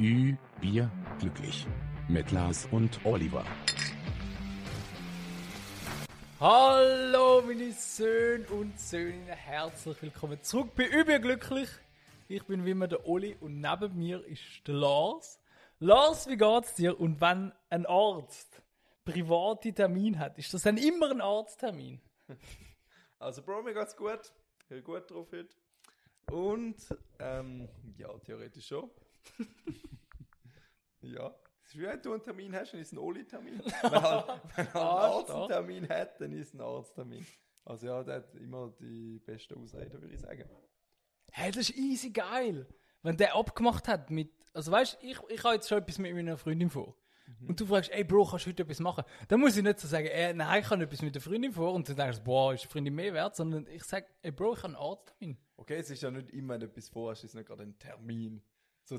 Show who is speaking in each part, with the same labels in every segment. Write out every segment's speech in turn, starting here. Speaker 1: Ü, Bier, glücklich. Mit Lars und Oliver.
Speaker 2: Hallo meine Söhne und Söhninnen, herzlich willkommen zurück bei Überglücklich. Ich bin wie immer der Oli und neben mir ist der Lars. Lars, wie geht's dir? Und wenn ein Arzt private Termin hat, ist das dann immer ein Arzttermin?
Speaker 3: Also, Bro, mir geht's gut. Ich bin gut drauf heute. Und, ähm, ja, theoretisch schon. ja. Es ist wie wenn du einen Termin hast, dann ist es ein Oli-Termin. Wenn halt, wenn halt
Speaker 2: Ah,
Speaker 3: ein Arzt
Speaker 2: stark.
Speaker 3: einen Termin hat, dann ist es ein Arzttermin. Also ja, der hat immer die beste Ausrede, würde ich sagen.
Speaker 2: Hey, das ist easy geil. Wenn der abgemacht hat mit. Also weißt du, ich, ich habe jetzt schon etwas mit meiner Freundin vor. Und du fragst, ey Bro, kannst du heute etwas machen? Dann muss ich nicht so sagen, ey, nein, ich habe etwas mit der Freundin vor. Und dann denkst du, boah, ist die Freundin mehr wert? Sondern ich sage, ey Bro, ich habe einen Arzttermin.
Speaker 3: Okay, es ist ja nicht immer, wenn du etwas vorhast, ist es nicht gerade ein Termin. So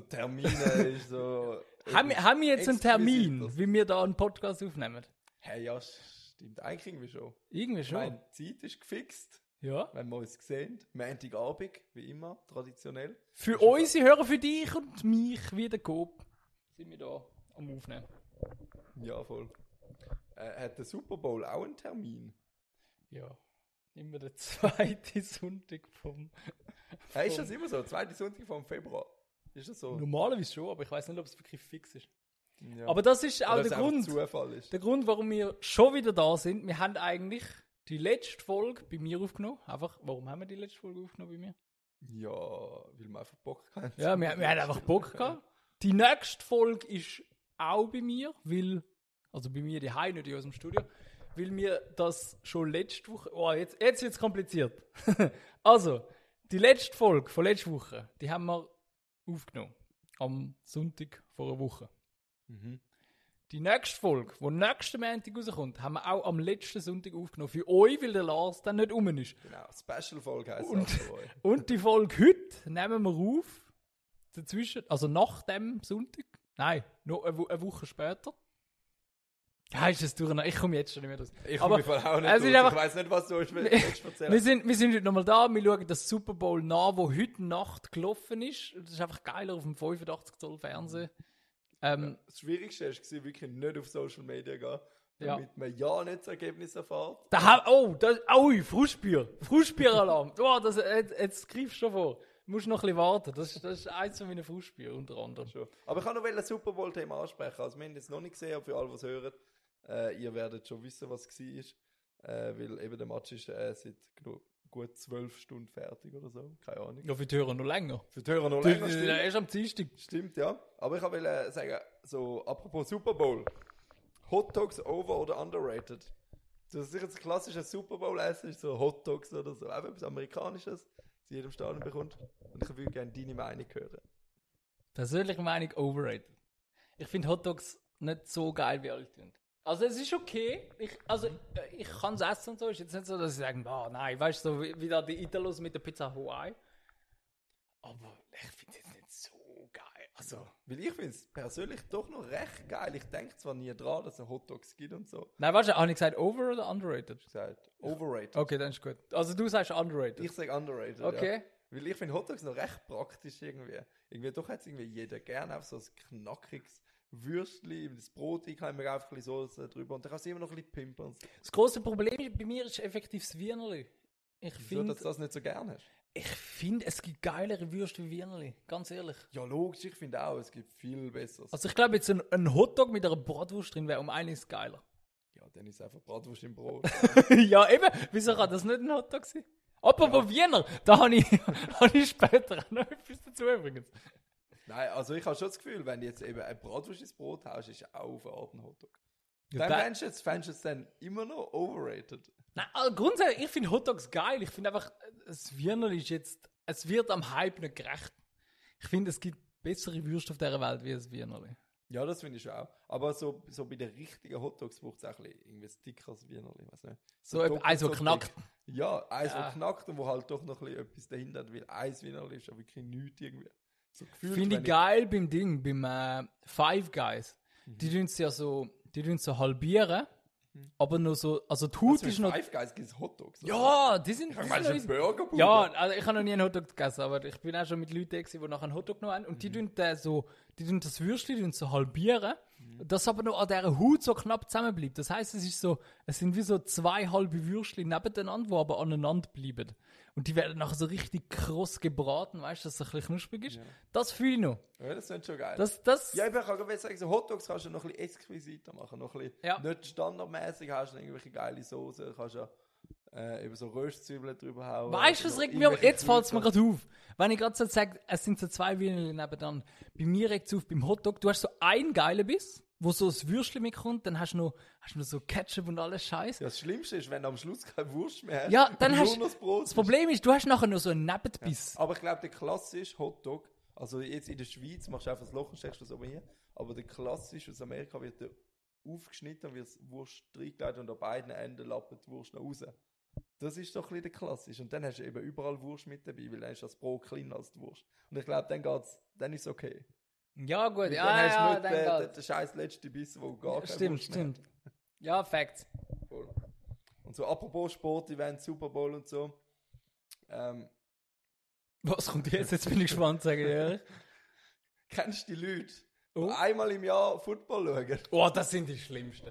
Speaker 3: Termine ist so...
Speaker 2: Haben, wir- haben wir jetzt einen Termin,
Speaker 3: Exquisites.
Speaker 2: wie wir da einen Podcast aufnehmen?
Speaker 3: Hey, ja, stimmt. Eigentlich irgendwie schon.
Speaker 2: Irgendwie
Speaker 3: Ich
Speaker 2: schon.
Speaker 3: meine, die Zeit ist gefixt.
Speaker 2: ja.
Speaker 3: wenn wir uns sehen. Montagabend, wie immer, traditionell.
Speaker 2: Für unsere Hörer, für dich und mich, wie der Coop, sind wir da am Aufnehmen.
Speaker 3: Ja, voll. Äh, hat der Super Bowl auch einen Termin?
Speaker 2: Ja. Immer der zweite Sonntag vom.
Speaker 3: Äh, ist das immer so? Zweite Sonntag vom Februar. Ist das so?
Speaker 2: Normalerweise schon, aber ich weiß nicht, ob es wirklich fix ist.
Speaker 3: Ja.
Speaker 2: Aber das ist auch
Speaker 3: Oder
Speaker 2: der
Speaker 3: dass es einfach
Speaker 2: Grund,
Speaker 3: Zufall ist.
Speaker 2: der Grund, warum wir schon wieder da sind. Wir haben eigentlich die letzte Folge bei mir aufgenommen. Einfach, warum haben wir die letzte Folge aufgenommen bei mir?
Speaker 3: Ja, weil man einfach Bock hat.
Speaker 2: Ja, wir, wir haben einfach Bock gehabt. Die nächste Folge ist auch bei mir, weil, also bei mir die nicht in unserem Studio, weil wir das schon letzte Woche, oh, jetzt, jetzt wird es kompliziert. also, die letzte Folge von letzter Woche, die haben wir aufgenommen. Am Sonntag vor einer Woche.
Speaker 3: Mhm.
Speaker 2: Die nächste Folge, die nächsten Montag rauskommt, haben wir auch am letzten Sonntag aufgenommen. Für euch, weil der Lars dann nicht rum ist.
Speaker 3: Genau, Special-Folge heisst
Speaker 2: Und-
Speaker 3: das. aber, äh,
Speaker 2: Und die Folge heute nehmen wir auf, dazwischen, also nach dem Sonntag. Nein, noch eine, Wo- eine Woche später. Ja, ist es durcheinander. Ich komme jetzt schon nicht mehr raus.
Speaker 3: Ich
Speaker 2: Aber
Speaker 3: komme im Fall auch nicht
Speaker 2: es ist
Speaker 3: raus.
Speaker 2: einfach-
Speaker 3: Ich weiß nicht, was du uns willst
Speaker 2: wir,
Speaker 3: erzählen
Speaker 2: sind, wir sind heute nochmal da, wir schauen das Super Bowl nach, wo heute Nacht gelaufen ist. Das ist einfach geiler auf dem 85 Zoll Fernsehen. Ähm,
Speaker 3: Das Schwierigste war, wirklich nicht auf Social Media gehen,
Speaker 2: Ja.
Speaker 3: damit man ja nicht das Ergebnis erfährt.
Speaker 2: da haben, oh, das, ui, Frustbier, Frustbier-Alarm. Oh, das, jetzt, jetzt greifst du schon vor. Du musst noch ein bisschen warten. Das ist, das ist eins von meinen Frustbier unter anderem.
Speaker 3: Schon. Aber ich kann noch ein Super Bowl-Thema ansprechen. Also, wir haben es noch nicht gesehen, aber für alle, was hören, äh, ihr werdet schon wissen, was es war. Äh, weil eben der Match ist äh, seit gnu- gut zwölf Stunden fertig oder so. Keine Ahnung.
Speaker 2: Ja, für die Hörer noch länger.
Speaker 3: Für die Hörer noch
Speaker 2: Du,
Speaker 3: länger.
Speaker 2: du,
Speaker 3: Stimmt,
Speaker 2: erst am Dienstag.
Speaker 3: stimmt ja. Aber ich wollte äh, sagen, so apropos Super Bowl: Hot Dogs over oder underrated? Das ist sicher das klassische Super Bowl-Essen, ist so Hot Dogs oder so. Einfach etwas Amerikanisches, das jedem Stadion bekommt. Und ich würde gerne deine Meinung hören.
Speaker 2: Persönliche Meinung overrated. Ich finde Hotdogs nicht so geil wie alle tun. Also es ist okay. Ich, also äh, ich kann es essen und so. Ist jetzt nicht so, dass ich sage, oh nein, weißt du, so wie, wie da die Italos mit der Pizza Hawaii. Aber ich finde es jetzt nicht so geil. Also.
Speaker 3: Weil ich finde es persönlich doch noch recht geil. Ich denke zwar nie dran, dass es Hotdogs gibt und so.
Speaker 2: Nein, weißt du, habe ich gesagt over oder underrated?
Speaker 3: Ich gesagt, overrated.
Speaker 2: Okay, dann ist gut. Also du sagst underrated.
Speaker 3: Ich sage underrated.
Speaker 2: Okay.
Speaker 3: Ja. Weil ich finde Hotdogs noch recht praktisch irgendwie. Irgendwie doch hat es irgendwie jeder gerne auf so ein knackiges Würstchen, das Brot, ich kann mir einfach ein bisschen Soße drüber und dann kannst du immer noch ein bisschen pimpern. und so.
Speaker 2: das große Problem ist- bei mir ist effektiv das Wienerli. Ich
Speaker 3: Wieso,
Speaker 2: finde,
Speaker 3: dass du das nicht so gerne hast?
Speaker 2: ich finde, es gibt geilere Würste wie Wienerli. Ganz ehrlich.
Speaker 3: Ja, logisch, ich finde auch, es gibt viel Besseres.
Speaker 2: Also ich glaube jetzt ein, ein Hotdog mit einer Bratwurst drin wäre um einiges geiler.
Speaker 3: ja, dann ist einfach Bratwurst im Brot.
Speaker 2: ja eben, wieso kann das nicht ein Hotdog sein? Apropos Wiener, da habe ich, habe ich später auch noch etwas dazu übrigens.
Speaker 3: Nein, also ich habe schon das Gefühl, wenn du jetzt eben ein Bratwurst ins Brot haust, ist auch auf eine Art ein Hotdog. dann
Speaker 2: da-
Speaker 3: fändest du es- fändest du es dann immer noch overrated.
Speaker 2: Nein, also grundsätzlich, ich finde Hotdogs geil. Ich finde einfach, das Wiener ist jetzt, es wird am Hype nicht gerecht. Ich finde, es gibt bessere Würste auf dieser Welt wie das Wienerli.
Speaker 3: Ja, das finde ich schon auch. Aber so, so bei den richtigen Hotdogs braucht es auch ein bisschen irgendwie ein dickeres Wienerli, weiß nicht.
Speaker 2: So ein-
Speaker 3: doppelt
Speaker 2: eins, wo
Speaker 3: dick.
Speaker 2: knackt.
Speaker 3: Ja, eins,
Speaker 2: Ja.
Speaker 3: ja. knackt und wo halt doch noch ein bisschen etwas dahinter hat, weil eins Wienerli ist ja wirklich nichts irgendwie. So gefühlt,
Speaker 2: Finde
Speaker 3: wenn
Speaker 2: ich geil beim
Speaker 3: Mhm.
Speaker 2: Ding, beim äh, Five Guys. Die tun es ja so, die tun so halbieren Aber nur so, also die Haut
Speaker 3: Zum
Speaker 2: ist noch.
Speaker 3: Five Guys gibt es Hotdogs.
Speaker 2: Ja, die sind.
Speaker 3: Ich
Speaker 2: die sind
Speaker 3: meine, das
Speaker 2: noch
Speaker 3: ist ein
Speaker 2: easy.
Speaker 3: Burgerbude.
Speaker 2: ja, also ich habe noch nie einen Hotdog gegessen, aber ich bin auch schon mit Leuten, gewesen, die nachher einen Hotdog genommen haben. Und die tun den so, die tun das Würstchen die tun so halbieren, das aber noch an dieser Haut so knapp zusammenbleibt. Das heißt, es ist so, es sind wie so zwei halbe Würstchen nebeneinander, die aber aneinander bleiben. Und die werden nachher so richtig kross gebraten, weißt du, dass es ein bisschen knusprig ist. Das fühle ich noch.
Speaker 3: Ja, das ist schon geil.
Speaker 2: Das, das,
Speaker 3: ja, ich kann gerade sagen, so Hotdogs kannst du noch ein bisschen exquisiter machen. Noch ein bisschen
Speaker 2: Ja.
Speaker 3: nicht standardmäßig hast du irgendwelche geile Soßen, kannst ja äh, eben so Röstzwiebeln drüber hauen.
Speaker 2: Weißt du, was
Speaker 3: Also noch
Speaker 2: regt mich auf?
Speaker 3: irgendwelche
Speaker 2: Jetzt fällt es mir
Speaker 3: Kräuter.
Speaker 2: gerade auf. Wenn ich gerade so sage, es sind so zwei Wiener nebenan. Bei mir regt es auf beim Hotdog. Du hast so einen geilen Biss, wo so das Würstchen mitkommt, dann hast du noch, hast du noch so Ketchup und alles Scheiß.
Speaker 3: Ja, das Schlimmste ist, wenn du am Schluss keine Wurst mehr hast.
Speaker 2: Ja, dann
Speaker 3: und
Speaker 2: hast-
Speaker 3: nur noch das Brot.
Speaker 2: Das Problem ist, du hast nachher noch so einen Nebenbiss.
Speaker 3: Aber ich glaube, der klassische Hotdog, also jetzt in der Schweiz machst du einfach das Loch und steckst das oben hin, aber der klassische aus Amerika wird der aufgeschnitten und wird das Wurst reingelegt und an beiden Enden lappt die Wurst noch raus. Das ist doch ein bisschen der klassische. Und dann hast du eben überall Wurst mit dabei, weil dann ist das Brot kleiner als die Wurst. Und ich glaube, dann geht's, dann ist es okay.
Speaker 2: Ja, gut,
Speaker 3: Weil
Speaker 2: ja,
Speaker 3: dann
Speaker 2: ja,
Speaker 3: du nicht
Speaker 2: dann
Speaker 3: den, den,
Speaker 2: geht's.
Speaker 3: den scheiß letzten Biss, wo gar keine
Speaker 2: Stimmt,
Speaker 3: Wurst mehr
Speaker 2: stimmt. Ja, Facts.
Speaker 3: hat. Voll. Und so apropos Sportevent, Super Bowl und so. Ähm,
Speaker 2: Was kommt jetzt? Jetzt bin ich gespannt, sage ich ehrlich.
Speaker 3: kennst du die Leute, die
Speaker 2: Oh.
Speaker 3: einmal im Jahr Football schauen?
Speaker 2: Oh, das sind die Schlimmsten.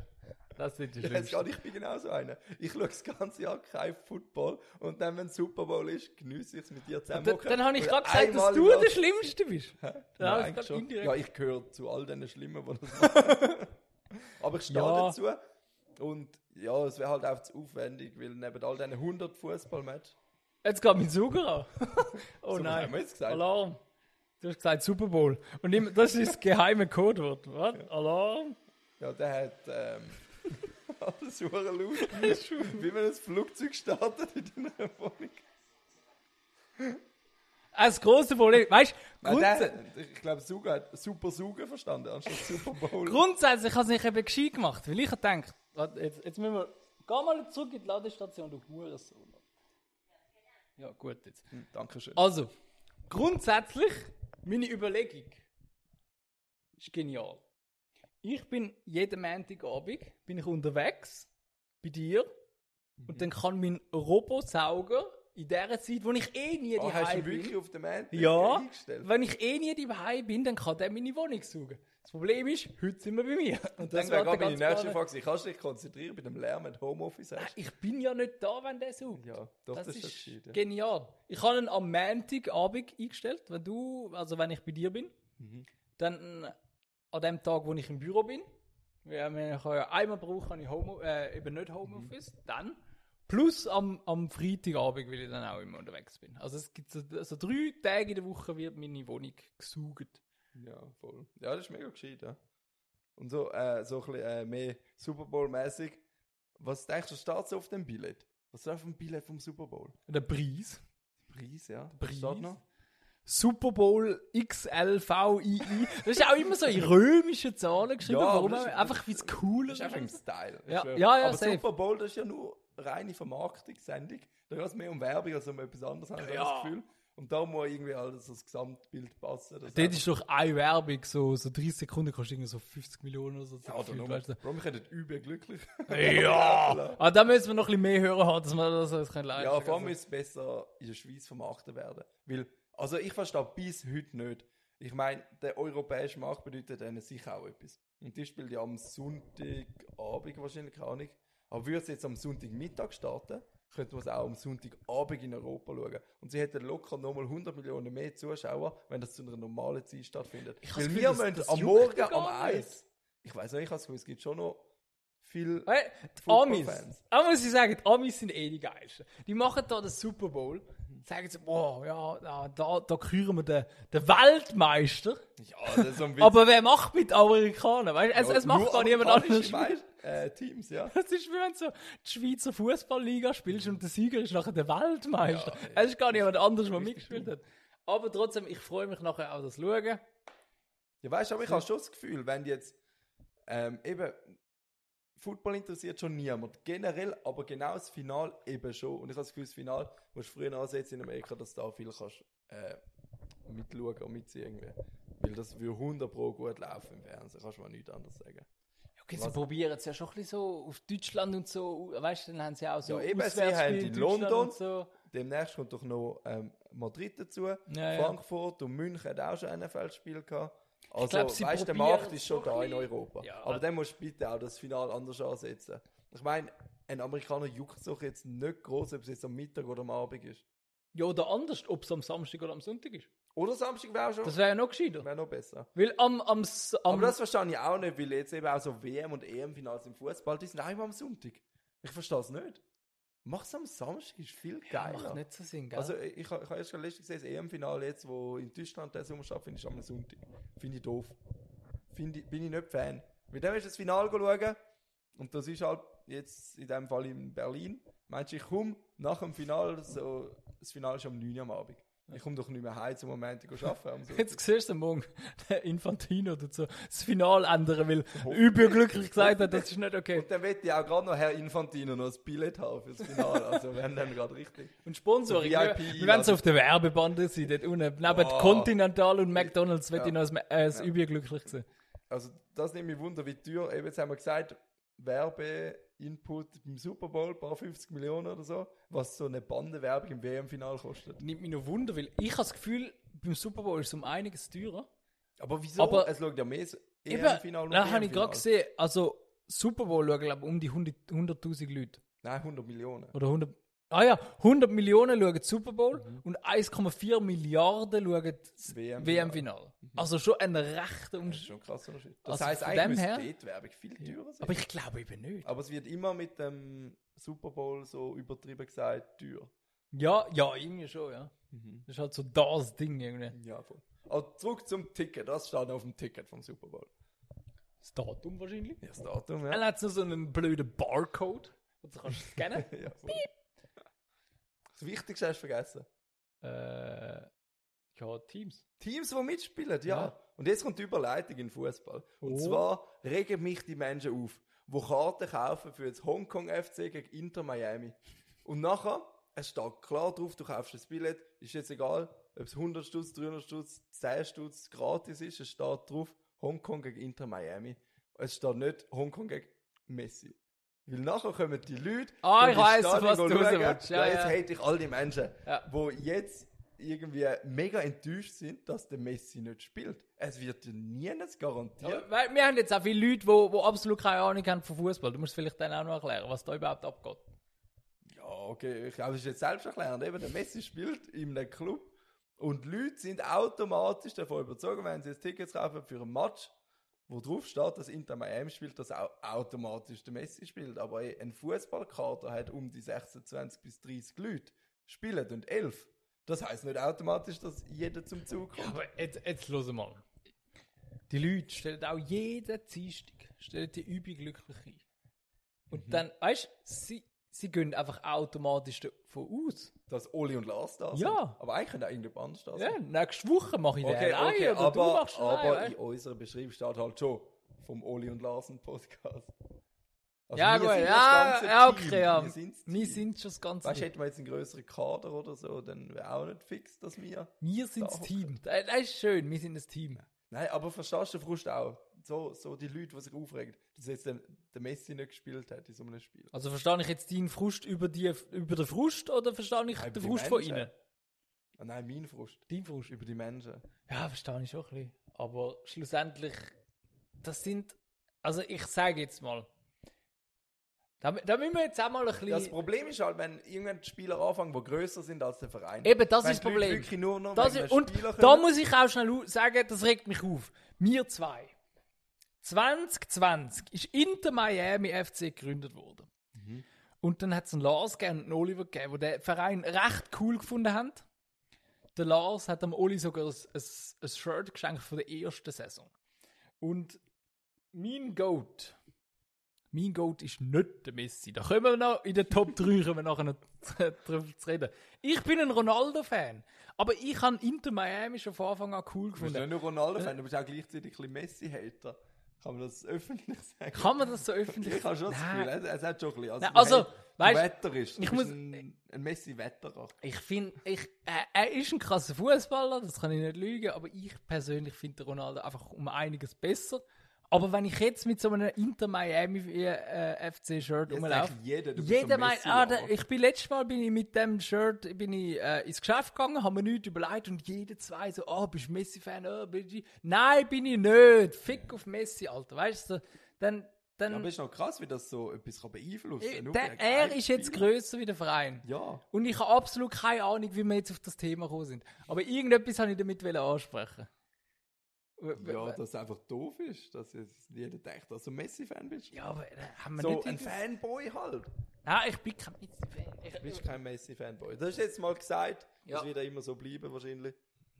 Speaker 2: Das sind die
Speaker 3: Ich weiß
Speaker 2: Schlimmsten.
Speaker 3: gar nicht, ich bin genau so einer. Ich schaue das ganze Jahr kein Football und dann, wenn Super Bowl ist, genieße ich es mit dir zusammen.
Speaker 2: Dann, dann habe ich
Speaker 3: Weil
Speaker 2: gerade gesagt,
Speaker 3: einmal
Speaker 2: dass
Speaker 3: im
Speaker 2: du
Speaker 3: Jahr-
Speaker 2: der Schlimmste bist.
Speaker 3: Nein,
Speaker 2: Ja,
Speaker 3: eigentlich
Speaker 2: das
Speaker 3: schon.
Speaker 2: indirekt.
Speaker 3: ja, ich gehöre zu all den Schlimmen, die das machen. Aber ich stehe
Speaker 2: Ja.
Speaker 3: dazu und ja, es wäre halt auch zu aufwendig, weil neben all diesen 100 Fußballmatches.
Speaker 2: Jetzt geht mein Sugar an. oh
Speaker 3: So, was
Speaker 2: nein.
Speaker 3: haben wir jetzt gesagt?
Speaker 2: Alarm. Du hast gesagt Super Bowl. Und immer, das ist das geheime Codewort. Was? Alarm?
Speaker 3: Ja, der hat. Ähm, alles hure laut. Wie man ein Flugzeug startet in deiner Wohnung.
Speaker 2: Das große Problem. Weißt du,
Speaker 3: Nein,
Speaker 2: grundsä
Speaker 3: der, ich glaube, Suga hat Super Suga verstanden, anstatt Super Bowl.
Speaker 2: grundsätzlich habe ich eben gescheit gemacht. Weil ich habe gedacht, warte, jetzt, jetzt müssen wir. Geh mal zurück in die Ladestation, du Hurensohn. Ja, gut jetzt.
Speaker 3: Dankeschön.
Speaker 2: Also, grundsätzlich, meine Überlegung ist genial. Ich bin jeden Montagabend bin ich unterwegs bei dir
Speaker 3: Mhm.
Speaker 2: und dann kann mein Robosauger in der Zeit, wo ich eh nie
Speaker 3: Oh,
Speaker 2: die
Speaker 3: hast du ihn
Speaker 2: bin,
Speaker 3: wirklich auf den Mantel
Speaker 2: ja,
Speaker 3: eingestellt?
Speaker 2: wenn ich eh nie die bin, dann kann der meine Wohnung suchen. Das Problem ist, heute sind wir bei mir. Und
Speaker 3: Das
Speaker 2: das wird
Speaker 3: wäre gerade
Speaker 2: der
Speaker 3: meine
Speaker 2: ganze
Speaker 3: nächste
Speaker 2: Plan-
Speaker 3: Frage gewesen. Kannst du dich konzentrieren bei dem Lärm, wenn du Homeoffice
Speaker 2: Nein,
Speaker 3: hast?
Speaker 2: Äh, Ich bin ja nicht da, wenn der sucht.
Speaker 3: Ja, doch,
Speaker 2: Das,
Speaker 3: das,
Speaker 2: ist
Speaker 3: ist gescheit. Ja.
Speaker 2: genial. Ich habe ihn am Montagabend eingestellt, wenn du, also wenn ich bei dir bin.
Speaker 3: Mhm.
Speaker 2: Dann äh, an dem Tag, wo ich im Büro bin, weil wir können ja einmal brauchen, kann ich Home, äh, eben nicht Homeoffice,
Speaker 3: Mhm.
Speaker 2: dann. Plus am, am Freitagabend, weil ich dann auch immer unterwegs bin. Also es gibt so, so drei Tage in der Woche wird meine Wohnung gesaugt.
Speaker 3: ja, voll. Ja, das ist mega gescheit, ja. Und so, äh, so ein bisschen äh, mehr Super Bowl-mäßig. Was denkst du, steht so auf dem Billett? Was ist auf dem Billett vom Super Bowl?
Speaker 2: Der Preis.
Speaker 3: Preis, ja.
Speaker 2: Preis.
Speaker 3: Steht noch?
Speaker 2: Super Bowl XLVII. Das ist auch immer so in römischen Zahlen geschrieben.
Speaker 3: Ja, aber
Speaker 2: warum?
Speaker 3: das ist-
Speaker 2: Einfach, wie es cooler
Speaker 3: Das ist einfach im Style. ich
Speaker 2: Ja,
Speaker 3: schwör.
Speaker 2: ja, ja,
Speaker 3: Aber
Speaker 2: safe.
Speaker 3: Super Bowl, das ist ja nur reine Vermarktungssendung. Da geht es mehr um Werbung als um etwas anderes, habe ich
Speaker 2: Ja.
Speaker 3: das Gefühl. Und da muss irgendwie alles das Gesamtbild passen. dass
Speaker 2: Dort
Speaker 3: einfach-
Speaker 2: ist doch eine Werbung, so, so 30 Sekunden kostet irgendwie so 50 Millionen oder so.
Speaker 3: Ja, oder nur.
Speaker 2: weißt du.
Speaker 3: Warum können überglücklich?
Speaker 2: ja. Ah, da müssen wir noch ein bisschen mehr hören haben, dass wir das alles können leisten
Speaker 3: ja, vor allem
Speaker 2: also.
Speaker 3: müsste es besser in der Schweiz vermarktet werden. Weil, also ich verstehe bis heute nicht. Ich meine, der europäische Markt bedeutet ihnen sicher auch etwas. Und die spielt ja am Sonntagabend wahrscheinlich, keine Ahnung. Aber würde es jetzt am Sonntagmittag starten, könnte man es auch am Sonntagabend in Europa schauen. Und sie hätten locker nochmal 100 Millionen mehr Zuschauer, wenn das zu einer normalen Zeit stattfindet.
Speaker 2: Ich habe
Speaker 3: Weil
Speaker 2: das
Speaker 3: wir
Speaker 2: Gefühl, das-
Speaker 3: müssen
Speaker 2: das
Speaker 3: am
Speaker 2: juckt
Speaker 3: Morgen
Speaker 2: gar
Speaker 3: am
Speaker 2: nicht.
Speaker 3: Eis. Ich weiß nicht, ich habe das Gefühl, es gibt schon noch viel.
Speaker 2: Hey, die Amis.
Speaker 3: Football-Fans.
Speaker 2: Da muss ich sagen, die Amis sind eh die geilsten. Die machen da den Super Bowl, sagen so, boah, ja, da, da, da küren wir den, den Weltmeister.
Speaker 3: Ja, das ist so ein Witz.
Speaker 2: Aber wer macht mit den Amerikanern? Weißt, du, es,
Speaker 3: Ja,
Speaker 2: es macht
Speaker 3: nur
Speaker 2: gar niemand
Speaker 3: amerikanische
Speaker 2: anders.
Speaker 3: Mei- Äh, Teams, ja.
Speaker 2: Das ist wie wenn du so die Schweizer Fußballliga spielst und der Sieger ist nachher der Weltmeister. es ist gar niemand anders, der mitgespielt hat. Aber trotzdem, ich freue mich nachher auch das Schauen.
Speaker 3: Ja, weißt du, aber ich habe schon das Gefühl, wenn jetzt ähm, eben Football interessiert schon niemand. Generell, aber genau das Final eben schon. Und ich habe das Gefühl, das Final musst du früher ansetzen in Amerika, dass du da viel kannst äh, mitschauen und mitziehen irgendwie. Weil das würde 100 Pro gut laufen im Fernsehen, kannst du mal nichts anderes sagen.
Speaker 2: Ja Okay, sie probieren es ja schon ein bisschen so auf Deutschland und so. Weißt du, dann haben sie auch so.
Speaker 3: Ja, eben, sie
Speaker 2: Auswärtsspiele
Speaker 3: haben in
Speaker 2: Deutschland
Speaker 3: London-
Speaker 2: und So.
Speaker 3: Demnächst kommt doch noch ähm, Madrid dazu.
Speaker 2: ja.
Speaker 3: Frankfurt und München hat auch schon ein NFL-Spiel gehabt. Also,
Speaker 2: glaub, sie
Speaker 3: weißt du, der
Speaker 2: probieren
Speaker 3: Markt
Speaker 2: es
Speaker 3: ist schon
Speaker 2: doch ein
Speaker 3: da in
Speaker 2: bisschen.
Speaker 3: Europa.
Speaker 2: Ja.
Speaker 3: Aber dann musst du bitte auch das Finale anders ansetzen. Ich meine, ein Amerikaner juckt sich jetzt nicht groß, ob es jetzt am Mittag oder am Abend ist.
Speaker 2: Ja, oder anders, ob es am Samstag oder am Sonntag ist.
Speaker 3: Oder Samstag wäre schon.
Speaker 2: Das wäre ja noch gescheiter.
Speaker 3: Wäre noch besser.
Speaker 2: Weil am, am, S- am
Speaker 3: Aber das verstehe ich auch nicht, weil jetzt eben auch so WM- und EM-Finals im Fußball, die sind auch immer am Sonntag. Ich verstehe es nicht. Mach's am Samstag, ist viel
Speaker 2: Ja,
Speaker 3: geiler.
Speaker 2: macht nicht so Sinn, gell?
Speaker 3: also ich, ich habe erst gerade letztens gesehen, das EM-Finale jetzt, wo in Deutschland der Sommer stattfindet, ist am Sonntag. Finde ich doof. Find ich, bin ich nicht Fan. Mit dem ist das Finale schauen und das ist halt jetzt in dem Fall in Berlin. Meinst du, ich komme nach dem Finale, so, das Finale ist am 9 Uhr am Abend. Ich komme doch nicht mehr heim zum Moment, ich arbeiten. am Sonntag.
Speaker 2: Jetzt siehst du den morgen, der Infantino oder so, das Finale ändern, weil überglücklich gesagt hat, das ist nicht okay.
Speaker 3: Und dann wird ich auch gerade noch Herr Infantino noch das Billett haben fürs Finale. Also wenn dann gerade richtig.
Speaker 2: Und Sponsoring,
Speaker 3: So
Speaker 2: wir,
Speaker 3: VIP
Speaker 2: wir werden so auf der Werbebande sein, dort unten. Neben
Speaker 3: Oh.
Speaker 2: Continental und McDonalds wird
Speaker 3: Ja.
Speaker 2: ich noch als, äh, als überglücklich sehen.
Speaker 3: Also das nimmt mich wunder, wie teuer. Eben jetzt haben wir gesagt, Werbeinput beim Super Bowl, ein paar 50 Millionen oder so, was so eine Bandenwerbung im WM-Final kostet.
Speaker 2: Nimmt mich noch Wunder, weil ich habe das Gefühl, beim Super Bowl ist es um einiges teurer.
Speaker 3: Aber wieso?
Speaker 2: Aber-
Speaker 3: es schaut ja mehr so E
Speaker 2: Eben,
Speaker 3: EM-Final
Speaker 2: da habe ich
Speaker 3: WM-Final.
Speaker 2: gerade gesehen, also Super Bowl schauen, glaube ich, um die 100 100'000 Leute.
Speaker 3: Nein, 100 Millionen.
Speaker 2: Oder 100, ah ja, 100 Millionen schauen Super Bowl
Speaker 3: Mhm.
Speaker 2: und 1,4 Milliarden schauen das
Speaker 3: WM-Finale.
Speaker 2: WM-Final.
Speaker 3: Mhm.
Speaker 2: Also schon ein rechter
Speaker 3: Das ist
Speaker 2: Unterschied.
Speaker 3: schon ein krasser Unterschied. Das
Speaker 2: Also
Speaker 3: heisst,
Speaker 2: von
Speaker 3: eigentlich
Speaker 2: dem
Speaker 3: müsste
Speaker 2: her-
Speaker 3: die Werbung viel teurer sein.
Speaker 2: Aber ich glaube eben nicht.
Speaker 3: Aber es wird immer mit dem Super Bowl so übertrieben gesagt, teuer.
Speaker 2: Ja, ja, irgendwie schon, ja.
Speaker 3: Mhm.
Speaker 2: Das ist halt so das Ding irgendwie.
Speaker 3: Ja, voll. Also zurück zum Ticket, das steht noch auf dem Ticket vom Super Bowl.
Speaker 2: Das Datum wahrscheinlich.
Speaker 3: Ja, das Datum,
Speaker 2: Dann
Speaker 3: ja.
Speaker 2: hat es noch so einen blöden Barcode. Und das kannst du scannen.
Speaker 3: ja voll. das Wichtigste hast du vergessen.
Speaker 2: äh, ja, Teams.
Speaker 3: Teams, die mitspielen, ja.
Speaker 2: Ja.
Speaker 3: Und jetzt kommt die Überleitung in Fußball. Und
Speaker 2: Oh.
Speaker 3: zwar regen mich die Menschen auf, die Karten kaufen für das Hongkong FC gegen Inter Miami. Und nachher, es steht klar drauf, du kaufst das Billett, ist jetzt egal, ob es 100 Stutz, 300 Stutz, 10 Stutz gratis ist, es steht drauf, Hongkong gegen Inter Miami. Es steht nicht Hongkong gegen Messi. Weil nachher kommen die Leute.
Speaker 2: Ah,
Speaker 3: und
Speaker 2: ich
Speaker 3: die
Speaker 2: weiss, auf
Speaker 3: Stadion
Speaker 2: was du
Speaker 3: schauen.
Speaker 2: raus willst.
Speaker 3: Ja,
Speaker 2: Ja,
Speaker 3: jetzt
Speaker 2: ja.
Speaker 3: hate ich all die Menschen,
Speaker 2: Ja.
Speaker 3: wo jetzt irgendwie mega enttäuscht sind, dass der Messi nicht spielt. Es wird dir nie garantiert.
Speaker 2: Aber Weil wir haben jetzt auch viele Leute, die wo, wo absolut keine Ahnung haben von Fußball. Du musst es vielleicht dann auch noch erklären, was da überhaupt abgeht.
Speaker 3: Ja, okay, ich glaube, das ist jetzt selbsterklärend. Eben, der Messi spielt in einem Club und die Leute sind automatisch davon überzeugt, wenn sie jetzt Tickets kaufen für einen Match, wo drauf steht, dass Inter Miami spielt, dass auch automatisch der Messi spielt. Aber ey, ein Fußballkader hat um die 26 bis 30 Leute spielen und 11. Das heißt nicht automatisch, dass jeder zum Zug kommt.
Speaker 2: Aber jetzt, jetzt hören mal. Die Leute stellen auch jeden Dienstag stellen die Übung glücklich ein.
Speaker 3: Mhm.
Speaker 2: Und dann, weißt du, sie, sie gehen einfach automatisch davon aus.
Speaker 3: Dass Oli und Lars da sind.
Speaker 2: Ja.
Speaker 3: Aber eigentlich könnte auch irgendjemand anders da sein.
Speaker 2: Ja, nächste Woche mache ich
Speaker 3: Also. Okay,
Speaker 2: den allein,
Speaker 3: okay,
Speaker 2: oder
Speaker 3: aber,
Speaker 2: du machst den
Speaker 3: aber
Speaker 2: allein,
Speaker 3: in unserer Beschreibung steht halt schon vom Oli und Larsen Podcast. Also
Speaker 2: Ja,
Speaker 3: wir
Speaker 2: gut,
Speaker 3: sind das
Speaker 2: ja,
Speaker 3: ganze
Speaker 2: ja,
Speaker 3: Team.
Speaker 2: okay, ja.
Speaker 3: Wir sind's
Speaker 2: Wir
Speaker 3: Team.
Speaker 2: sind schon das ganze
Speaker 3: Weißt du,
Speaker 2: Team.
Speaker 3: hätten wir jetzt einen größeren Kader oder so, dann wäre auch nicht fix, dass wir.
Speaker 2: Wir sind das
Speaker 3: Da-
Speaker 2: Team. Äh, Das das ist schön, wir sind das Team.
Speaker 3: Nein, aber verstehst du den Frust auch? So, so die Leute, die sich aufregen, dass jetzt der, der Messi nicht gespielt hat in so einem Spiel.
Speaker 2: Also verstehe ich jetzt deinen Frust über, die, über den Frust oder verstehe ich den
Speaker 3: Nein, über die
Speaker 2: Frust von
Speaker 3: Menschen.
Speaker 2: ihnen?
Speaker 3: Ah, nein, mein Frust.
Speaker 2: Dein Frust.
Speaker 3: Über die Menschen.
Speaker 2: Ja, verstehe ich schon ein bisschen. Aber schlussendlich, das sind, also ich sage jetzt mal, da, da müssen wir jetzt auch mal ein bisschen...
Speaker 3: Das Problem ist halt, wenn irgendwann die Spieler anfangen, die grösser sind als der Verein.
Speaker 2: Eben, das
Speaker 3: Wenn
Speaker 2: ist das
Speaker 3: die Leute
Speaker 2: Problem.
Speaker 3: wirklich nur noch
Speaker 2: Das
Speaker 3: wegen
Speaker 2: ist,
Speaker 3: einem
Speaker 2: und
Speaker 3: Spieler
Speaker 2: da
Speaker 3: kommen.
Speaker 2: muss ich auch schnell au- sagen, das regt mich auf. Wir zwei. 2020 ist Inter Miami FC gegründet worden.
Speaker 3: Mhm.
Speaker 2: Und dann hat es einen Lars gegeben und einen Oliver gegeben, die den Verein recht cool gefunden haben. Der Lars hat dem Oli sogar ein, ein, ein Shirt geschenkt von der ersten Saison. Und mein Goat, mein Goat ist nicht der Messi. Da können wir noch in der Top 3 können wir nachher noch drüber zu reden. Ich bin ein Ronaldo-Fan, aber ich habe Inter Miami schon von Anfang an cool
Speaker 3: Du bist
Speaker 2: gefunden.
Speaker 3: nicht nur Ronaldo-Fan, du bist auch gleichzeitig ein bisschen Messi-Hater. Kann man das öffentlich sagen?
Speaker 2: Kann man das so öffentlich
Speaker 3: ich habe schon das
Speaker 2: Nein.
Speaker 3: Gefühl, es, es hat schon ein bisschen.
Speaker 2: Nein,
Speaker 3: du
Speaker 2: also,
Speaker 3: hate- du
Speaker 2: weißt-
Speaker 3: Wetter ist.
Speaker 2: ich
Speaker 3: Ich muss
Speaker 2: muss-
Speaker 3: ein, ein Messi-Wetterer.
Speaker 2: Ich finde, ich, äh, er ist ein krasser Fußballer, das kann ich nicht lügen, aber ich persönlich finde Ronaldo einfach um einiges besser. Aber wenn ich jetzt mit so einem Inter Miami äh, FC-Shirt
Speaker 3: Jetzt
Speaker 2: rumlaufe.
Speaker 3: denkt jeder, du bist
Speaker 2: Jeder
Speaker 3: so
Speaker 2: meint,
Speaker 3: Messi,
Speaker 2: ah, der,
Speaker 3: aber-
Speaker 2: ich bin letztes Mal bin ich mit dem Shirt bin ich, äh, ins Geschäft gegangen, habe mir nichts überlegt und jeder zwei so, ah, bist du Messi-Fan? Ah, bist du... Nein, bin ich nicht. Fick auf Messi, Alter. Weißt du, so, dann, dann,
Speaker 3: Aber ist noch krass, wie das so etwas kann beeinflussen
Speaker 2: ich,
Speaker 3: kann.
Speaker 2: der, er ist jetzt grösser wie der Verein.
Speaker 3: Ja.
Speaker 2: Und ich habe absolut keine Ahnung, wie wir jetzt auf das Thema gekommen sind. Aber irgendetwas wollte ich damit wollen ansprechen. W- w-
Speaker 3: Ja, dass es einfach doof ist, dass jetzt jeder denkt, dass du Messi-Fan bist.
Speaker 2: ja aber äh, haben wir
Speaker 3: so
Speaker 2: nicht
Speaker 3: ein
Speaker 2: irgendwas-
Speaker 3: Fanboy halt.
Speaker 2: Nein, ich bin kein Messi-Fan. Ich-
Speaker 3: Du bist kein Messi-Fanboy. Das ist jetzt mal gesagt.
Speaker 2: Ja.
Speaker 3: Das wird ja immer so bleiben wahrscheinlich.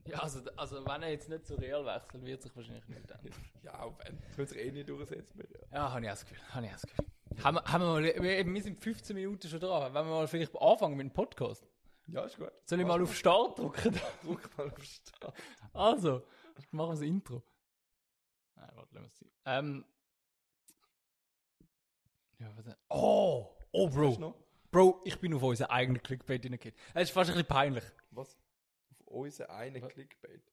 Speaker 2: Ja, also, also wenn er jetzt nicht zu Real wechselt, wird sich wahrscheinlich nicht ändern.
Speaker 3: Ja, auch wenn. Das können sich eh nicht durchsetzen. mehr, Ja.
Speaker 2: Ja, habe ich auch das Gefühl. Habe ich auch das Gefühl. Haben, wir- haben wir, mal, wir, eben, wir sind 15 Minuten schon dran. Wenn wir mal vielleicht anfangen mit dem Podcast.
Speaker 3: ja, ist gut.
Speaker 2: Soll ich mal auf Start drücken?
Speaker 3: Druck mal auf Start.
Speaker 2: also, machen wir das Intro. Nein, warte, lassen wir es sein. Ähm. Ja, was Oh! Oh,
Speaker 3: Hast du
Speaker 2: Bro.
Speaker 3: noch?
Speaker 2: Bro, ich bin auf unseren eigenen Clickbait hineingegangen. Es ist fast ein bisschen peinlich.
Speaker 3: Was? Auf unseren einen Clickbait.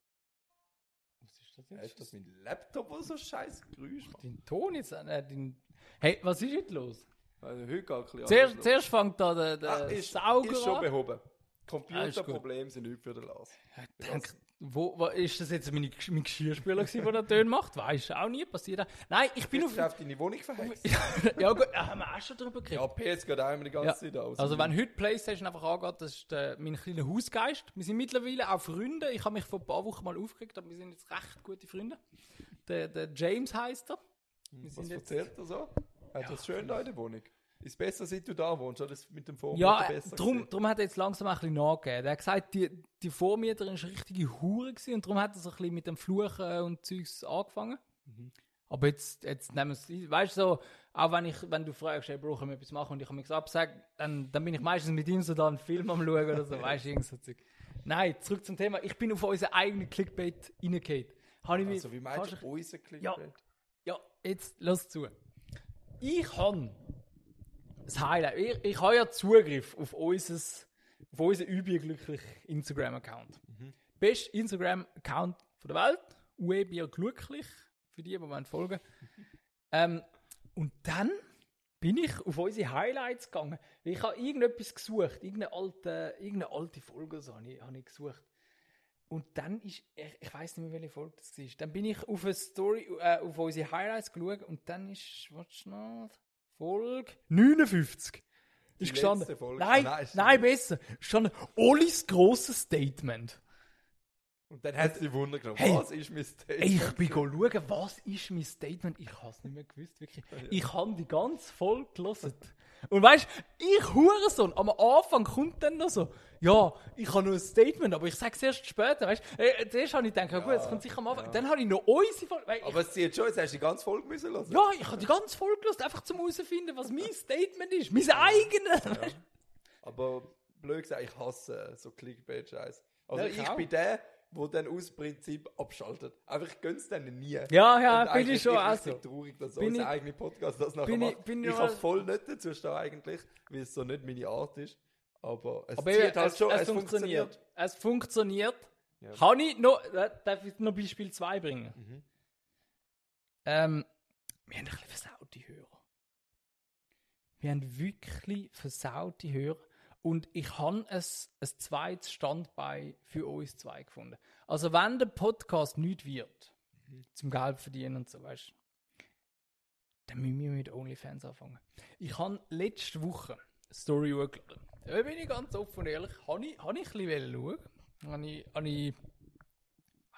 Speaker 2: Was ist das
Speaker 3: Ist das mein Laptop, der so scheiß Geräusch macht?
Speaker 2: Äh, Dein Ton jetzt? Äh, dein... Hey, was ist jetzt los?
Speaker 3: Also, heute geht ein bisschen
Speaker 2: Zuerst,
Speaker 3: anders los.
Speaker 2: zuerst fängt da der, der
Speaker 3: Ah, ist,
Speaker 2: Sauger
Speaker 3: ist schon
Speaker 2: an.
Speaker 3: behoben.
Speaker 2: Ah, ist gut.
Speaker 3: Computerprobleme sind nichts für den Lars.
Speaker 2: Ich denk, wo, wo ist das jetzt meine, Gesch- mein Geschirrspüler gewesen, der den Ton macht? Weißt du, auch nie passiert. Nein, ich bin auf...
Speaker 3: Bist du auf deine Wohnung verheizt?
Speaker 2: ja gut, da haben wir auch schon drüber
Speaker 3: Ja,
Speaker 2: geredet.
Speaker 3: PS geht auch immer die ganze
Speaker 2: Ja.
Speaker 3: Zeit aus.
Speaker 2: Also wenn heute Playstation einfach angeht, das ist äh, mein kleiner Hausgeist. Wir sind mittlerweile auch Freunde. Ich habe mich vor ein paar Wochen mal aufgeregt, aber wir sind jetzt recht gute Freunde. Der, der James heißt er. Wir
Speaker 3: Was
Speaker 2: sind jetzt,
Speaker 3: erzählt er so? Hat das schön da in der Wohnung? Ist besser, seit du da wohnst, oder? Das mit dem Vormieter
Speaker 2: ja, äh,
Speaker 3: besser
Speaker 2: darum,
Speaker 3: gewesen.
Speaker 2: darum hat er jetzt langsam ein bisschen nachgegeben. Er hat gesagt, die, die Vormieterin war richtige Hure gewesen und darum hat er so ein bisschen mit dem Fluchen und Zeugs angefangen.
Speaker 3: Mhm.
Speaker 2: Aber jetzt, jetzt nehmen wir es, ein. weißt du, so, auch wenn, ich, wenn du fragst, hey, brauchen wir etwas machen und ich habe nichts abgesagt, dann, dann bin ich meistens mit ihm so da einen Film am Schauen oder so, weißt du, irgend so Zeug. Nein, zurück zum Thema. Ich bin auf unseren eigenen Clickbait reingefallen. Habe ich mich-
Speaker 3: Also, wie meinst
Speaker 2: kannst
Speaker 3: du, unser Clickbait?
Speaker 2: Ja. ja, jetzt lass zu. Ich habe das Highlight. Ich, ich habe ja Zugriff auf, unseres, auf unseren überglücklichen Instagram-Account. Best Instagram-Account von der Welt. Uebier glücklich. Für die, die mir folgen. ähm, und dann bin ich auf unsere Highlights gegangen. Weil ich habe irgendetwas gesucht. Irgendeine alte, irgendeine alte Folge oder so habe ich, habe ich gesucht. Und dann ist, ich, ich weiß nicht mehr, welche Folge das war. Dann bin ich auf eine Story, äh, auf unsere Highlights geschaut und dann ist, warte schnell, Folge 59.
Speaker 3: Die
Speaker 2: Ist gestanden.
Speaker 3: letzte Folge. Ah,
Speaker 2: Nein,
Speaker 3: Nein, ist
Speaker 2: nein, besser. Ist Gestanden, Olis grosses Statement.
Speaker 3: Und dann hat sie die Wunder genommen.
Speaker 2: Hey.
Speaker 3: Was ist mein Statement?
Speaker 2: Ey, ich bin go schauen, was ist mein Statement? Ich habe es nicht mehr gewusst, wirklich. Ich habe die ganz voll gelesen. Und weißt du, ich Hurensohn, am Anfang kommt dann noch so, ja, ich habe nur ein Statement, aber ich sage es erst später, weißt du. Äh, Zuerst habe ich gedacht, ja, gut, es kommt sicher am Anfang. Dann habe ich noch unsere Folge, weil ich,
Speaker 3: Aber es zieht schon, jetzt hast du die ganze Folge müssen lassen.
Speaker 2: ja, ich habe die ganz voll gelesen, einfach zum herausfinden, was mein Statement ist. Mein eigenes. Weißt du?
Speaker 3: Aber blöd gesagt, ich hasse so Clickbait-Scheiß. Also,
Speaker 2: Ja,
Speaker 3: ich,
Speaker 2: ich auch.
Speaker 3: bin der, der dann aus Prinzip abschaltet. Aber ich gönn's denen nie.
Speaker 2: Ja, ja,
Speaker 3: Und
Speaker 2: bin ich
Speaker 3: eigentlich
Speaker 2: schon
Speaker 3: bin
Speaker 2: auch
Speaker 3: richtig
Speaker 2: so.
Speaker 3: traurig, dass
Speaker 2: Bin
Speaker 3: unser
Speaker 2: ich-
Speaker 3: eigener Podcast das nachher
Speaker 2: bin ich-
Speaker 3: macht. Ich,
Speaker 2: bin
Speaker 3: bin
Speaker 2: ich
Speaker 3: ich
Speaker 2: mal-
Speaker 3: kann voll nicht dazu stehen eigentlich, weil es so nicht meine Art ist. Aber es
Speaker 2: Aber
Speaker 3: zieht
Speaker 2: eben,
Speaker 3: halt
Speaker 2: es,
Speaker 3: schon,
Speaker 2: es, funktioniert. Es funktioniert.
Speaker 3: Ja. Mhm.
Speaker 2: Kann ich noch, äh, darf ich noch Beispiel 2 bringen? Ähm, wir haben ein bisschen versaute Hörer. Wir haben wirklich versaute Hörer. Und ich habe es ein zweites Standbein für uns zwei gefunden. Also wenn der Podcast nicht wird, zum Geld verdienen und so, weißt du, dann müssen wir mit OnlyFans anfangen. Ich habe letzte Woche eine Story hochgeladen. Da bin ich ganz offen und ehrlich. Habe ich, habe ich ein bisschen schauen. Habe ich, habe ich,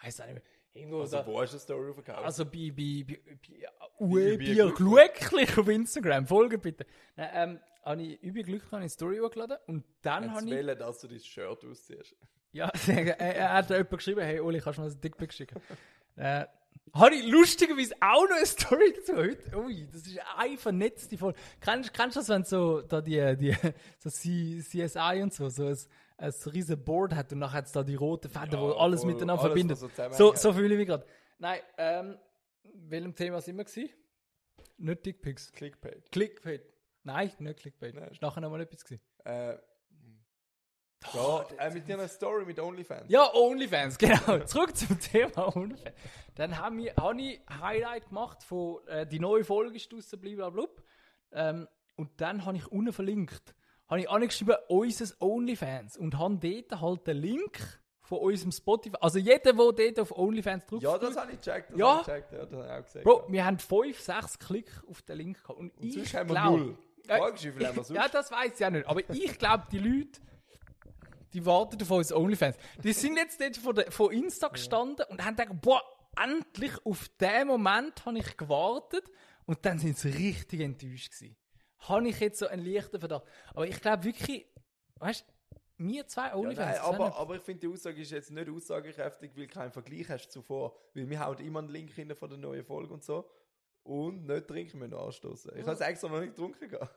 Speaker 2: weiss auch nicht mehr, irgendwo
Speaker 3: Also,
Speaker 2: da,
Speaker 3: wo hast du eine Story verkauft?
Speaker 2: also bei, bei, bei, bei
Speaker 3: Bei
Speaker 2: Uebier glücklich auf Instagram. Folge bitte. Nein, ähm, habe ich überglücklich eine Story hochgeladen und dann
Speaker 3: Jetzt
Speaker 2: habe ich...
Speaker 3: wählen, dass du dein Shirt ausziehst.
Speaker 2: Ja, er, er hat jemand geschrieben, hey Oli, kannst du mir ein Dickpick schicken? äh, habe ich lustigerweise auch noch eine Story dazu heute. Ui, das ist eine vernetzte Folge. Kennst, kennst du das, wenn so da die, die so C- CSI und so, so ein, ein riesen Board hat und nachher hat es da die roten Fäden, wo alles
Speaker 3: voll.
Speaker 2: miteinander
Speaker 3: Alles,
Speaker 2: verbindet.
Speaker 3: was so zusammenhängt.
Speaker 2: So, so fühle ich mich gerade. Nein, ähm, welchem Thema sind wir gewesen? Nicht Dickpics.
Speaker 3: Clickbait.
Speaker 2: Clickbait. Nein, nicht Clickbait.
Speaker 3: Nein.
Speaker 2: Ist nachher noch mal etwas gewesen.
Speaker 3: Äh, Ja, äh, mit deiner Story mit OnlyFans.
Speaker 2: Ja, OnlyFans, genau. Zurück zum Thema OnlyFans. Dann habe ich, hab ich Highlight gemacht von äh, die neue Folge ist draussen, blablabla. Ähm, und dann habe ich unten verlinkt. Habe ich angeschrieben, unseres OnlyFans. Und habe dort halt den Link von unserem Spotify. Also jeder, der dort auf OnlyFans drückt.
Speaker 3: Ja, das habe ich gecheckt. Das
Speaker 2: Ja.
Speaker 3: Habe ich gecheckt. Ja, das habe ich auch gesehen.
Speaker 2: Bro, wir haben 5, 6 Klick auf den Link gehabt. Und,
Speaker 3: Und
Speaker 2: ich
Speaker 3: sonst haben wir
Speaker 2: glaub-
Speaker 3: null.
Speaker 2: Äh,
Speaker 3: Fragst du, wie viel haben wir sonst?
Speaker 2: Ja, das weiß ich auch nicht. Aber ich glaube, die Leute, die warten auf uns OnlyFans. Die sind jetzt dort von, der, von Insta gestanden und haben gedacht, boah, endlich auf den Moment habe ich gewartet. Und dann sind sie richtig enttäuscht gewesen. Habe ich jetzt so einen leichten Verdacht. Aber ich glaube wirklich, weißt du, wir zwei
Speaker 3: Ja,
Speaker 2: OnlyFans.
Speaker 3: nein,
Speaker 2: das ist auch
Speaker 3: aber,
Speaker 2: nicht-
Speaker 3: aber ich finde, die Aussage ist jetzt nicht aussagekräftig, weil du keinen Vergleich hast zuvor. Weil wir hauen immer einen Link hin von der neuen Folge und so. Und nicht trinken müssen anstoßen. Ich habe es extra noch nicht getrunken. gehabt.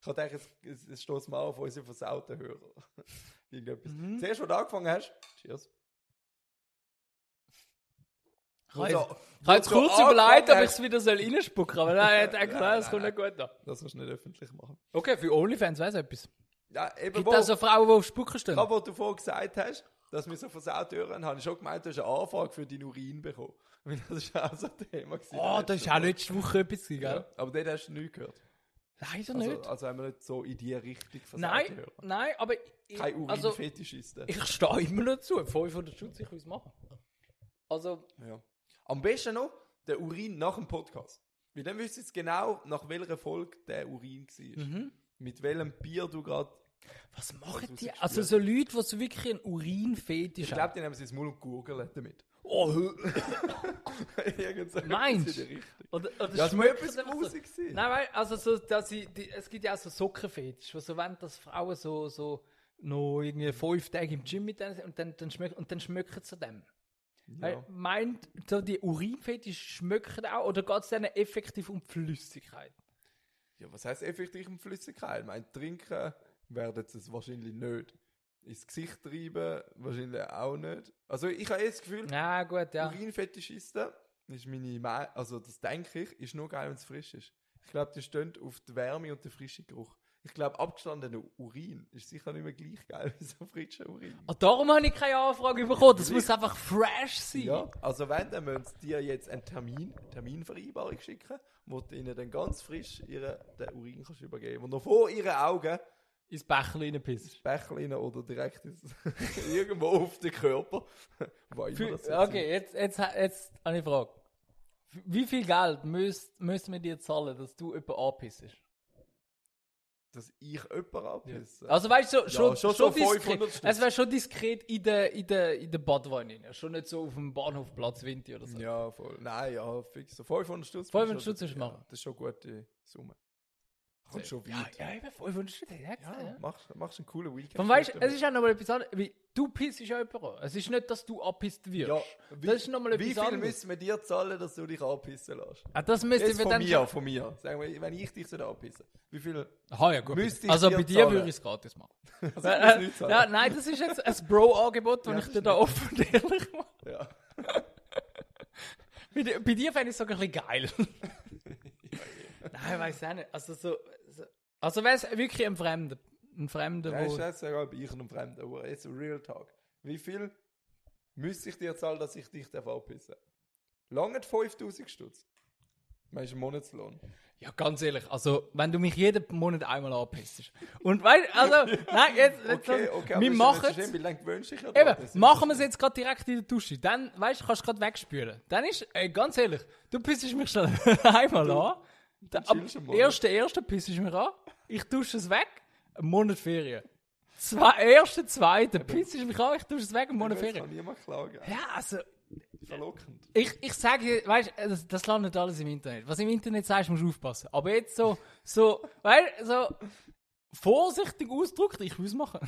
Speaker 3: Ich habe gedacht, es, es, es stoßt mal auf unsere versauten Hörer. Irgendetwas.
Speaker 2: Mhm.
Speaker 3: Zuerst, als du angefangen hast, cheers.
Speaker 2: ich habe
Speaker 3: so-
Speaker 2: jetzt, ich habe jetzt
Speaker 3: so
Speaker 2: kurz überlegt, ob
Speaker 3: angefangen
Speaker 2: ich es wieder soll reinspucken soll. Aber nein, ich denke, nein, das kommt nicht gut an.
Speaker 3: Das musst du nicht öffentlich machen.
Speaker 2: Okay, für OnlyFans weiß etwas.
Speaker 3: Ja, eben
Speaker 2: Gibt
Speaker 3: wo-
Speaker 2: es auch so Frauen, die auf Spucken stehen?
Speaker 3: Aber was du vorhin gesagt hast, dass wir so versaut hören, habe ich schon gemeint, du hast eine Anfrage für deinen Urin bekommen. Weil das ist auch so ein Thema. gewesen.
Speaker 2: Oh, das ist auch letzte Woche etwas, gewesen, gell?
Speaker 3: Ja, aber dort hast du nichts gehört.
Speaker 2: Leider
Speaker 3: Also,
Speaker 2: nicht.
Speaker 3: also haben wir nicht so in die Richtung versaut
Speaker 2: nein,
Speaker 3: hören.
Speaker 2: nein, aber ich,
Speaker 3: Kein
Speaker 2: also,
Speaker 3: Urinfetischisten.
Speaker 2: ich stehe immer noch dazu. 500 Schutz, ich will es machen. Also,
Speaker 3: ja. Am besten noch der Urin nach dem Podcast. Weil dann wüsstest du jetzt genau, nach welcher Folge der Urin war.
Speaker 2: Mhm.
Speaker 3: Mit welchem Bier du gerade.
Speaker 2: was machen
Speaker 3: muss
Speaker 2: die?
Speaker 3: ich
Speaker 2: Also, so Leute, die so wirklich einen Urinfetisch
Speaker 3: Ich
Speaker 2: haben.
Speaker 3: glaube, die nehmen sie ins Mund und gurgeln damit.
Speaker 2: Oh, hö-
Speaker 3: Irgend so etwas
Speaker 2: Meinst
Speaker 3: in
Speaker 2: du?
Speaker 3: die Richtung.
Speaker 2: Oder, oder
Speaker 3: Ja, es muss
Speaker 2: schmeckt
Speaker 3: etwas
Speaker 2: einfach so.
Speaker 3: grusig sein.
Speaker 2: Nein, weil, also, so, dass ich, die, es gibt ja auch so Sockenfetisch, wo so wenn das Frauen so, so noch irgendwie fünf Tage im Gym mit denen sind und dann, dann schmecken und dann schmecken sie dem. Weil
Speaker 3: Ja.
Speaker 2: meint, so die Urinfetisch schmecken auch oder geht es denen effektiv um die Flüssigkeit?
Speaker 3: Ja, was heißt effektiv um Flüssigkeit? Ich meine, trinken werden sie es wahrscheinlich nicht. Ins Gesicht treiben wahrscheinlich auch nicht. Also ich habe eh das Gefühl,
Speaker 2: Ja, gut, ja.
Speaker 3: Urinfetischisten, ist meine Me also das denke ich, ist nur geil, wenn es frisch ist. Ich glaube, die stehen auf die Wärme und den frischen Geruch. Ich glaube, abgestandener Urin ist sicher nicht mehr gleich geil wie so frischer Urin.
Speaker 2: Ah, darum habe ich keine Anfrage bekommen. Das muss einfach fresh sein.
Speaker 3: Ja, also wenn, dann müssen sie dir jetzt einen Termin, Terminvereinbarung schicken, wo du ihnen dann ganz frisch ihre, den Urin kannst übergeben Und noch vor ihren Augen
Speaker 2: Ins Bächlein reinpissen.
Speaker 3: Bächlein oder direkt ins, irgendwo auf den Körper. Weil immer das jetzt
Speaker 2: Okay, jetzt, jetzt, ha- jetzt habe ich eine Frage. F- Wie viel Geld müsst, müssen wir dir zahlen, dass du jemanden anpissest?
Speaker 3: ist, Dass ich jemanden abpisse.
Speaker 2: Also weißt du, schon,
Speaker 3: schon
Speaker 2: schon,
Speaker 3: so
Speaker 2: diskret.
Speaker 3: 500 Stutz.
Speaker 2: Es wäre schon diskret in der, in der, in der Badwanne. rein. Schon nicht so auf dem Bahnhofplatz Winti oder so.
Speaker 3: Ja, voll. Nein, ja, fix. So 500 Stutz.
Speaker 2: 500
Speaker 3: findest du
Speaker 2: Stutz
Speaker 3: schon-
Speaker 2: ist machen.
Speaker 3: Ja, das ist schon eine gute Summe. Kommt schon
Speaker 2: ja,
Speaker 3: weit.
Speaker 2: ja, eben 500 Stutz. Ja, ja. ja.
Speaker 3: Machst, machst einen coolen Weekend.
Speaker 2: Und weißt,
Speaker 3: damit.
Speaker 2: es ist auch nochmal etwas anderes. Wie, du pissst ja jemanden an. Es ist nicht, dass du abpisst wirst.
Speaker 3: ja,
Speaker 2: das ist nochmal
Speaker 3: Wie
Speaker 2: etwas
Speaker 3: viel
Speaker 2: anderes.
Speaker 3: müssen wir dir zahlen, dass du dich abpissen lässt?
Speaker 2: ah, das müsste
Speaker 3: Jetzt
Speaker 2: wir
Speaker 3: von
Speaker 2: dann
Speaker 3: mir, von mir. Sagen wir, wenn ich dich so abpissen Wie viel?
Speaker 2: Aha, ja, gut.
Speaker 3: Müsste ich
Speaker 2: also
Speaker 3: dir
Speaker 2: bei dir
Speaker 3: zahlen?
Speaker 2: würde ich es gratis machen.
Speaker 3: Also ich muss nichts zahlen.
Speaker 2: ja, nein, das ist jetzt ein Bro-Angebot, das
Speaker 3: Ja,
Speaker 2: ich
Speaker 3: das
Speaker 2: dir da offen und ehrlich mache.
Speaker 3: Ja.
Speaker 2: Bei, dir- bei dir fände ich es sogar ein bisschen geil. nein, weiß auch nicht. Also, so, so, also wäre es wirklich ein Fremder. Ein Fremder,
Speaker 3: Ja,
Speaker 2: wo.
Speaker 3: ist das egal, bei ich und einem Fremden, aber jetzt Real Talk. Wie viel müsste ich dir zahlen, dass ich dich darf abpissen darf? Lange 5000 Stutz. Meinst du einen Monatslohn?
Speaker 2: Ja, ganz ehrlich, also wenn du mich jeden Monat einmal anpissest. Und weißt also, nein, jetzt, jetzt
Speaker 3: Okay, okay,
Speaker 2: wir
Speaker 3: ist ja nicht
Speaker 2: machen
Speaker 3: so schlimm, Wie lange gewöhnst du dich ja dran? Das ist
Speaker 2: Eben, machen wir es jetzt gerade direkt in der Dusche. Dann, weißt du, kannst du gerade wegspülen. Dann ist, ey, ganz ehrlich, du pissest mich schon einmal an. Da, am
Speaker 3: chillst einen Monat.
Speaker 2: 1.1. pissest du mich an. Ich dusche es weg. Ein Monat Ferien. Zwei, erste, zweite, pissest du mich an, ich dusche es weg, ein Monat
Speaker 3: Das kann
Speaker 2: Ferien.
Speaker 3: niemand klagen.
Speaker 2: Ja, also,
Speaker 3: Verlockend.
Speaker 2: ich, ich sage dir, weißt du, das, das landet alles im Internet. Was im Internet sagst, musst du aufpassen. Aber jetzt so, so, weißt du, so vorsichtig ausgedrückt, ich will es machen.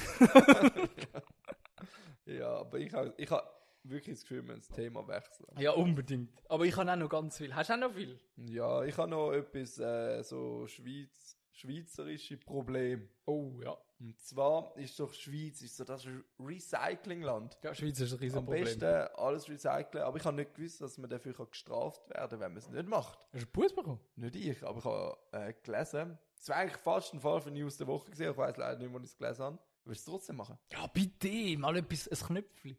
Speaker 3: Ja, aber ich habe ich ha wirklich das Gefühl, wir müssen das Thema wechseln.
Speaker 2: Ja, unbedingt. Aber ich habe auch noch ganz viel. Hast du auch noch viel?
Speaker 3: Ja, ich habe noch etwas, äh, so Schweiz, schweizerische Problem.
Speaker 2: Oh, ja.
Speaker 3: Und zwar ist doch Schweiz ist so das Recyclingland.
Speaker 2: Ja, Schweiz ist ein
Speaker 3: Am
Speaker 2: Riesenproblem.
Speaker 3: besten alles recyceln, aber ich habe nicht gewusst, dass man dafür kann gestraft werden kann, wenn man es nicht macht.
Speaker 2: Hast du einen Bus bekommen?
Speaker 3: Nicht ich, aber ich habe äh, gelesen. Es war eigentlich fast ein Fall für News der Woche gesehen, ich weiß leider nicht, wann ich es gelesen habe. Willst du es trotzdem machen?
Speaker 2: Ja, bitte, mal etwas, ein Knöpfchen.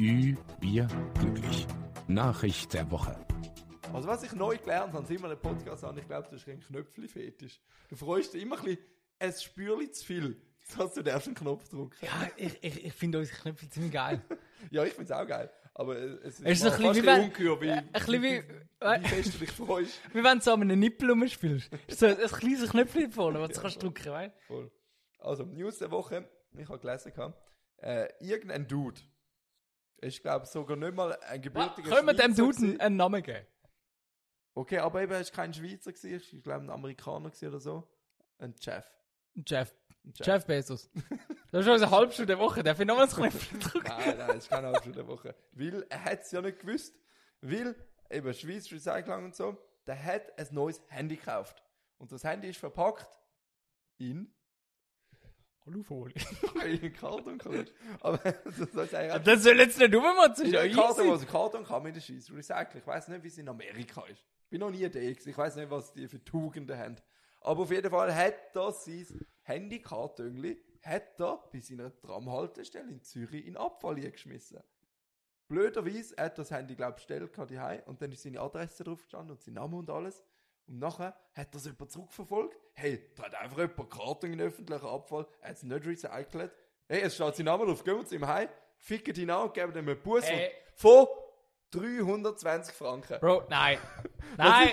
Speaker 1: Ü, Bier, glücklich. Nachricht der Woche.
Speaker 3: Also was ich neu gelernt habe, sind wir einen Podcast an, ich glaube, du hast kein Knöpfli-Fetisch. Du freust dich immer ein bisschen, es spürli zu viel, dass du darfst einen Knopf drücken.
Speaker 2: Ja, ich, ich, ich finde unsere Knöpfe ziemlich geil.
Speaker 3: Ja, ich finde es auch geil. Aber
Speaker 2: Es ist
Speaker 3: es mal
Speaker 2: ein bisschen
Speaker 3: fast
Speaker 2: wie wenn-
Speaker 3: unkür, wie,
Speaker 2: ein bisschen wie- Äh.
Speaker 3: wie fest du dich freust.
Speaker 2: Wie wenn du so an einem Nippel rumspielst. Ist so ein, ein kleines Knöpfchen vorne, was du kannst drücken, weißt
Speaker 3: Voll. Also, News der Woche, ich habe gelesen, gehabt, äh, irgendein Dude, ich glaube sogar nicht mal ein
Speaker 2: du? Ah,
Speaker 3: gebürtiger
Speaker 2: Können wir dem
Speaker 3: Schweizer
Speaker 2: Duden
Speaker 3: gewesen.
Speaker 2: einen Namen geben?
Speaker 3: Okay, aber eben, er ist kein Schweizer, gewesen, ich glaube ein Amerikaner gewesen oder so. Ein Chef.
Speaker 2: Jeff.
Speaker 3: Ein
Speaker 2: Jeff, Bezos. Das ist schon unsere halbe Stunde Woche, darf ich nochmal ein Knöpfchen drücken?
Speaker 3: Nein, nein, das ist keine halbe Woche. Weil er hat es ja nicht gewusst. Weil eben Schweiz Recycling und so, der hat ein neues Handy gekauft. Und das Handy ist verpackt in
Speaker 2: Alufolie.
Speaker 3: in Kartoncover. Aber das ist eigentlich auch
Speaker 2: Das soll jetzt nicht rummachen, das ist ja
Speaker 3: Karton,
Speaker 2: easy.
Speaker 3: also Karton kann man in der Schweiz recyceln. Ich weiß nicht, wie es in Amerika ist. Ich bin noch nie da. gewesen. Ich weiß nicht, was die für Tugenden haben. Aber auf jeden Fall hat das sein Handykartönli hat da bei seiner Tramhaltestelle in Zürich in Abfall geschmissen. Blöderweise hat das Handy, glaube ich, bestellt, gehabt daheim, und dann ist seine Adresse drauf gestanden und sein Name und alles. Und nachher hat das jemand zurückverfolgt. Hey, da hat einfach jemand Karton in den öffentlichen Abfall, er hat es nicht recycelt. Hey, es steht sein Name drauf, gehen wir zu ihm heim, ficken ihn an und geben ihm einen Buß
Speaker 2: Hey.
Speaker 3: von 320 Franken.
Speaker 2: Äh. Bro, nein. Nein,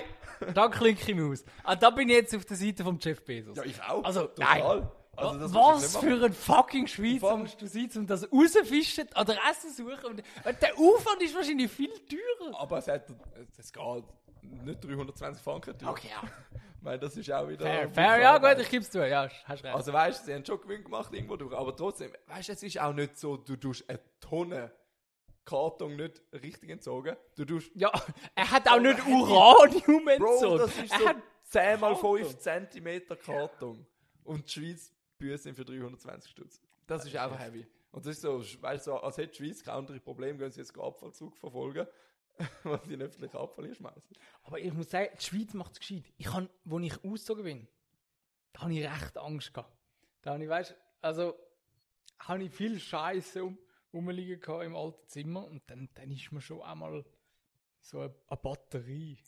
Speaker 2: da klinke ich mich aus. Ah, da bin ich jetzt auf der Seite von Jeff Bezos.
Speaker 3: Ja, ich auch.
Speaker 2: Also,
Speaker 3: Total.
Speaker 2: nein.
Speaker 3: Also, das
Speaker 2: Was
Speaker 3: musst du nicht
Speaker 2: für ein fucking Schweizer
Speaker 3: Fuck.
Speaker 2: musst du sein, um das rausfischen, Adressen suchen und, und der Aufwand ist wahrscheinlich viel teurer.
Speaker 3: Aber es hat, es geht nicht 320 Franken. durch.
Speaker 2: Okay, ja.
Speaker 3: Ich meine, das ist auch wieder...
Speaker 2: Fair, fair, ja gut, ich gebe es zu. Ja, hast recht.
Speaker 3: Also weißt du, sie haben schon Gewinn gemacht irgendwo durch, aber trotzdem, weißt du, es ist auch nicht so, du tust eine Tonne Karton nicht richtig entzogen, du tust
Speaker 2: ja, er hat auch
Speaker 3: Oh,
Speaker 2: nicht
Speaker 3: der Handy.
Speaker 2: Uranium
Speaker 3: Bro,
Speaker 2: entzogen.
Speaker 3: das ist
Speaker 2: Er
Speaker 3: so
Speaker 2: hat
Speaker 3: 10 mal
Speaker 2: Karton.
Speaker 3: 5 cm Karton und die Schweiz büßt ihn für 320 Stutz. Das ist einfach heavy. Und das ist so, weißt du, so, als hätte die Schweiz kein anderes Problem, gehen sie jetzt den Abfallzug verfolgen, was sie in den öffentlichen Abfall hier schmeißen.
Speaker 2: Aber ich muss sagen, die Schweiz macht es gescheit. Ich han, wo ich ausgezogen bin, da habe ich recht Angst gehabt. Da habe ich, weißt also, habe ich viel Scheiße um, rumliegen gehabt im alten Zimmer und dann, dann ist mir schon einmal so eine, eine Batterie.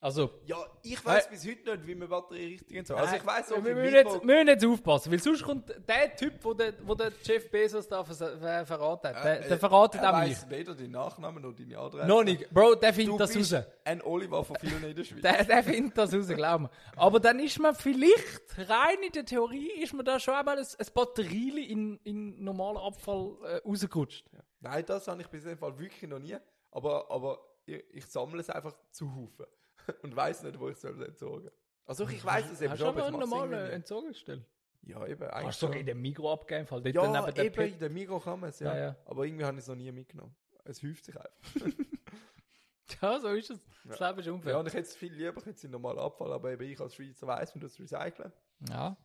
Speaker 2: Also,
Speaker 3: Ja, ich
Speaker 2: weiss
Speaker 3: weiß bis heute nicht, wie man Batterie richtig entzogen. Also ich weiß
Speaker 2: wir, wir, müssen jetzt, wir müssen jetzt aufpassen, weil sonst kommt der Typ, wo der, wo der Jeff Bezos da ver ver verraten hat, der, der verratet auch mich.
Speaker 3: Äh, weiß weder deinen Nachnamen noch deine Adresse.
Speaker 2: Noch nicht. Bro, der findet
Speaker 3: Du
Speaker 2: das
Speaker 3: bist
Speaker 2: raus.
Speaker 3: ein Oliver von vielen in der Schweiz.
Speaker 2: Der, der findet das raus, glaub mir. Aber dann ist man vielleicht, rein in der Theorie, ist man da schon einmal ein, ein Batterieli in, in normalen Abfall äh, rausgerutscht.
Speaker 3: Nein, das habe ich bis jeden Fall wirklich noch nie. Aber, aber ich, ich sammle es einfach zuhufe und weiß nicht, wo ich es soll entsorgen. Also ich weiß es eben
Speaker 2: Hast
Speaker 3: schon,
Speaker 2: du aber
Speaker 3: aber ich
Speaker 2: eine
Speaker 3: mach's
Speaker 2: normale
Speaker 3: irgendwie nicht.
Speaker 2: Entsorgungsstelle?
Speaker 3: Ja, eben. Eigentlich
Speaker 2: Hast du sogar
Speaker 3: schon.
Speaker 2: in den Migros abgegeben, Fall dort
Speaker 3: Ja,
Speaker 2: neben der
Speaker 3: eben,
Speaker 2: Pet-
Speaker 3: in der Migros kann man es, ja.
Speaker 2: Ja, ja.
Speaker 3: Aber irgendwie habe ich es noch nie mitgenommen. Es häuft sich einfach.
Speaker 2: Ja, so ist es. Das Leben ist unfair.
Speaker 3: Ja,
Speaker 2: Ja.
Speaker 3: und ich hätte es viel lieber, ich hätte es in normalen Abfall, aber eben ich als Schweizer weiß, wenn du es recyceln. Ja.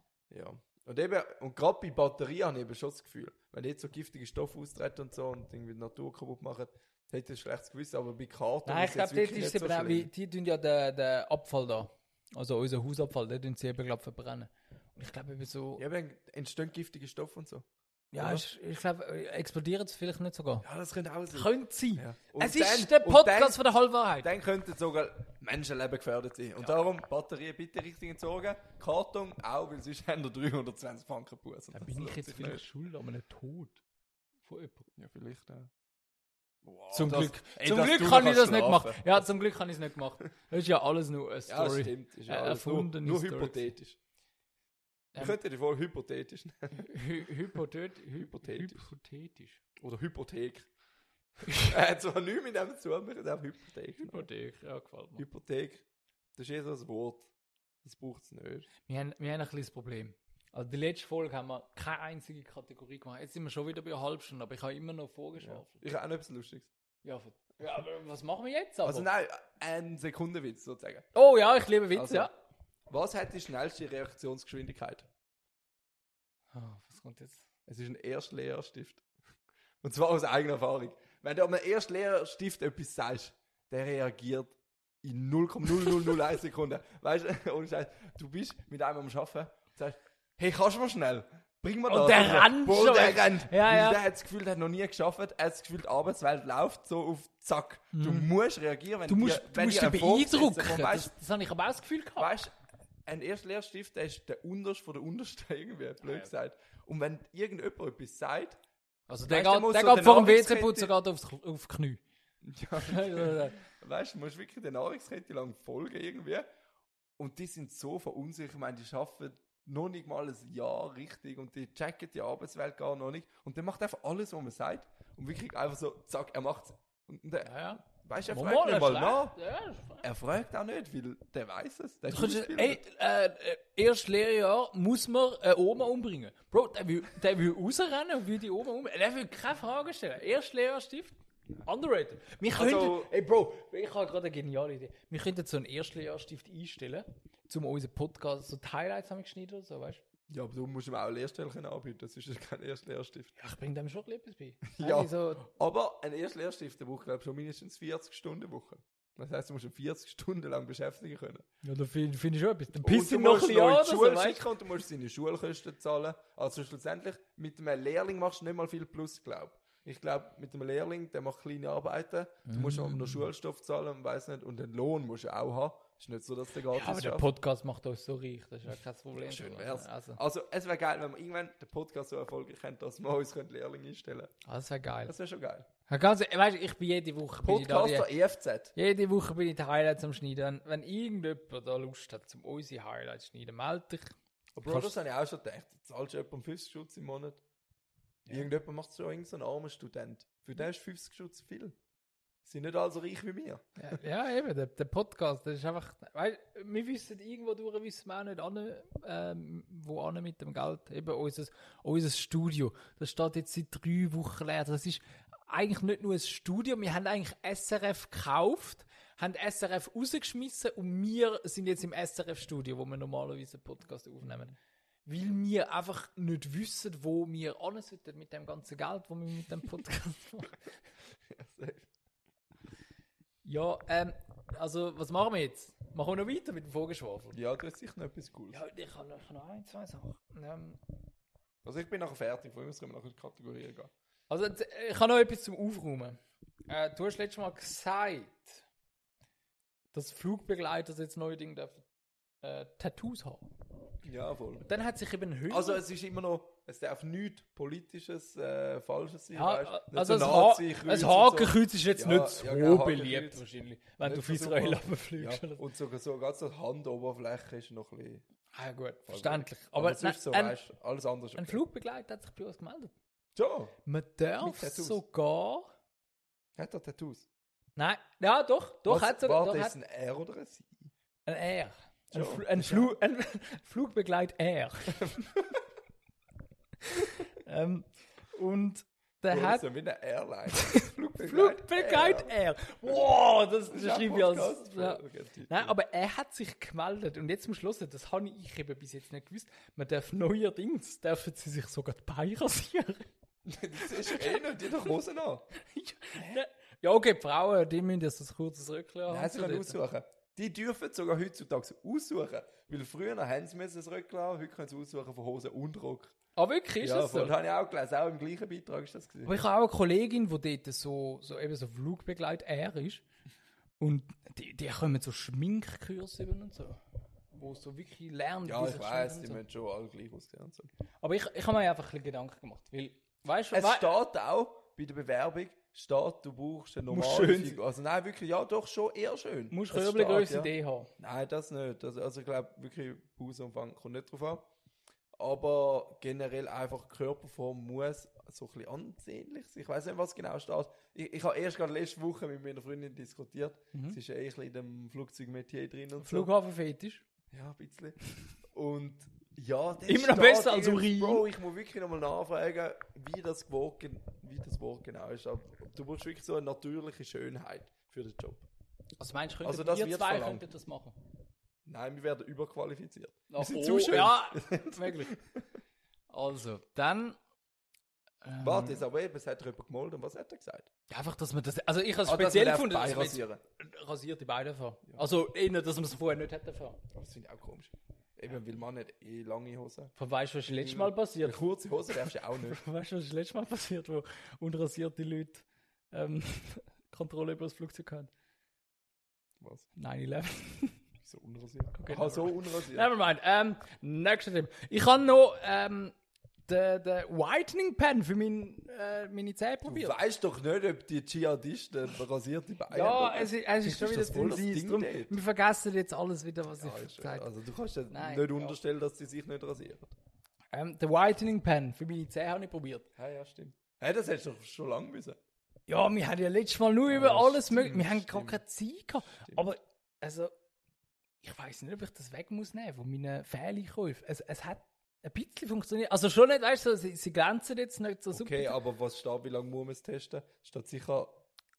Speaker 3: Und eben, und gerade bei Batterien habe ich eben schon das Gefühl, wenn jetzt so giftige Stoffe austreten und so und irgendwie die Natur kaputt machen, hätte ich ein schlechtes Gewissen, aber bei Karton
Speaker 2: Nein, ich
Speaker 3: jetzt
Speaker 2: glaube, dort
Speaker 3: wirklich
Speaker 2: ist es
Speaker 3: nicht
Speaker 2: eben auch,
Speaker 3: schlimm.
Speaker 2: wie, die tun ja den, den Abfall da. Also unser Hausabfall, den tun sie eben, glaub verbrennen. Und ich glaube eben so,
Speaker 3: Ja, wenn entstehen giftige Stoffe und so.
Speaker 2: ja,
Speaker 3: oder?
Speaker 2: ich, ich glaube, explodieren sie vielleicht nicht sogar.
Speaker 3: Ja, das könnte auch sein.
Speaker 2: Könnte sein.
Speaker 3: Ja. Und
Speaker 2: Es ist der
Speaker 3: dann- und
Speaker 2: Podcast
Speaker 3: dann-
Speaker 2: von der Halbwahrheit.
Speaker 3: Dann könnten sogar Menschenleben gefährdet sein. Und darum Batterien bitte richtig entsorgen. Karton auch, weil sonst haben wir 320 Franken Buß.
Speaker 2: Da bin ich jetzt vielleicht schuld an einem Tod von jemandem.
Speaker 3: Ja, vielleicht auch. Wow,
Speaker 2: Zum
Speaker 3: das-
Speaker 2: Glück,
Speaker 3: ey,
Speaker 2: zum
Speaker 3: dass
Speaker 2: Glück
Speaker 3: du
Speaker 2: kann
Speaker 3: noch
Speaker 2: ich das nicht
Speaker 3: kannst
Speaker 2: machen. Ja, zum Glück kann ich es nicht gemacht. Das ist ja alles nur eine
Speaker 3: Ja, das
Speaker 2: Story.
Speaker 3: stimmt. Ist ja
Speaker 2: Äh,
Speaker 3: alles nur,
Speaker 2: erfundene
Speaker 3: nur
Speaker 2: Stories.
Speaker 3: hypothetisch. Wir
Speaker 2: Ähm.
Speaker 3: könnten die voll hypothetisch nennen.
Speaker 2: Hy Hypothet
Speaker 3: Hypothetisch.
Speaker 2: Hypothetisch.
Speaker 3: Oder Hypothek. er hat zwar nichts mit dem zu tun, wir können auch Hypothek nennen.
Speaker 2: Hypothek, ja, gefällt mir.
Speaker 3: Hypothek. Das ist eh so ein Wort. Das braucht es nicht.
Speaker 2: Wir haben, wir haben ein kleines Problem. Also die letzte Folge haben wir keine einzige Kategorie gemacht. Jetzt sind wir schon wieder bei einer halben Stunde, aber ich habe immer noch
Speaker 3: Ja.
Speaker 2: vorgeschlafen.
Speaker 3: Ich habe auch noch etwas Lustiges.
Speaker 2: Ja. ver- ja, aber was machen wir jetzt aber?
Speaker 3: Also nein, ein Sekundenwitz sozusagen.
Speaker 2: oh ja, ich liebe Witze,
Speaker 3: Also.
Speaker 2: ja.
Speaker 3: Was hat die schnellste Reaktionsgeschwindigkeit?
Speaker 2: Ah, was kommt jetzt?
Speaker 3: Es ist ein Erstlehrerstift. Und zwar aus eigener Erfahrung. Wenn du einem Erstlehrerstift etwas sagst, der reagiert in 0,0001 Sekunden. Weißt du, ohne Scheiß, du bist mit einem am Arbeiten und sagst, hey, kannst du mal schnell? Bring mal
Speaker 2: Und
Speaker 3: das.
Speaker 2: der rennt
Speaker 3: Boah,
Speaker 2: schon
Speaker 3: der
Speaker 2: weg.
Speaker 3: rennt.
Speaker 2: Ja,
Speaker 3: Weil
Speaker 2: ja.
Speaker 3: Der hat das Gefühl, der hat noch nie geschafft. Er hat das Gefühl, die Arbeitswelt läuft so auf Zack. Du musst reagieren, wenn
Speaker 2: Mhm. Du musst,
Speaker 3: dir,
Speaker 2: du
Speaker 3: wenn
Speaker 2: musst
Speaker 3: dir
Speaker 2: dich
Speaker 3: ein Vorgesetzter
Speaker 2: beeindrucken.
Speaker 3: kommt. Weißt,
Speaker 2: Das, das habe ich aber auch das Gefühl gehabt.
Speaker 3: weißt ein erster Lehrstift, der ist der unterste von der untersten irgendwie,
Speaker 2: Ah,
Speaker 3: blöd gesagt. Und wenn irgendjemand etwas sagt,
Speaker 2: Also der
Speaker 3: Weißt du, der
Speaker 2: geht,
Speaker 3: muss
Speaker 2: der
Speaker 3: so
Speaker 2: geht
Speaker 3: den
Speaker 2: vor dem
Speaker 3: Nahrungskette-
Speaker 2: WC-Putzen geht aufs, K- auf die Knie.
Speaker 3: Weißt du, musst wirklich der Nahrungskette lang folgen irgendwie. Und die sind so verunsichert. Ich meine, die arbeiten noch nicht mal ein Jahr richtig und die checken die Arbeitswelt gar noch nicht. Und der macht einfach alles, was man sagt. Und wirklich einfach so, zack, er macht's. Und der,
Speaker 2: ja, ja.
Speaker 3: weißt du, er
Speaker 2: Mal,
Speaker 3: fragt nicht
Speaker 2: ist
Speaker 3: mal
Speaker 2: schlecht.
Speaker 3: nach.
Speaker 2: Ja, ist schlecht.
Speaker 3: Er fragt auch nicht, weil der weiß es. Der
Speaker 2: Du kannst,
Speaker 3: ausgebildet.
Speaker 2: ey, äh, äh, erstes Lehrjahr muss man eine Oma umbringen. Bro, der will, der will rausrennen und will die Oma umbringen. Der will keine Fragen stellen. Erstes Lehrjahr Stift, underrated. Wir könnten,
Speaker 3: Also-
Speaker 2: ey Bro, ich habe gerade eine geniale Idee. Wir könnten so einen Erstes Lehrjahr Stift einstellen, um unseren Podcast, so die Highlights haben wir geschnitten oder so, weißt du?
Speaker 3: Ja, aber du musst ihm auch eine Lehrstelle können anbieten. Das ist ja kein Erstlehrstift.
Speaker 2: Ja, ich bringe dem schon ein bisschen etwas bei.
Speaker 3: Ja.
Speaker 2: Eigentlich Also So,
Speaker 3: Aber ein Erstlehrstift, der braucht, glaube ich, schon mindestens 40 Stunden Woche. Das heißt, du musst ihn 40 Stunden lang beschäftigen können.
Speaker 2: ja, da finde find ich schon etwas. Dann
Speaker 3: Und
Speaker 2: piss
Speaker 3: du
Speaker 2: ihn noch ein
Speaker 3: musst
Speaker 2: bisschen an
Speaker 3: noch in
Speaker 2: oder
Speaker 3: die
Speaker 2: so,
Speaker 3: Schule
Speaker 2: weißt
Speaker 3: schicken und du musst seine Schulkosten zahlen. Also schlussendlich, mit einem Lehrling machst du nicht mal viel Plus, glaube ich. Ich glaube, mit einem Lehrling, der macht kleine Arbeiten, du musst
Speaker 2: Mm.
Speaker 3: auch noch Schulstoff zahlen und weiss nicht, und den Lohn musst du auch haben. Ist nicht so, dass der
Speaker 2: Ja, aber
Speaker 3: gratis
Speaker 2: der
Speaker 3: schafft.
Speaker 2: Podcast macht uns so reich, das ist ja kein Problem.
Speaker 3: Schön wär's.
Speaker 2: Also,
Speaker 3: Also, es wäre geil, wenn wir irgendwann den Podcast so erfolgreich hätten, dass wir uns können Lehrling einstellen können.
Speaker 2: das wäre geil.
Speaker 3: Das wäre schon geil. E
Speaker 2: Ja, ganz, weißt, ich bin jede Woche bin ich da,
Speaker 3: Podcaster EFZ.
Speaker 2: die, jede Woche bin ich die Highlights am Schneiden. Wenn irgendjemand da Lust hat, zum unsere Highlights zu schneiden, melde dich.
Speaker 3: Aber das habe ich auch schon gedacht. Du zahlst jemandem 50 Schutz im Monat. Irgendjemand macht schon irgendeinen armen Student. Für den ist 50 Schutz viel. Sind nicht alle so reich wie wir.
Speaker 2: Ja, ja eben, der, der Podcast, das ist einfach, weißt, wir wissen irgendwo durch, wissen wir auch nicht an, ähm, wo an mit dem Geld. Eben unser, unser Studio, das steht jetzt seit drei Wochen leer. Das ist eigentlich nicht nur ein Studio, wir haben eigentlich SRF gekauft, haben SRF rausgeschmissen und wir sind jetzt im SRF-Studio, wo wir normalerweise einen Podcast aufnehmen. Weil wir einfach nicht wissen, wo wir an sollten mit dem ganzen Geld, wo wir mit dem Podcast machen. Ja, ähm, also was machen wir jetzt? Machen wir noch weiter mit dem Vogelschwafel?
Speaker 3: ja, du hast sicher noch etwas Cooles.
Speaker 2: Ja, ich habe noch, ich habe noch ein, zwei Sachen. Ähm,
Speaker 3: Also ich bin nachher fertig, vorher müssen wir nachher in die Kategorien gehen.
Speaker 2: also jetzt, äh, ich habe noch etwas zum Aufräumen. Äh, du hast letztes Mal gesagt, dass Flugbegleiter jetzt neuerdings dürfen, äh, Tattoos haben.
Speaker 3: Ja, voll.
Speaker 2: Dann hat sich eben ein Hündin...
Speaker 3: Also es ist immer noch, es darf nichts politisches, äh, falsches sein,
Speaker 2: ja,
Speaker 3: weißt
Speaker 2: äh,
Speaker 3: Nicht
Speaker 2: also
Speaker 3: so
Speaker 2: ein,
Speaker 3: Nazi,
Speaker 2: ha
Speaker 3: Kreuz
Speaker 2: ein
Speaker 3: und
Speaker 2: Hakenkreuz ist jetzt
Speaker 3: Ja,
Speaker 2: nicht so
Speaker 3: ja, genau,
Speaker 2: beliebt
Speaker 3: Hakenkreuz.
Speaker 2: wahrscheinlich, wenn
Speaker 3: Nicht
Speaker 2: du auf
Speaker 3: so
Speaker 2: Israel
Speaker 3: super.
Speaker 2: runterfliegst.
Speaker 3: Ja,
Speaker 2: oder so.
Speaker 3: und sogar so ganz so die Handoberfläche ist noch ein bisschen...
Speaker 2: Ah gut, verständlich. Aber,
Speaker 3: es ist so,
Speaker 2: nein, ein,
Speaker 3: weißt du, alles andere ist
Speaker 2: ein
Speaker 3: okay.
Speaker 2: Flugbegleiter hat sich bei uns gemeldet.
Speaker 3: Schon?
Speaker 2: Man darf
Speaker 3: Mit Tattoos.
Speaker 2: sogar...
Speaker 3: Hat er Tattoos?
Speaker 2: Nein, ja, doch, doch,
Speaker 3: Was-
Speaker 2: hat sogar
Speaker 3: Warte,
Speaker 2: doch,
Speaker 3: ist
Speaker 2: hat
Speaker 3: ein R oder ein C?
Speaker 2: ein R. Ein,
Speaker 3: Ja,
Speaker 2: Fl ein,
Speaker 3: ist
Speaker 2: Flu ein Flugbegleit R. ähm, und der
Speaker 3: Oder
Speaker 2: hat
Speaker 3: so wie eine Airline.
Speaker 2: Flugbegleit R. Wow, das, das
Speaker 3: Ja,
Speaker 2: schreibe ich als.
Speaker 3: Podcast.
Speaker 2: Ja.
Speaker 3: Okay, Titel.
Speaker 2: Nein, aber er hat sich gemeldet und jetzt muss Schluss, das habe ich eben bis jetzt nicht gewusst. Man darf neuerdings, dürfen sie sich sogar die Beine rasieren.
Speaker 3: Das ist eh nicht, die hat doch Hosen an.
Speaker 2: Ja, ja, okay, die Frauen, die müssen jetzt ein kurzes Röckchen haben.
Speaker 3: Nein, sie
Speaker 2: So
Speaker 3: können
Speaker 2: dort.
Speaker 3: aussuchen. Die dürfen sogar heutzutage aussuchen. Weil früher haben sie müssen ein Röckchen haben, heute können sie aussuchen von Hosen und Rock.
Speaker 2: Ah, wirklich, ist
Speaker 3: ja,
Speaker 2: das so?
Speaker 3: voll. habe ich auch gelesen, auch im gleichen Beitrag ist das gewesen.
Speaker 2: Aber ich habe auch eine Kollegin, die dort so, so eben so Flugbegleiter ist. Und die, die kommen so Schminkkurse eben und so. Wo so wirklich lernen,
Speaker 3: Ja,
Speaker 2: wie
Speaker 3: ich
Speaker 2: sich
Speaker 3: weiss, die
Speaker 2: schminken und
Speaker 3: müssen schon alle gleich aussehen. und So.
Speaker 2: so. Aber ich, ich habe mir einfach ein bisschen Gedanken gemacht. Weil, weißt du,
Speaker 3: Es
Speaker 2: wei-
Speaker 3: steht auch bei der Bewerbung, steht, du brauchst eine
Speaker 2: Muss
Speaker 3: normale
Speaker 2: schön
Speaker 3: Figur. Also nein, wirklich, ja doch, schon eher schön.
Speaker 2: musst
Speaker 3: Es
Speaker 2: Körbchengröße
Speaker 3: steht, ja.
Speaker 2: D haben.
Speaker 3: Nein, das nicht. Also, also ich glaube, wirklich Hausumfang kommt nicht drauf an. Aber generell einfach die Körperform muss so ein bisschen ansehnlich sein. Ich weiß nicht, was genau steht. Ich, ich habe erst gerade letzte Woche mit meiner Freundin diskutiert.
Speaker 2: Mhm.
Speaker 3: Sie ist ja eh ein bisschen in dem Flugzeugmetier drin und so.
Speaker 2: Flughafenfetisch.
Speaker 3: Ja, ein bisschen. Und ja, das
Speaker 2: Immer noch
Speaker 3: steht
Speaker 2: besser als
Speaker 3: irgendwie-
Speaker 2: Urin.
Speaker 3: Bro, ich muss wirklich nochmal nachfragen, wie das, Wort, gen- wie das Wort genau ist. Aber du brauchst wirklich so eine natürliche Schönheit für den Job.
Speaker 2: Also meinst du, könnten
Speaker 3: Also das
Speaker 2: wir
Speaker 3: wird
Speaker 2: zwei
Speaker 3: verlangt.
Speaker 2: könnten das machen?
Speaker 3: Nein, wir werden überqualifiziert.
Speaker 2: Ach,
Speaker 3: wir sind
Speaker 2: oh,
Speaker 3: zu schön.
Speaker 2: Ja, möglich. Also, dann...
Speaker 3: Warte, jetzt aber eben, es hat doch jemand gemolden. Was hat er gesagt?
Speaker 2: Ja, Einfach, dass man das... Also ich habe es
Speaker 3: Ah, dass
Speaker 2: speziell
Speaker 3: man
Speaker 2: gefunden, also
Speaker 3: darf
Speaker 2: dass man jetzt
Speaker 3: beirasieren.
Speaker 2: rasierte Beine fahren. Also eher, dass man es vorher nicht hätte fahren.
Speaker 3: Aber das Oh, finde ich auch komisch. Eben, will man nicht eh lange Hosen.
Speaker 2: Weißt du, was ist letztes
Speaker 3: Mhm.
Speaker 2: Mal passiert?
Speaker 3: Kurze Hose darfst du auch nicht.
Speaker 2: Weißt du, was ist letztes Mal passiert, wo unrasierte Leute ähm, Kontrolle über das Flugzeug hatten?
Speaker 3: Was?
Speaker 2: 9-11.
Speaker 3: So unrasiert.
Speaker 2: Okay,
Speaker 3: Aha, so unrasiert.
Speaker 2: Nevermind. Ähm, nächstes Thema. Ich habe noch ähm, den, den Whitening Pen für mein, äh, meine Zähne
Speaker 3: Du
Speaker 2: probiert.
Speaker 3: weißt doch nicht, ob die Dschihadisten rasierte Beine
Speaker 2: Ja,
Speaker 3: haben.
Speaker 2: es, ist- es ist
Speaker 3: Ist
Speaker 2: schon wieder
Speaker 3: äh, das wohl das
Speaker 2: Disease,
Speaker 3: Ding
Speaker 2: drum-
Speaker 3: dort?
Speaker 2: Wir vergessen jetzt alles wieder, was
Speaker 3: Ja,
Speaker 2: ich
Speaker 3: ist-
Speaker 2: gesagt habe.
Speaker 3: Also du kannst ja
Speaker 2: Nein,
Speaker 3: nicht
Speaker 2: ja.
Speaker 3: unterstellen, dass sie sich nicht rasieren.
Speaker 2: Ähm, der Whitening Pen für meine Zähne habe ich probiert.
Speaker 3: Ja, ja, stimmt. Hey, das hättest du doch schon lange müssen.
Speaker 2: Ja, wir haben ja letztes Mal nur über
Speaker 3: Ja,
Speaker 2: alles
Speaker 3: stimmt,
Speaker 2: mögliche. Wir haben gar
Speaker 3: stimmt.
Speaker 2: keine Zeit gehabt. Aber, also, ich weiß nicht, ob ich das weg muss nehmen von meinen Fehleinkäufen. Es, es hat ein bisschen funktioniert. Also schon nicht, weißt du, sie, sie glänzen jetzt nicht so
Speaker 3: Okay,
Speaker 2: super.
Speaker 3: aber was steht, wie lange muss man es testen? Steht sicher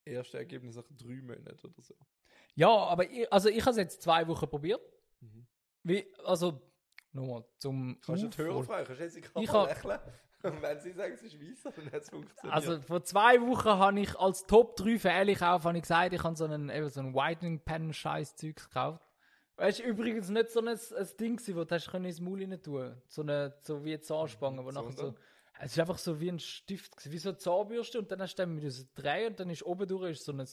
Speaker 3: erste Ergebnis nach drei Monaten oder so.
Speaker 2: Ja, aber ich, also ich habe es jetzt zwei Wochen probiert. Wie, also, nochmal zum.
Speaker 3: Mhm. Kannst du nicht
Speaker 2: Aufhol-
Speaker 3: hören, Frau? Kannst du jetzt in die
Speaker 2: Ich
Speaker 3: Kamera lächeln? Und wenn sie sagen, es ist weiss, dann hat es funktioniert.
Speaker 2: Also vor zwei Wochen habe ich als Top 3 Fehleinkauf habe ich gesagt, ich habe so einen, eben so einen Whitening Pen scheiß Zeug gekauft. Weißt du, übrigens nicht so ein, ein Ding, gewesen, wo du hast können ins Maul rein tun so eine So wie eine Zahnspange, wo nachher so...
Speaker 3: Sondern?
Speaker 2: Es ist einfach so wie ein Stift, gewesen, wie so eine Zahnbürste und dann hast du dann mit so drei und dann ist oben durch ist so ein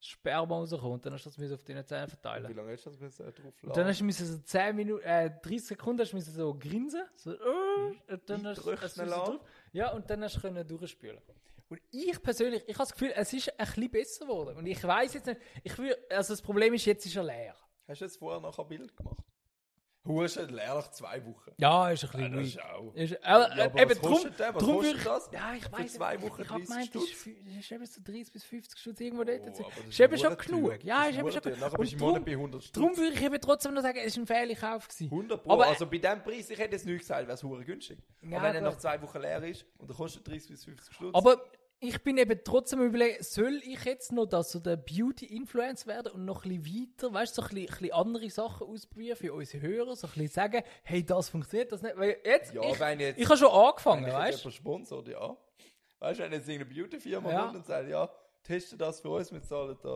Speaker 2: Sperma rausgekommen und dann hast du das müssen auf deine Zähne
Speaker 3: Wie
Speaker 2: verteilen.
Speaker 3: lange hast du das müssen, äh, drauf
Speaker 2: Und dann hast du müssen so 10 Minuten, äh, 30 Sekunden hast du müssen so grinsen. So, äh, und dann hast,
Speaker 3: Eindrücken
Speaker 2: hast du müssen
Speaker 3: lassen.
Speaker 2: drauf. Ja, und dann hast du können durchspülen. Und ich persönlich, ich habe das Gefühl, es ist ein bisschen besser geworden. Und ich weiß jetzt nicht, ich will, also das Problem ist, jetzt ist er leer.
Speaker 3: Hast du jetzt vorher nachher ein Bild gemacht? Du hast ihn leer nach zwei Wochen.
Speaker 2: Ja, ist ein bisschen
Speaker 3: Das ist
Speaker 2: weak.
Speaker 3: auch.
Speaker 2: Ist, äh,
Speaker 3: Ja,
Speaker 2: äh,
Speaker 3: aber
Speaker 2: eben
Speaker 3: was
Speaker 2: drum,
Speaker 3: kostet der? Was
Speaker 2: drum
Speaker 3: kostet
Speaker 2: würd ich,
Speaker 3: das?
Speaker 2: Ja, ich
Speaker 3: Für
Speaker 2: weiß
Speaker 3: zwei
Speaker 2: nicht.
Speaker 3: Wochen
Speaker 2: Ich habe
Speaker 3: 30
Speaker 2: gemeint, es ist,
Speaker 3: Stutz?
Speaker 2: fü- es ist eben so 30 bis 50 Stutz irgendwo dort.
Speaker 3: Oh, aber das
Speaker 2: ist
Speaker 3: ist
Speaker 2: eben schon
Speaker 3: verdammt
Speaker 2: genug.
Speaker 3: teuer.
Speaker 2: Ja,
Speaker 3: Das
Speaker 2: ist
Speaker 3: ist
Speaker 2: eben schon
Speaker 3: verdammt teuer. Nachher
Speaker 2: Und
Speaker 3: bist du im Monat
Speaker 2: drum-
Speaker 3: bei 100 Stutz.
Speaker 2: Drum würde ich eben trotzdem noch sagen, es ist ein Fehleinkauf gewesen.
Speaker 3: 100 Pro.
Speaker 2: Aber, äh,
Speaker 3: also bei diesem Preis, ich hätte es nicht gesagt, wäre es hure günstig.
Speaker 2: Ja,
Speaker 3: aber wenn er
Speaker 2: gut.
Speaker 3: nach zwei Wochen leer ist und er kostet 30 bis 50 Stutz,
Speaker 2: Aber ich bin eben trotzdem überlegen, soll ich jetzt noch das so der Beauty-Influence werden und noch ein bisschen weiter, weißt du, so ein bisschen, ein bisschen andere Sachen ausprobieren für unsere Hörer, so ein bisschen sagen, hey, das funktioniert, das nicht. Weil jetzt,
Speaker 3: Ja,
Speaker 2: ich,
Speaker 3: wenn jetzt-
Speaker 2: ich habe schon
Speaker 3: wenn
Speaker 2: angefangen,
Speaker 3: ich jetzt
Speaker 2: weißt du?
Speaker 3: jemand sponsort, ja. Weißt du, wenn jetzt irgendeine Beauty-Firma
Speaker 2: Ja.
Speaker 3: kommt und sagt, ja, teste das für uns, wir zahlen da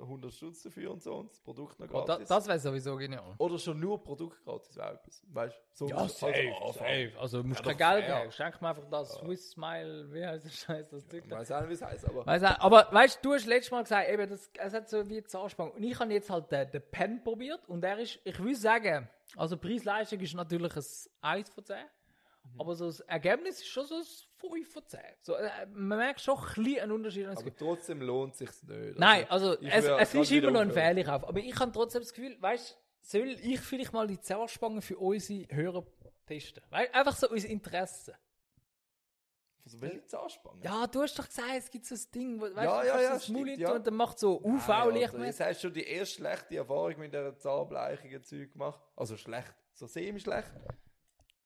Speaker 3: 100 Stutz dafür und so und das Produkt noch
Speaker 2: Oh, da,
Speaker 3: gratis.
Speaker 2: das wäre sowieso genial.
Speaker 3: Oder schon nur Produkt gratis, wäre etwas. Weißt du, so
Speaker 2: Ja, safe,
Speaker 3: also,
Speaker 2: safe. Also, du musst
Speaker 3: Ja,
Speaker 2: kein
Speaker 3: doch,
Speaker 2: Geld
Speaker 3: fair.
Speaker 2: haben. Schenk mir einfach das Swiss Smile, wie heißt das Scheiß, das Zeug
Speaker 3: Ich
Speaker 2: da.
Speaker 3: weiß auch nicht, wie es heißt, aber
Speaker 2: Weiss auch, aber weißt du, du hast letztes Mal gesagt, eben, das, es hat so wie Zahnspange. Und ich habe jetzt halt den, den Pen probiert und er ist, ich will sagen, also Preis-Leistung ist natürlich ein 1 von 10.
Speaker 3: Mhm.
Speaker 2: Aber so das Ergebnis ist schon so ein 5 von 10. So, äh, man merkt schon ein bisschen einen Unterschied. wenn es
Speaker 3: aber trotzdem lohnt es sich nicht.
Speaker 2: Nein, also
Speaker 3: ich
Speaker 2: es,
Speaker 3: wär
Speaker 2: es
Speaker 3: grad
Speaker 2: ist immer
Speaker 3: wieder
Speaker 2: noch ein
Speaker 3: aufhören.
Speaker 2: Fehleinkauf. Aber ich habe trotzdem das Gefühl, weißt du, soll ich vielleicht mal die Zahnspange für unsere Hörer testen? Weil einfach so unser Interesse.
Speaker 3: Also, welche Zahnspange?
Speaker 2: Ja, du hast doch gesagt, es gibt so ein Ding, wo weißt,
Speaker 3: Ja,
Speaker 2: du
Speaker 3: ja,
Speaker 2: kannst
Speaker 3: ja,
Speaker 2: das
Speaker 3: stimmt,
Speaker 2: Maul
Speaker 3: ja.
Speaker 2: und dann macht so
Speaker 3: Nein,
Speaker 2: UV-Licht.
Speaker 3: Alter, Jetzt hast du schon die erste schlechte Erfahrung mit dieser zahnbleichigen Zeug gemacht. Also schlecht, so semi-schlecht.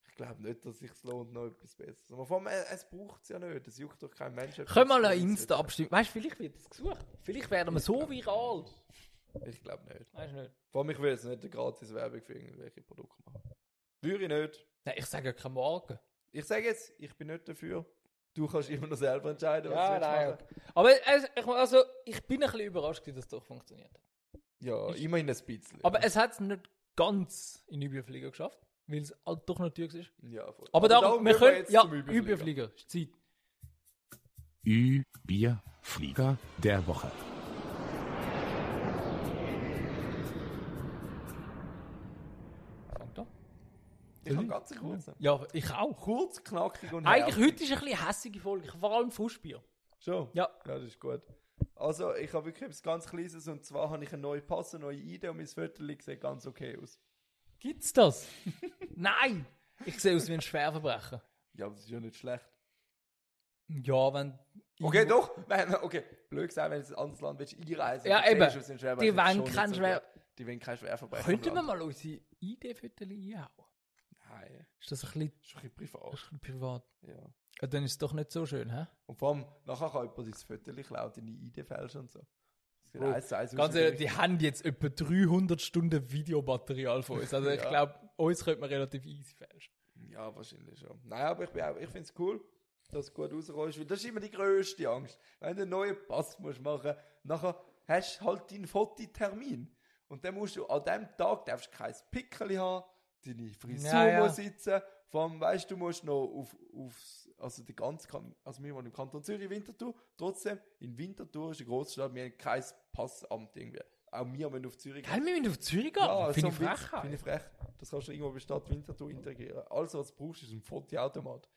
Speaker 3: Ich glaube nicht, dass es sich lohnt, noch etwas Besseres. Aber vor allem, äh, es braucht es ja nicht. Es juckt doch kein Mensch.
Speaker 2: Können wir mal
Speaker 3: ein
Speaker 2: eine Insta abstimmen? Weißt du, vielleicht wird das gesucht. Vielleicht werden wir so viral.
Speaker 3: Ich glaube nicht.
Speaker 2: Weißt du nicht?
Speaker 3: Vor allem, ich will jetzt nicht eine gratis Werbung für irgendwelche Produkte machen. Würde ich nicht.
Speaker 2: Nein, ich sage ja keinen Morgen.
Speaker 3: Ich sage jetzt, ich bin nicht dafür. Du kannst immer noch selber entscheiden, was du willst machen.
Speaker 2: Aber also, ich, also, ich bin ein bisschen überrascht, dass das doch funktioniert. hat.
Speaker 3: Ja, immerhin ein bisschen.
Speaker 2: Aber es hat es nicht ganz in den Überflieger geschafft, weil es halt doch noch teuer ist.
Speaker 3: ja, voll.
Speaker 2: Aber, darum,
Speaker 3: darum
Speaker 2: wir
Speaker 3: gehen
Speaker 2: können.
Speaker 3: jetzt
Speaker 2: ja,
Speaker 3: zum
Speaker 2: Überflieger. ist Zeit.
Speaker 1: Ü, Bier, Flieger der Woche.
Speaker 2: Fängt an.
Speaker 3: Ich habe ganz kurz.
Speaker 2: Ja, ich auch.
Speaker 3: Kurz, knackig und
Speaker 2: Eigentlich
Speaker 3: herzig.
Speaker 2: heute ist eine bisschen hässige Folge, vor allem Fußbier.
Speaker 3: Schon?
Speaker 2: Ja.
Speaker 3: Ja, das ist gut. Also, ich habe wirklich etwas ganz Kleines und zwar habe ich einen neuen Pass, eine neue Idee und mein Viertel sieht ganz okay aus.
Speaker 2: Gibt's das? Nein! Ich sehe aus wie ein Schwerverbrecher.
Speaker 3: Ja, aber das ist ja nicht schlecht.
Speaker 2: Ja, wenn.
Speaker 3: Okay, doch. Wenn, okay, blöd gesagt, wenn du ins anderes Land willst, einreisen
Speaker 2: Ja,
Speaker 3: dann siehst
Speaker 2: eben.
Speaker 3: du, es sind Schwerverbrecher,
Speaker 2: Die
Speaker 3: das ist
Speaker 2: wollen
Speaker 3: schon
Speaker 2: keinen
Speaker 3: nicht so
Speaker 2: Schwer-
Speaker 3: gut. Die wollen keinen Schwerverbrecher.
Speaker 2: Könnten
Speaker 3: am
Speaker 2: wir
Speaker 3: Land.
Speaker 2: mal unsere ID-Fotos einhauen?
Speaker 3: Nein,
Speaker 2: Ist das ein bisschen,
Speaker 3: ist doch ein bisschen
Speaker 2: ein
Speaker 3: privat.
Speaker 2: bisschen privat?
Speaker 3: Ja.
Speaker 2: Ja, dann ist es doch nicht so schön, hä?
Speaker 3: Und vor allem, nachher kann jemand sein Viertel klauen, deine Idee fälschen und so. Das sieht
Speaker 2: Bro,
Speaker 3: eins zu eins aus
Speaker 2: Ganz
Speaker 3: wie
Speaker 2: ehrlich,
Speaker 3: gleich.
Speaker 2: die haben jetzt etwa 300 Stunden Videomaterial von uns. Also ich
Speaker 3: Ja.
Speaker 2: glaube, uns könnte man relativ easy fälschen.
Speaker 3: Ja, wahrscheinlich schon. Nein, aber ich, bin auch- ich finde es cool, dass du gut rausrollst, weil das ist immer die grösste Angst. Wenn du einen neuen Pass musst machen nachher hast du halt deinen Fototermin. Und dann musst du an diesem Tag darfst du kein Pickel haben, deine Frisur
Speaker 2: Ja, ja.
Speaker 3: muss sitzen. Vor allem, weißt du, du musst noch auf, aufs, also die ganze, Kan- also wir waren im Kanton Zürich, Winterthur, trotzdem, in Winterthur ist eine Großstadt, wir haben kein Passamt irgendwie. Auch wir müssen auf Zürich
Speaker 2: Geil, wir müssen auf Zürich gehen.
Speaker 3: Ja,
Speaker 2: Finde
Speaker 3: so
Speaker 2: ich
Speaker 3: ein Witz,
Speaker 2: frech. halt.
Speaker 3: Finde ich frech. Das kannst du irgendwo bei Stadt Winterthur integrieren. Alles, was du brauchst, ist ein Fotoautomat.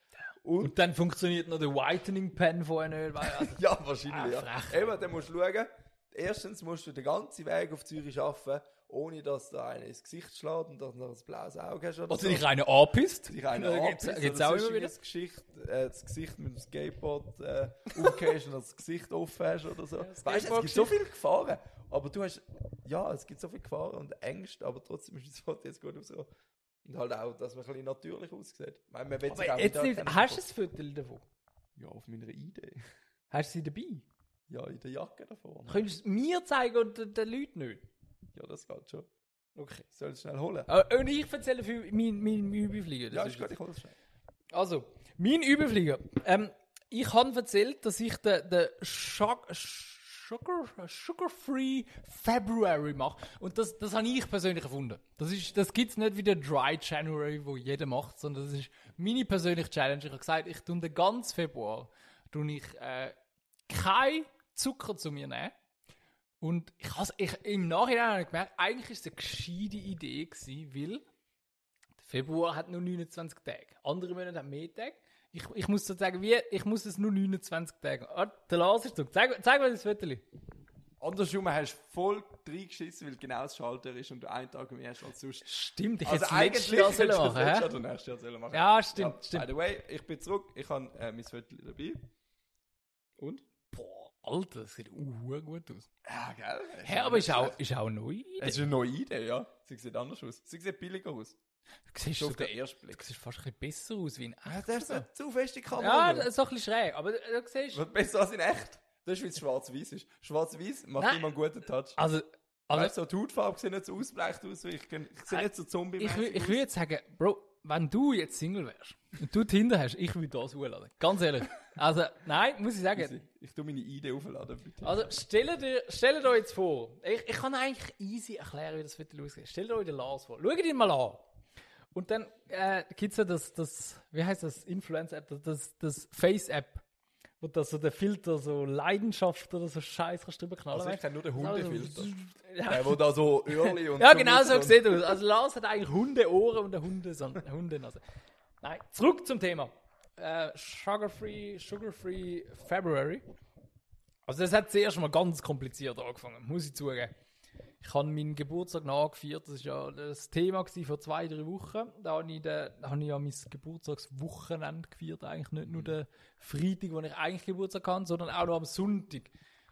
Speaker 3: Und,
Speaker 2: Und dann funktioniert noch der Whitening Pen von einem Öl. weil- Also,
Speaker 3: ja, wahrscheinlich,
Speaker 2: Ah,
Speaker 3: ja.
Speaker 2: frech.
Speaker 3: Eben, dann musst du schauen. Erstens musst du den ganzen Weg auf Zürich schaffen, ohne dass da einer ins Gesicht schlägt und dass du noch ein blaues Auge hast. Oder
Speaker 2: Oder dich
Speaker 3: so.
Speaker 2: einen anpisst.
Speaker 3: Dich einer
Speaker 2: Gibt's,
Speaker 3: anpisst
Speaker 2: gibt's
Speaker 3: oder
Speaker 2: auch
Speaker 3: sonst
Speaker 2: immer wieder.
Speaker 3: irgendwas Geschicht, äh, das Gesicht mit dem Skateboard äh, umgehst und das Gesicht offen hast oder so. weißt du, es gibt so viele Gefahren. Aber du hast, ja, es gibt so viele Gefahren und Ängste, aber trotzdem ist das Foto jetzt gut ausgekommen. Und halt auch, dass man ein bisschen natürlich aussieht. Ich meine, man will sich auch
Speaker 2: Aber jetzt
Speaker 3: nicht
Speaker 2: nicht,
Speaker 3: erkennen.
Speaker 2: hast du ein Viertel davon?
Speaker 3: Ja, auf meiner Idee.
Speaker 2: Hast du sie dabei?
Speaker 3: Ja, in der Jacke davon.
Speaker 2: Könntest du es mir zeigen und den, den Leuten nicht?
Speaker 3: Ja, das geht schon.
Speaker 2: Okay.
Speaker 3: Soll ich schnell holen?
Speaker 2: Äh, Und ich erzähle für mein, mein, mein Überflieger. Das
Speaker 3: ja,
Speaker 2: ist
Speaker 3: ist gut,
Speaker 2: jetzt-
Speaker 3: ich hole es schnell.
Speaker 2: Also, mein Überflieger. Ähm, ich habe erzählt, dass ich den, den Shu- Sugar, Sugar-Free February mache. Und das, das habe ich persönlich erfunden. Das, ist- das gibt es nicht wie der Dry January, wo jeder macht, sondern das ist meine persönliche Challenge. Ich habe gesagt, ich tue den ganzen Februar tue ich, äh, keinen Zucker zu mir nehmen. Und ich has, ich, im Nachhinein habe ich gemerkt, eigentlich ist es eine gescheite Idee gewesen, weil der Februar hat nur 29 Tage. Andere Monate haben mehr Tage. Ich, ich muss sozusagen wie, ich muss es nur 29 Tage. Ah, der Laser ist zurück. Zeig, zeig mir das Viertel.
Speaker 3: Andersrum hast du voll reingeschissen, weil genau das Schalter ist und du einen Tag mehr hast als sonst.
Speaker 2: Stimmt, ich
Speaker 3: Also
Speaker 2: hätte es letztes Jahr
Speaker 3: hättest du das
Speaker 2: sollen machen
Speaker 3: letztes Jahr
Speaker 2: hä?
Speaker 3: oder nächstes Jahr sollen machen.
Speaker 2: Ja, stimmt,
Speaker 3: By
Speaker 2: stimmt.
Speaker 3: the way, ich bin zurück, ich habe äh, mein Viertel dabei. Und?
Speaker 2: Boah, Alter, das sieht uh, gut aus.
Speaker 3: Ja, gell?
Speaker 2: Hä, aber ist auch, ist auch neu.
Speaker 3: Es ist eine neue Idee, ja. Sie sieht anders aus. Sie sieht billiger aus.
Speaker 2: Siehst
Speaker 3: Schon
Speaker 2: du,
Speaker 3: auf den
Speaker 2: du
Speaker 3: ersten Blick.
Speaker 2: siehst fast ein bisschen besser aus wie ein
Speaker 3: Ja, der ist nicht zu fest in die Kamera.
Speaker 2: Ja,
Speaker 3: drin.
Speaker 2: das ist so ein bisschen schräg, aber du, du siehst.
Speaker 3: Wird Besser als in echt. Das ist, weil es schwarz-weiß ist. Schwarz-weiß macht
Speaker 2: Nein.
Speaker 3: immer einen guten Touch.
Speaker 2: Also, also
Speaker 3: weißt du, so die Hautfarbe sieht nicht so ausbleicht aus. wie Ich, ich sehe nicht so zombie
Speaker 2: Ah, ich, wü- ich würde sagen, Bro, wenn du jetzt Single wärst und du Tinder hast, ich würde das hochladen. Ganz ehrlich. Also, nein, muss ich sagen.
Speaker 3: Ich, ich tue meine Idee aufladen. Bitte.
Speaker 2: Also, stellt dir, stellt euch jetzt vor, ich, ich kann eigentlich easy erklären, wie das Viertel aussieht. Stellt euch den Lars vor. Schaut ihn mal an. Und dann äh, gibt es ja das, das, wie heißt das, Influence-App, das, das, das Face-App, wo da so der Filter, so Leidenschaft oder so Scheiß kannst drüber knallen.
Speaker 3: Also ich
Speaker 2: weißt?
Speaker 3: kenne nur den
Speaker 2: Also,
Speaker 3: Hundefilter.
Speaker 2: Ja.
Speaker 3: Der, wo da so Öhrli und
Speaker 2: Ja,
Speaker 3: so
Speaker 2: genau so
Speaker 3: rauskommt.
Speaker 2: sieht aus. Also Lars hat eigentlich Hundeohren und eine Hundeson Hundenase. Nein, zurück zum Thema. Äh, Sugar-free Sugar -free February. Also das hat zuerst mal ganz kompliziert angefangen, muss ich zugeben. Ich habe meinen Geburtstag nachgefeiert, das war ja das Thema gewesen vor zwei, drei Wochen. Da habe ich, den, da habe ich ja mein Geburtstagswochenende gefeiert, eigentlich nicht
Speaker 3: Mhm.
Speaker 2: nur den Freitag, wo ich eigentlich Geburtstag hatte, sondern auch noch am Sonntag.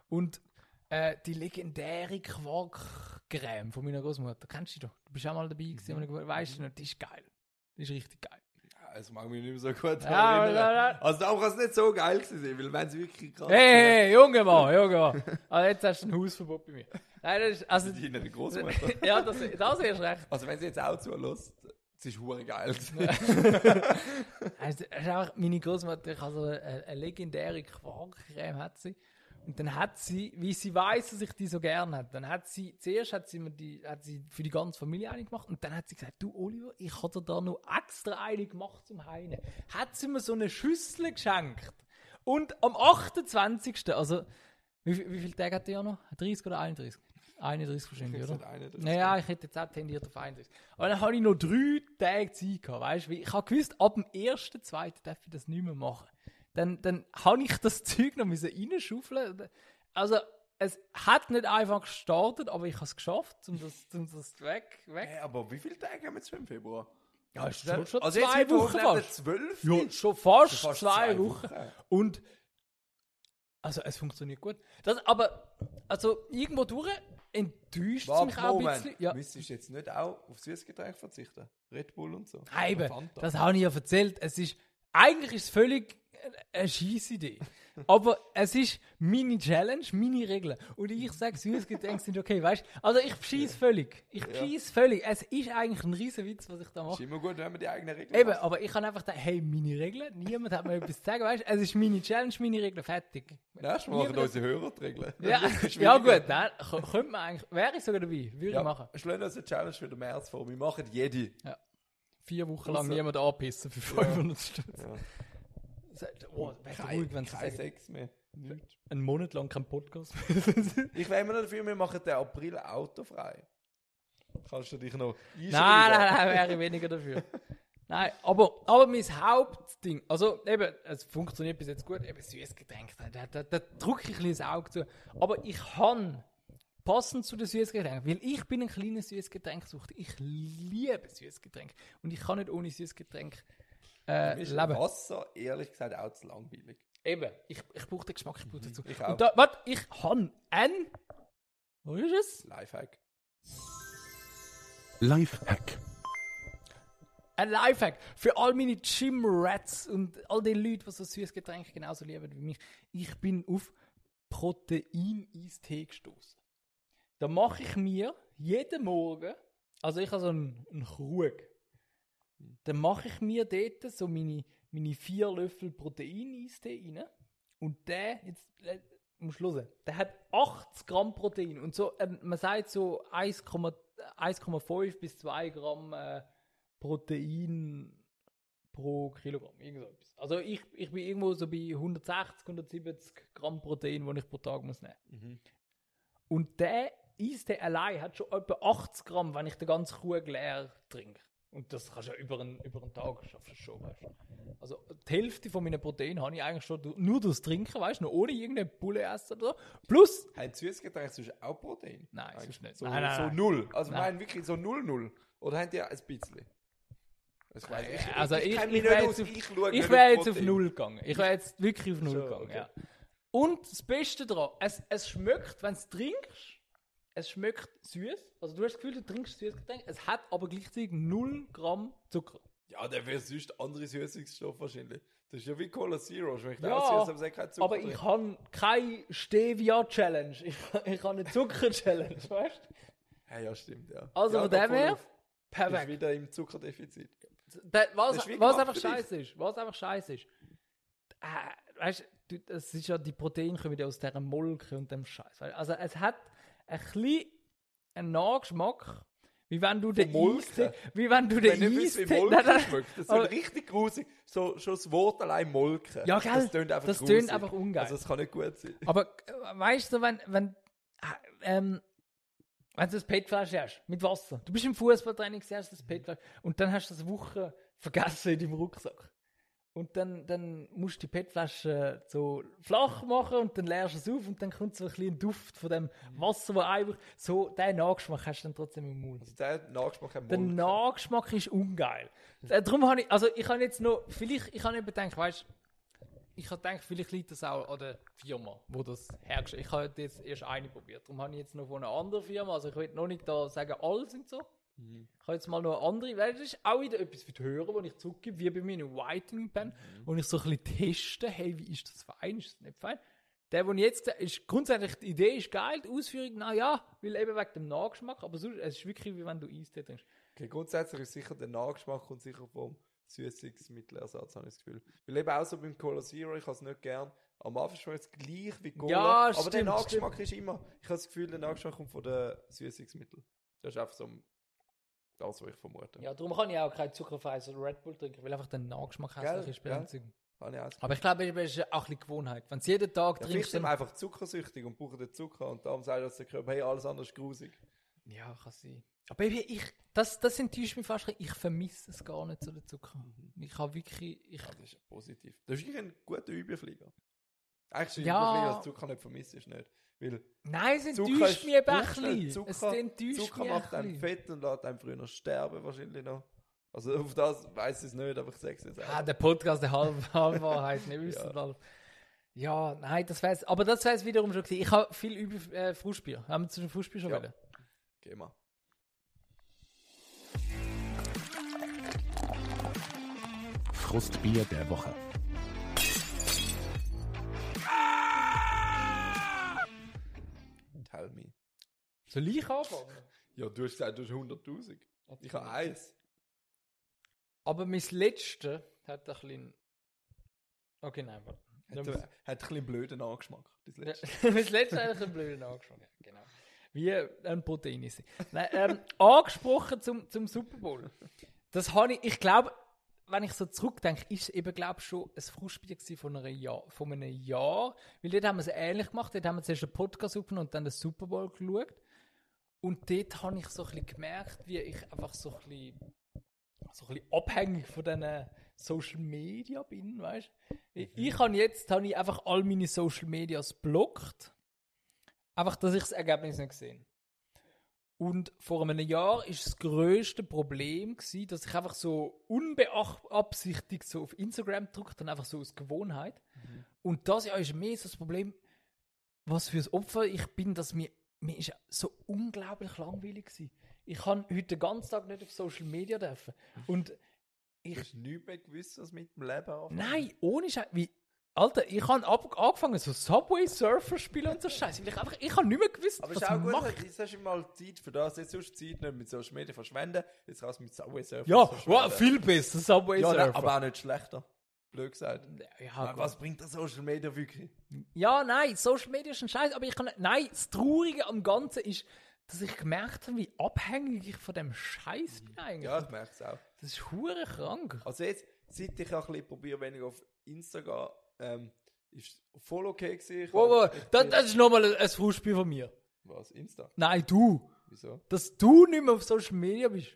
Speaker 2: Und äh, die legendäre Quarkcreme von meiner Großmutter, kennst du die doch? Du bist auch mal dabei gewesen, mhm. weißt du noch, die ist geil. Die ist richtig geil.
Speaker 3: Ja, Das Also, mag mich nicht mehr so gut
Speaker 2: Ja,
Speaker 3: erinnern.
Speaker 2: ja, ja.
Speaker 3: Also da kann es nicht so geil gewesen sein, weil wenn es wirklich
Speaker 2: Ah,
Speaker 3: krass
Speaker 2: Hey, hey, Junge Mann, Junge Mann. Also jetzt hast du ein Hausverbot bei mir. Nein, das ist, also,
Speaker 3: wäre, die hinter der Großmutter.
Speaker 2: ja, das, das ist recht.
Speaker 3: Also wenn sie jetzt auch zulässt, es ist hure geil.
Speaker 2: Also, es ist auch meine Großmutter hat also eine, eine legendäre Quarkcreme hat sie. Und dann hat sie, wie sie weiß, dass ich die so gern hat, dann hat sie, zuerst hat sie mir die, hat sie für die ganze Familie eine gemacht und dann hat sie gesagt, du Oliver, ich hatte da noch extra eine gemacht zum Heine. Hat sie mir so eine Schüssel geschenkt. Und am 28., also, wie, viel- wie viele Tage hat die ja noch? 30 oder 31? 31 wahrscheinlich, oder? Naja, ich hätte jetzt auch tendiert auf 31. Aber dann habe ich noch drei Tage Zeit gehabt, weißt du? weil Ich habe gewusst, ab dem ersten, zweiten darf ich das nicht mehr machen. Dann, dann habe ich das Zeug noch müssen reinschaufeln. Also, es hat nicht einfach gestartet, aber ich habe es geschafft, um das, um das weg, weg.
Speaker 3: Hey, aber wie viele Tage haben wir jetzt schon im Februar?
Speaker 2: Ja, ist schon, schon
Speaker 3: also
Speaker 2: zwei
Speaker 3: jetzt
Speaker 2: Wochen fast.
Speaker 3: zwölf.
Speaker 2: Ja, schon fast,
Speaker 3: Schon fast
Speaker 2: zwei,
Speaker 3: zwei
Speaker 2: Wochen.
Speaker 3: Wochen.
Speaker 2: Und also es funktioniert gut. Das, aber also irgendwo durch enttäuscht es mich
Speaker 3: Warte,
Speaker 2: auch ein
Speaker 3: Moment.
Speaker 2: bisschen. Ja.
Speaker 3: Müsstest du jetzt nicht auch auf Süßgetränk verzichten? Red Bull und so?
Speaker 2: Nein, eben,
Speaker 3: Oder Fanta?
Speaker 2: das habe ich ja erzählt. Es ist, eigentlich ist es völlig äh, eine scheisse Idee. Aber es ist meine Challenge, meine Regeln. Und ich sage, Süßgetränke sind okay, weißt du? Also ich schieße völlig. Ich schieße völlig. Es ist eigentlich ein riesen Witz, was ich da
Speaker 3: Ist
Speaker 2: mache.
Speaker 3: immer gut, wenn man die eigenen Regeln
Speaker 2: Eben,
Speaker 3: macht.
Speaker 2: aber ich kann einfach sagen, hey, meine Regeln, niemand hat mir etwas zu sagen, weißt du? Es ist meine Challenge, meine Regeln, fertig.
Speaker 3: Nächstes Mal machen
Speaker 2: Niemand-
Speaker 3: unsere Hörer die Regeln.
Speaker 2: Ja,
Speaker 3: Das ist
Speaker 2: ja
Speaker 3: schwieriger.
Speaker 2: gut, nein, k- könnte man eigentlich, wäre ich sogar dabei, würde ich machen.
Speaker 3: Schlagen uns eine Challenge für den März vor. Wir machen jede.
Speaker 2: Ja. vier Wochen lang
Speaker 3: Außer-
Speaker 2: niemand anpissen für 500 Stutz.
Speaker 3: Ja.
Speaker 2: Sagt, Oh, wäre doch
Speaker 3: Kein,
Speaker 2: ruhig, wenn
Speaker 3: kein
Speaker 2: sie sagen,
Speaker 3: Sex mehr. Nicht.
Speaker 2: einen Monat lang kein Podcast.
Speaker 3: Ich will immer noch dafür, wir machen den April autofrei. Kannst du dich noch einschreiben?
Speaker 2: Nein, nein, nein, wäre ich weniger dafür. nein, aber, aber mein Hauptding, also eben, es funktioniert bis jetzt gut, eben Süßgetränk, da, da, da, da drücke ich ein bisschen das Auge zu. Aber ich kann, passend zu den Süßgetränken, weil ich bin ein kleiner Süßgetränksuchter, ich liebe Süßgetränke und ich kann nicht ohne Süßgetränk äh,
Speaker 3: Mir ist
Speaker 2: leben.
Speaker 3: Wasser, ehrlich gesagt, auch zu langweilig.
Speaker 2: Eben, ich, ich brauche den Geschmack, ich brauche dazu.
Speaker 3: Mhm, Ich auch.
Speaker 2: Und da, warte, ich habe einen, wo ist es?
Speaker 3: Lifehack.
Speaker 1: Lifehack.
Speaker 2: Ein Lifehack für all meine Gym-Rats und all die Leute, die so süßes Getränk genauso lieben wie mich. Ich bin auf Protein-Eistee gestoßen. Da mache ich mir jeden Morgen, also ich habe so einen, einen Krug, dann mache ich mir dort so meine, meine vier Löffel Protein-Eistee rein. Und der, jetzt äh, am Schluss, der hat 80 Gramm Protein. Und so, ähm, man sagt so 1,0 1,5 bis 2 Gramm äh, Protein pro Kilogramm. Irgend so etwas. Also ich, ich bin irgendwo so bei 160, 170 Gramm Protein, die ich pro Tag muss nehmen Und der Eistee allein hat schon etwa 80 Gramm, wenn ich den ganzen Krug leer trinke. Und das kannst du ja über einen, über einen Tag schaffst du das schon, weißt du. Also die Hälfte von meinen Proteinen habe ich eigentlich schon du- nur durchs Trinken, weißt du, noch ohne irgendeine Pulle essen oder so. Plus,
Speaker 3: Haben Süßgetränke sonst auch Protein?
Speaker 2: Nein, sonst
Speaker 3: Eigentlich
Speaker 2: nicht.
Speaker 3: So,
Speaker 2: Nein, nein,
Speaker 3: so
Speaker 2: nein.
Speaker 3: null. Also
Speaker 2: Nein.
Speaker 3: nein, wirklich so null null. Oder haben die ein bisschen? Ich weiß ich,
Speaker 2: also ich, ich,
Speaker 3: kenn mich
Speaker 2: wäre
Speaker 3: nicht
Speaker 2: jetzt
Speaker 3: aus,
Speaker 2: auf,
Speaker 3: ich schaue
Speaker 2: ich
Speaker 3: nicht
Speaker 2: wäre jetzt auf
Speaker 3: Protein.
Speaker 2: null gegangen. Ich wäre jetzt wirklich auf null
Speaker 3: So,
Speaker 2: gegangen.
Speaker 3: okay.
Speaker 2: Ja. Und das Beste daran, es, es schmeckt, wenn du es trinkst, es schmeckt süß. Also du hast das Gefühl, du trinkst süßes Getränk. Es hat aber gleichzeitig 0 Gramm Zucker.
Speaker 3: Ja, der wäre sonst andere Süßungsstoffe wahrscheinlich. Das ist ja wie Cola Zero. Schmeckt
Speaker 2: Ja,
Speaker 3: auch süß, aber also es hat keinen Zucker
Speaker 2: aber
Speaker 3: drin.
Speaker 2: ich habe keine Stevia-Challenge. Ich, ich habe eine Zucker-Challenge, weißt du?
Speaker 3: Ja, ja, stimmt, ja.
Speaker 2: Also
Speaker 3: ja,
Speaker 2: von dem
Speaker 3: voll
Speaker 2: her,
Speaker 3: auf. Bist
Speaker 2: perfekt.
Speaker 3: wieder im Zuckerdefizit.
Speaker 2: Da, was,
Speaker 3: Das ist wie
Speaker 2: was
Speaker 3: gemacht
Speaker 2: einfach
Speaker 3: für
Speaker 2: scheiße ist, was einfach scheiße ist, äh, weißt du, das ist ja die Proteine kommen ja aus dieser Molke und dem Scheiß. Also es hat ein bisschen einen Nachgeschmack, wie wenn du den
Speaker 3: Molke?
Speaker 2: Eistee, wie wenn du
Speaker 3: Wenn
Speaker 2: den
Speaker 3: ihr wisst, wie
Speaker 2: Eistee,
Speaker 3: Molken
Speaker 2: Nein, nein.
Speaker 3: schmeckt, das ist
Speaker 2: aber-
Speaker 3: richtig grusig. So, schon das Wort allein Molken.
Speaker 2: Ja, gell?
Speaker 3: Das tönt einfach
Speaker 2: Das tönt
Speaker 3: grusig.
Speaker 2: einfach ungeil.
Speaker 3: Also, das kann nicht gut sein.
Speaker 2: aber äh, weißt du, wenn wenn ah, ähm, wenn du das Petflasch hast mit Wasser, du bist im Fußballtraining, hast das Petflasch und dann hast du das Woche vergessen in deinem Rucksack. Und dann, dann musst du die PET-Flasche so flach machen und dann leerst du es auf und dann kommt so ein bisschen Duft von dem Wasser, wo einfach so den Nachgeschmack hast du dann trotzdem im Mund.
Speaker 3: Also, der Nachgeschmack hat
Speaker 2: Der
Speaker 3: Molken.
Speaker 2: Nachgeschmack ist ungeil. Äh, Darum habe ich, also ich habe jetzt noch, vielleicht, ich habe nicht bedenkt, weißt ich habe gedacht, vielleicht liegt das auch an der Firma, wo das hergestellt Ich habe jetzt erst eine probiert. Darum habe ich jetzt noch von einer anderen Firma, also ich will noch nicht da sagen, alle sind so. Ich habe jetzt mal noch eine andere, weil das ist auch wieder etwas für die Hörer, wo ich zurückgebe, wie bei meinem Whitening Pen, wo ich so ein bisschen teste, hey, wie ist das fein, ist das nicht fein? Der, den ich jetzt gesagt ist grundsätzlich die Idee ist geil, die Ausführung, naja, weil eben wegen dem Nachgeschmack, aber sonst, es ist wirklich wie wenn du Eistee trinkst.
Speaker 3: Okay, grundsätzlich ist sicher der Nachgeschmack kommt sicher vom Süßungsmittelersatz, habe ich das Gefühl. Weil eben auch so beim Cola Zero, ich habe es nicht gern. Am Anfang schmeckt es gleich wie Cola,
Speaker 2: Ja,
Speaker 3: aber
Speaker 2: stimmt,
Speaker 3: der Nachgeschmack ist immer. Ich habe das Gefühl, der Nachgeschmack kommt von den Süßungsmitteln. Das ist einfach so das, was ich vermute.
Speaker 2: Ja, darum kann ich auch kein zuckerfreies Red Bull trinken, weil einfach der Nachgeschmack
Speaker 3: Gell,
Speaker 2: hässlich ist bei
Speaker 3: gell.
Speaker 2: den Zügen.
Speaker 3: Habe ich auch das
Speaker 2: Aber ich glaube, es ist auch ein bisschen Gewohnheit. Wenn du jeden Tag
Speaker 3: Ja, vielleicht
Speaker 2: trinkst,
Speaker 3: sind
Speaker 2: dann...
Speaker 3: wir einfach zuckersüchtig und brauchen den Zucker und darum sagt uns der Körper, hey, alles andere ist grusig.
Speaker 2: Ja, kann sein. Aber ich, ich das, das enttäuscht mich fast. ein bisschen. Ich vermisse es gar nicht, so den Zucker.
Speaker 3: Mhm.
Speaker 2: Ich habe wirklich... Ich,
Speaker 3: Ja, das ist ja positiv. Das ist wirklich ein guter Überflieger. Eigentlich ist ein
Speaker 2: Ja.
Speaker 3: Überflieger, dass Zucker nicht vermisst ist, nicht. Weil
Speaker 2: nein, es
Speaker 3: Zucker
Speaker 2: enttäuscht
Speaker 3: ist-
Speaker 2: mich ein
Speaker 3: brauchst du
Speaker 2: bisschen.
Speaker 3: nicht.
Speaker 2: Zucker,
Speaker 3: Zucker,
Speaker 2: es enttäuscht
Speaker 3: Zucker
Speaker 2: mich
Speaker 3: macht
Speaker 2: ein
Speaker 3: einem
Speaker 2: bisschen.
Speaker 3: fett und lässt einem früher sterben wahrscheinlich noch. Also auf das weiß ich es nicht, aber ich sage es jetzt
Speaker 2: Ah,
Speaker 3: auch.
Speaker 2: der Podcast, der halb, Halbwahrheit, nicht wissen
Speaker 3: Ja.
Speaker 2: ja. ja, nein, das wär's. Aber das wär's wiederum schon gewesen. Ich habe viel über äh, Frühspiel. Haben wir zu den Frühspiel schon
Speaker 3: Ja.
Speaker 2: wollen?
Speaker 3: Geh mal.
Speaker 1: Frustbier der Woche.
Speaker 3: Tell me.
Speaker 2: Soll ich anfangen?
Speaker 3: Ja, du hast gesagt, du hast 100'000. Ich habe eins.
Speaker 2: Aber mein letztes hat ein bisschen... Okay, nein, warte.
Speaker 3: Hat, hat ein bisschen blöden Angeschmack. Das
Speaker 2: Ja,
Speaker 3: letzte.
Speaker 2: das letzte eigentlich ein blöder angesprochen. Ja, genau. Wie ein Protein ist. Nein, ähm, angesprochen zum, zum Super Bowl. Das habe ich, ich glaube, wenn ich so zurückdenke, ist es eben, glaube ich, schon ein Frustbier gewesen von, einer Jahr, von einem Jahr. Weil dort haben wir es ähnlich gemacht. Dort haben wir zuerst einen Podcast aufgenommen und dann den Super Bowl geschaut. Und dort habe ich so ein bisschen gemerkt, wie ich einfach so ein bisschen, so ein bisschen abhängig von diesen Social Media bin, weißt Ich, ich habe jetzt habe ich einfach all meine Social Medias blockt. Einfach, dass ich das Ergebnis nicht gesehen habe. Und vor einem Jahr ist das größte Problem gewesen, dass ich einfach so unbeabsichtigt so auf Instagram drückt, dann einfach so aus Gewohnheit. Und das Jahr ist mehr so das Problem, was für ein Opfer ich bin, dass mir mir ist so unglaublich langweilig gewesen. Ich kann heute den ganzen Tag nicht auf Social Media dürfen. Und
Speaker 3: Du hast nicht mehr gewusst, was mit dem Leben anfängt.
Speaker 2: Nein, ohne Scheiß. Wie, Alter, ich habe ab, angefangen, so Subway Surfer spielen und so Scheiß. Weil ich einfach, ich habe nicht mehr gewusst,
Speaker 3: Aber
Speaker 2: was
Speaker 3: ist auch gut, halt.
Speaker 2: mache ich.
Speaker 3: jetzt hast du mal Zeit für das. Jetzt hast du Zeit nicht mit Social Media verschwenden. Jetzt kannst du mit Subway Surfer
Speaker 2: Ja,
Speaker 3: verschwenden.
Speaker 2: wow, viel besser, Subway
Speaker 3: ja,
Speaker 2: Surfer.
Speaker 3: nein, aber auch nicht schlechter. Blöd gesagt.
Speaker 2: ja,
Speaker 3: Aber
Speaker 2: gut.
Speaker 3: was bringt das Social Media wirklich?
Speaker 2: Ja, nein, Social Media ist ein Scheiß, aber ich kann nicht. Nein, das Traurige am Ganzen ist, dass ich gemerkt habe, wie abhängig ich von dem Scheiß bin eigentlich.
Speaker 3: Ja, ich merke es auch.
Speaker 2: Das ist hure krank.
Speaker 3: Also jetzt, seit ich auch ein bisschen probiere, weniger auf Instagram, ähm, ist voll okay gewesen. Ich
Speaker 2: Wow, wow,
Speaker 3: hab- ich
Speaker 2: das,
Speaker 3: bin-
Speaker 2: das ist nochmal ein, ein Fußspiel von mir.
Speaker 3: Was, Insta?
Speaker 2: Nein, du.
Speaker 3: Wieso?
Speaker 2: Dass du nicht mehr auf Social Media bist.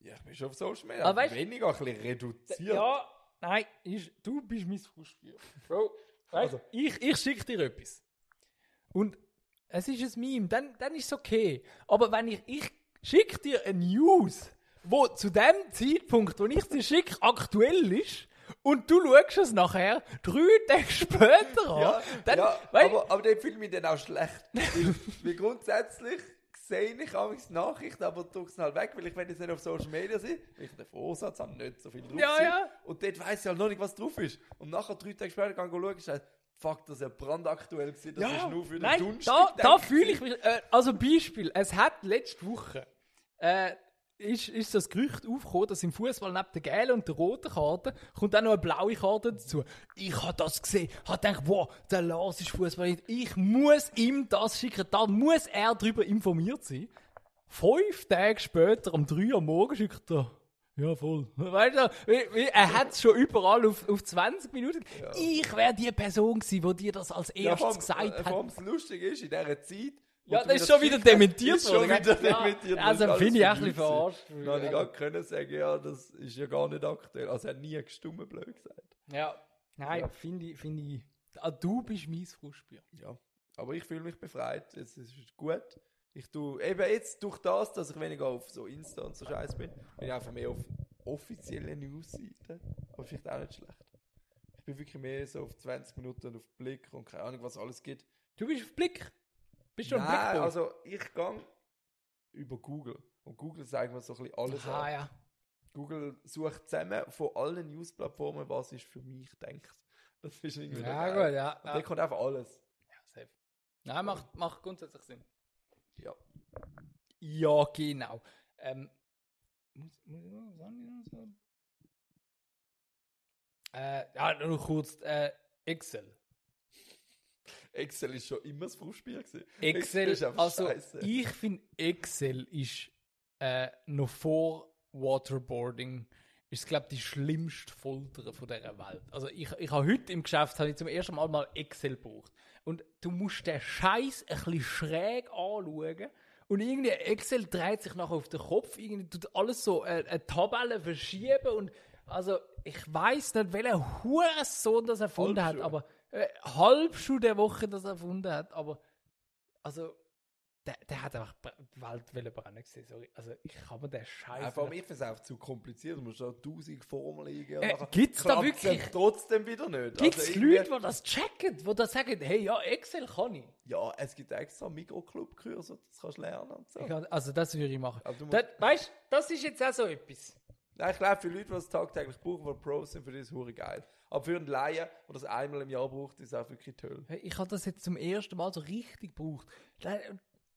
Speaker 3: Ja, ich bin schon auf Social Media.
Speaker 2: Aber weißt-
Speaker 3: weniger, ein bisschen reduziert.
Speaker 2: Ja, nein, ist, du bist mein Fußspiel. Bro, weißt,
Speaker 3: Also.
Speaker 2: ich, ich schicke dir etwas. Und es ist ein Meme, dann, dann ist es okay. Aber wenn ich, ich schicke dir eine News, wo zu dem Zeitpunkt, wo ich sie schicke, aktuell ist, und du schaust es nachher drei Tage später an,
Speaker 3: Ja,
Speaker 2: dann,
Speaker 3: ja,
Speaker 2: weißt,
Speaker 3: aber, aber dann fühle ich mich dann auch schlecht. weil, weil grundsätzlich sehe ich auch Nachrichten, aber drücke es halt weg, weil ich, wenn jetzt nicht auf Social Media sind, weil ich den Vorsatz habe, nicht so viel drauf
Speaker 2: Ja,
Speaker 3: sind.
Speaker 2: ja.
Speaker 3: Und dort weiss ich halt noch nicht, was drauf ist. Und nachher, drei Tage später, gehe ich schauen, ist halt, fuck, das ist ja brandaktuell gewesen, das ist nur für den
Speaker 2: nein,
Speaker 3: Dunst.
Speaker 2: da, da fühle ich mich. Äh, also Beispiel, es hat letzte Woche äh, ist, ist das Gerücht aufgekommen, dass im Fußball neben der gelben und der roten Karte kommt dann noch eine blaue Karte dazu. Ich habe das gesehen, habe gedacht, wow, der Lars ist Fußball nicht. Ich muss ihm das schicken, da muss er darüber informiert sein. Fünf Tage später, um 3 Uhr morgen schickt er. Ja, voll. Weißt du, wie- wie- er hat es schon überall auf, auf 20 Minuten. Ich wäre die Person gewesen, die dir das als
Speaker 3: Ja,
Speaker 2: erstes
Speaker 3: vor allem-
Speaker 2: gesagt
Speaker 3: äh,
Speaker 2: hat.
Speaker 3: vor allem das Lustige ist, in dieser Zeit. wo
Speaker 2: Ja,
Speaker 3: du
Speaker 2: das
Speaker 3: mir
Speaker 2: ist schon wieder
Speaker 3: geschickt hast,
Speaker 2: dementiert
Speaker 3: ist schon
Speaker 2: worden,
Speaker 3: wieder
Speaker 2: gell? Ja,
Speaker 3: dementiert
Speaker 2: also
Speaker 3: worden,
Speaker 2: bin ich
Speaker 3: alles
Speaker 2: ein bisschen
Speaker 3: vermisst.
Speaker 2: verarscht.
Speaker 3: Dann habe ich
Speaker 2: Ja.
Speaker 3: gar können sagen, ja, das ist ja gar nicht aktuell. Also, er hat nie gestummen, blöd gesagt.
Speaker 2: Ja. Nein, finde ich, finde ich. Ah, du bist mein Frustbier.
Speaker 3: Ja, aber ich fühle mich befreit. Es ist gut. Ich tue eben jetzt durch das, dass ich weniger auf so Insta und so Scheiß bin, bin ich einfach mehr auf offiziellen Newsseiten. Aber vielleicht auch nicht schlecht. Ich bin wirklich mehr so auf 20 Minuten auf Blick und keine Ahnung, was alles gibt.
Speaker 2: Du bist auf Blick. Bist du ein
Speaker 3: Nein,
Speaker 2: Blickboy?
Speaker 3: also ich gehe über Google. Und Google sagt mir so ein bisschen alles
Speaker 2: Aha,
Speaker 3: an.
Speaker 2: ja.
Speaker 3: Google sucht zusammen von allen News-Plattformen, was ist für mich denkt. Das ist irgendwie noch
Speaker 2: Ja,
Speaker 3: geil.
Speaker 2: gut, ja.
Speaker 3: Und da kommt einfach alles.
Speaker 2: Ja, safe. Nein, macht, macht grundsätzlich Sinn.
Speaker 3: Ja.
Speaker 2: Ja, genau. Ähm, muss, muss ich noch was anderes sagen? Äh, ja, nur kurz. Äh, Excel.
Speaker 3: Excel ist schon immer das Frustspiel gewesen.
Speaker 2: Excel,
Speaker 3: ist einfach
Speaker 2: also
Speaker 3: scheisse.
Speaker 2: ich finde Excel ist äh, noch vor Waterboarding ist glaube die schlimmste Folter von dieser Welt. Also ich, ich habe heute im Geschäft habe ich zum ersten Mal mal Excel gebraucht und du musst den Scheiß ein bisschen schräg anschauen und irgendwie Excel dreht sich nachher auf den Kopf, irgendwie tut alles so äh, eine Tabelle verschieben und also ich weiß nicht welcher Hurensohn das erfunden hat,
Speaker 3: Halbschuh.
Speaker 2: aber äh, Halbschuh der Woche das erfunden hat, aber also, der, der hat einfach br- die Welt wollen brennen gesehen. Sorry. Also, ich kann mir den Scheiß.
Speaker 3: Einfach, ich finde es auch zu kompliziert. Du musst da tausend Formeln eingeben.
Speaker 2: Äh,
Speaker 3: nachher
Speaker 2: gibt's da
Speaker 3: klappt's
Speaker 2: wirklich-
Speaker 3: dann trotzdem wieder nicht.
Speaker 2: Gibt es
Speaker 3: Also irgendwie-
Speaker 2: Leute, die das checken, die das sagen, hey, ja, Excel kann ich?
Speaker 3: Ja, es gibt extra Mikroclub-Kurse, das kannst du lernen und so.
Speaker 2: Ich kann- Also, das würde ich machen.
Speaker 3: Aber du musst-
Speaker 2: Das, weißt du, das ist jetzt auch so etwas.
Speaker 3: Nein, ich glaube, für Leute, die es tagtäglich brauchen, die Pros sind, für die ist es hure geil. Aber für einen Laien, der das einmal im Jahr braucht, ist es auch wirklich toll.
Speaker 2: Hey, Ich habe das jetzt zum ersten Mal so richtig gebraucht. Da-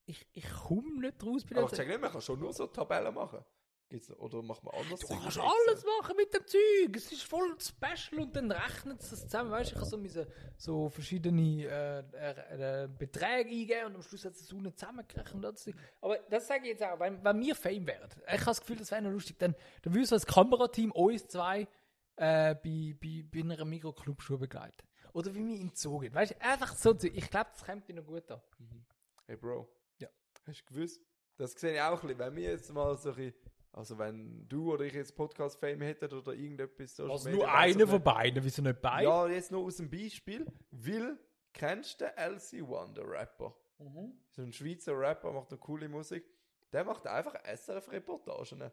Speaker 2: Ich, ich komme nicht raus. Bin
Speaker 3: Aber ich
Speaker 2: also-
Speaker 3: check nicht, man kann schon nur so Tabellen machen. Gibt's, noch- oder machen wir anders?
Speaker 2: Du kannst alles machen mit dem Zeug. Es ist voll special und dann rechnet es das zusammen. Weißt du, ich kann so, müssen, so verschiedene äh, äh, äh, Beträge eingeben und am Schluss hat es so eine zusammengerechnet. und all das Zeug. Aber das sage ich jetzt auch, wenn, wenn wir Fame wären, ich habe das Gefühl, das wäre noch lustig, dann, dann würde so das Kamerateam uns zwei äh, bei, bei, bei einer Mikroclubschuhe begleiten. Oder wie wir im Zoo gehen. Weißt du, einfach so. Zeug. Ich glaube, das kommt dir noch gut an.
Speaker 3: Hey Bro.
Speaker 2: Ja.
Speaker 3: Hast du gewusst? Das sehe ich auch ein bisschen. Wenn wir jetzt mal so ein bisschen, also wenn du oder ich jetzt Podcast-Fame hätten oder irgendetwas Social
Speaker 2: Also
Speaker 3: Media,
Speaker 2: nur
Speaker 3: weiss ich
Speaker 2: einer
Speaker 3: nicht.
Speaker 2: von beiden, wieso nicht beide?
Speaker 3: Ja, jetzt nur aus dem Beispiel, weil kennst du den LC One, den Rapper?
Speaker 2: Mhm.
Speaker 3: So ein Schweizer Rapper, macht eine coole Musik. Der macht einfach SRF-Reportagen.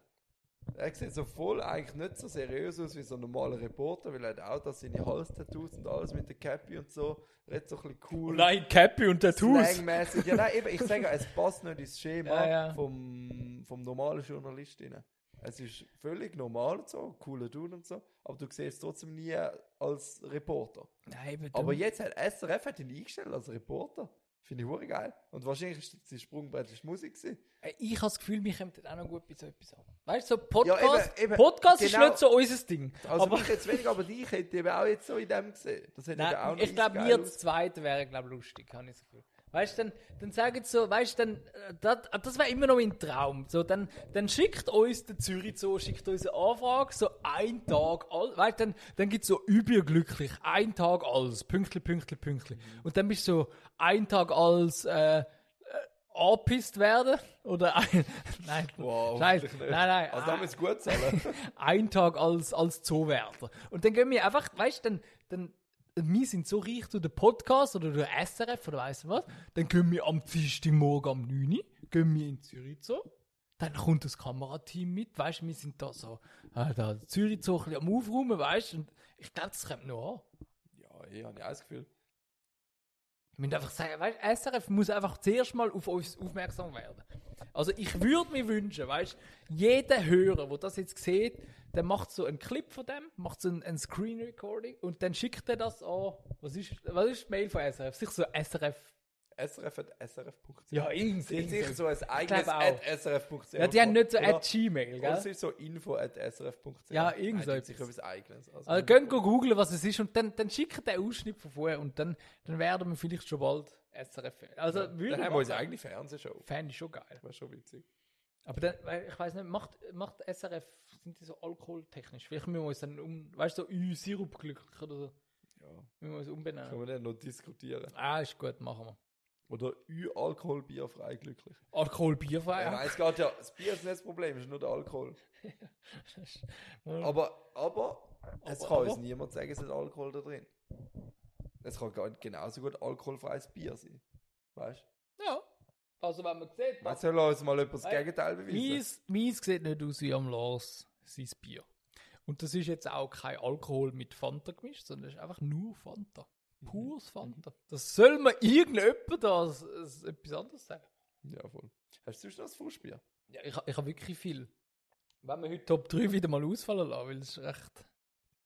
Speaker 3: Er sieht so voll eigentlich nicht so seriös aus wie so ein normaler Reporter, weil er hat auch das seine Hals-Tattoos und alles mit der Cappy und so. Redet so ein bisschen cool.
Speaker 2: Nein, Cappy und Tattoos.
Speaker 3: Slangmäßig. Ja, nein, eben, ich sage, ja, es passt nicht ins Schema
Speaker 2: Ja, ja.
Speaker 3: Vom, vom normalen Journalistinnen. Es ist völlig normal und so, cooler Dude und so, aber du siehst es trotzdem nie als Reporter.
Speaker 2: Nein, eben,
Speaker 3: Aber
Speaker 2: du-
Speaker 3: jetzt hat SRF hat ihn eingestellt als Reporter. Finde ich hure geil. Und wahrscheinlich ist das sein Sprungbrett ist Musik gewesen.
Speaker 2: Äh, Ich habe das Gefühl, wir kommen auch noch gut bei so etwas an. Weißt du, so Podcast,
Speaker 3: eben, eben,
Speaker 2: Podcast ist
Speaker 3: genau.
Speaker 2: nicht so unser Ding.
Speaker 3: Also
Speaker 2: aber
Speaker 3: mich jetzt weniger, aber dich hätte ich eben auch jetzt so in dem gesehen. Das hätte eben auch
Speaker 2: nein,
Speaker 3: noch
Speaker 2: ich glaube,
Speaker 3: geil
Speaker 2: wir
Speaker 3: aus-
Speaker 2: zu zweit wären glaub, lustig, habe ich das Gefühl. Weißt du, dann, dann sagen sie so, weißt du, dann, äh, dat- das wäre immer noch mein Traum. So, dann, dann schickt uns der Zürich so, schickt uns eine Anfrage, so ein Tag, all, weißt du, dann, dann gibt es so überglücklich, ein Tag alles, Pünktli, Pünktli, Pünktli. Und dann bist du so, ein Tag als, äh, äh, angepisst werden oder ein, nein,
Speaker 3: Wow,
Speaker 2: nein,
Speaker 3: hoffentlich
Speaker 2: nein,
Speaker 3: nicht.
Speaker 2: nein,
Speaker 3: Also da muss es gut sein.
Speaker 2: einen Tag als, als Zoowärter. Und dann gehen wir einfach, weißt du, dann, dann, wir sind so reich durch den Podcast oder durch SRF oder weiss ich was, dann gehen wir am Dienstagmorgen um 9 Uhr, gehen wir in Zürich Zoo, dann kommt das Kamerateam mit, weißt du, wir sind da so, äh, da in Zürich Zoo ein bisschen am Aufräumen, weißt du, und ich glaube, das kommt noch an.
Speaker 3: ja, ich habe ich auch das Gefühl.
Speaker 2: Wir müssen einfach sagen, weißt, SRF muss einfach zuerst mal auf uns aufmerksam werden. Also ich würde mir wünschen, weißt, jeder Hörer, der das jetzt sieht, der macht so einen Clip von dem, macht so ein, ein Screen Recording und dann schickt er das an. Was ist, was ist die Mail von SRF? Sicher so SRF.
Speaker 3: SRF hat SRF.ch.
Speaker 2: Ja, irgend,
Speaker 3: Sie haben sicher
Speaker 2: irgend
Speaker 3: so ein eigenes
Speaker 2: glaub auch.
Speaker 3: at srf.ch.
Speaker 2: ja, die haben nicht so
Speaker 3: Oder-
Speaker 2: at Gmail,
Speaker 3: Oder es
Speaker 2: gell?
Speaker 3: ist so info at srf.ch.
Speaker 2: Ja, irgend so
Speaker 3: Nein,
Speaker 2: etwas.
Speaker 3: sich etwas eigenes. Also,
Speaker 2: Also gehen googeln, was es ist und dann, dann schickt der Ausschnitt von vorher und dann, dann werden wir vielleicht schon bald SRF. Also würde ich
Speaker 3: Dann haben wir unsere
Speaker 2: machen.
Speaker 3: eigene Fernsehshow.
Speaker 2: Fände ich schon geil.
Speaker 3: Wäre schon witzig.
Speaker 2: Aber dann, weil ich weiß nicht, macht, macht SRF, sind die so alkoholtechnisch? Vielleicht müssen wir uns dann um, weißt du, so Ü Sirup glücklich oder so.
Speaker 3: Ja.
Speaker 2: Müssen wir uns
Speaker 3: Können
Speaker 2: umbenennen.
Speaker 3: wir dann noch diskutieren.
Speaker 2: Ah, ist gut, machen wir.
Speaker 3: Oder ü Alkohol, Bier frei, glücklich.
Speaker 2: Alkoholbierfeier.
Speaker 3: Ja. Nein, es geht ja. Das Bier ist nicht das Problem, es ist nur der Alkohol. Aber, aber, es
Speaker 2: Aber-
Speaker 3: kann uns
Speaker 2: aber-
Speaker 3: niemand sagen, es hat Alkohol da drin. Es kann gar- genauso gut alkoholfreies Bier sein. Weißt du?
Speaker 2: ja. Also, wenn man sieht,
Speaker 3: Man soll uns mal etwas das
Speaker 2: Nein.
Speaker 3: Gegenteil beweisen.
Speaker 2: meins, meins sieht nicht aus wie am Lars sein Bier. Und das ist jetzt auch kein Alkohol mit Fanta gemischt, sondern es ist einfach nur Fanta.
Speaker 3: Mhm.
Speaker 2: Pures Fanta. Das soll man irgendjemand da als, als etwas anderes sagen.
Speaker 3: Ja, voll. Hast du sonst noch das Fußbier?
Speaker 2: Ja, ich, ha- ich habe wirklich viel. Wenn wir heute Top 3 wieder mal ausfallen lassen, weil es ist recht.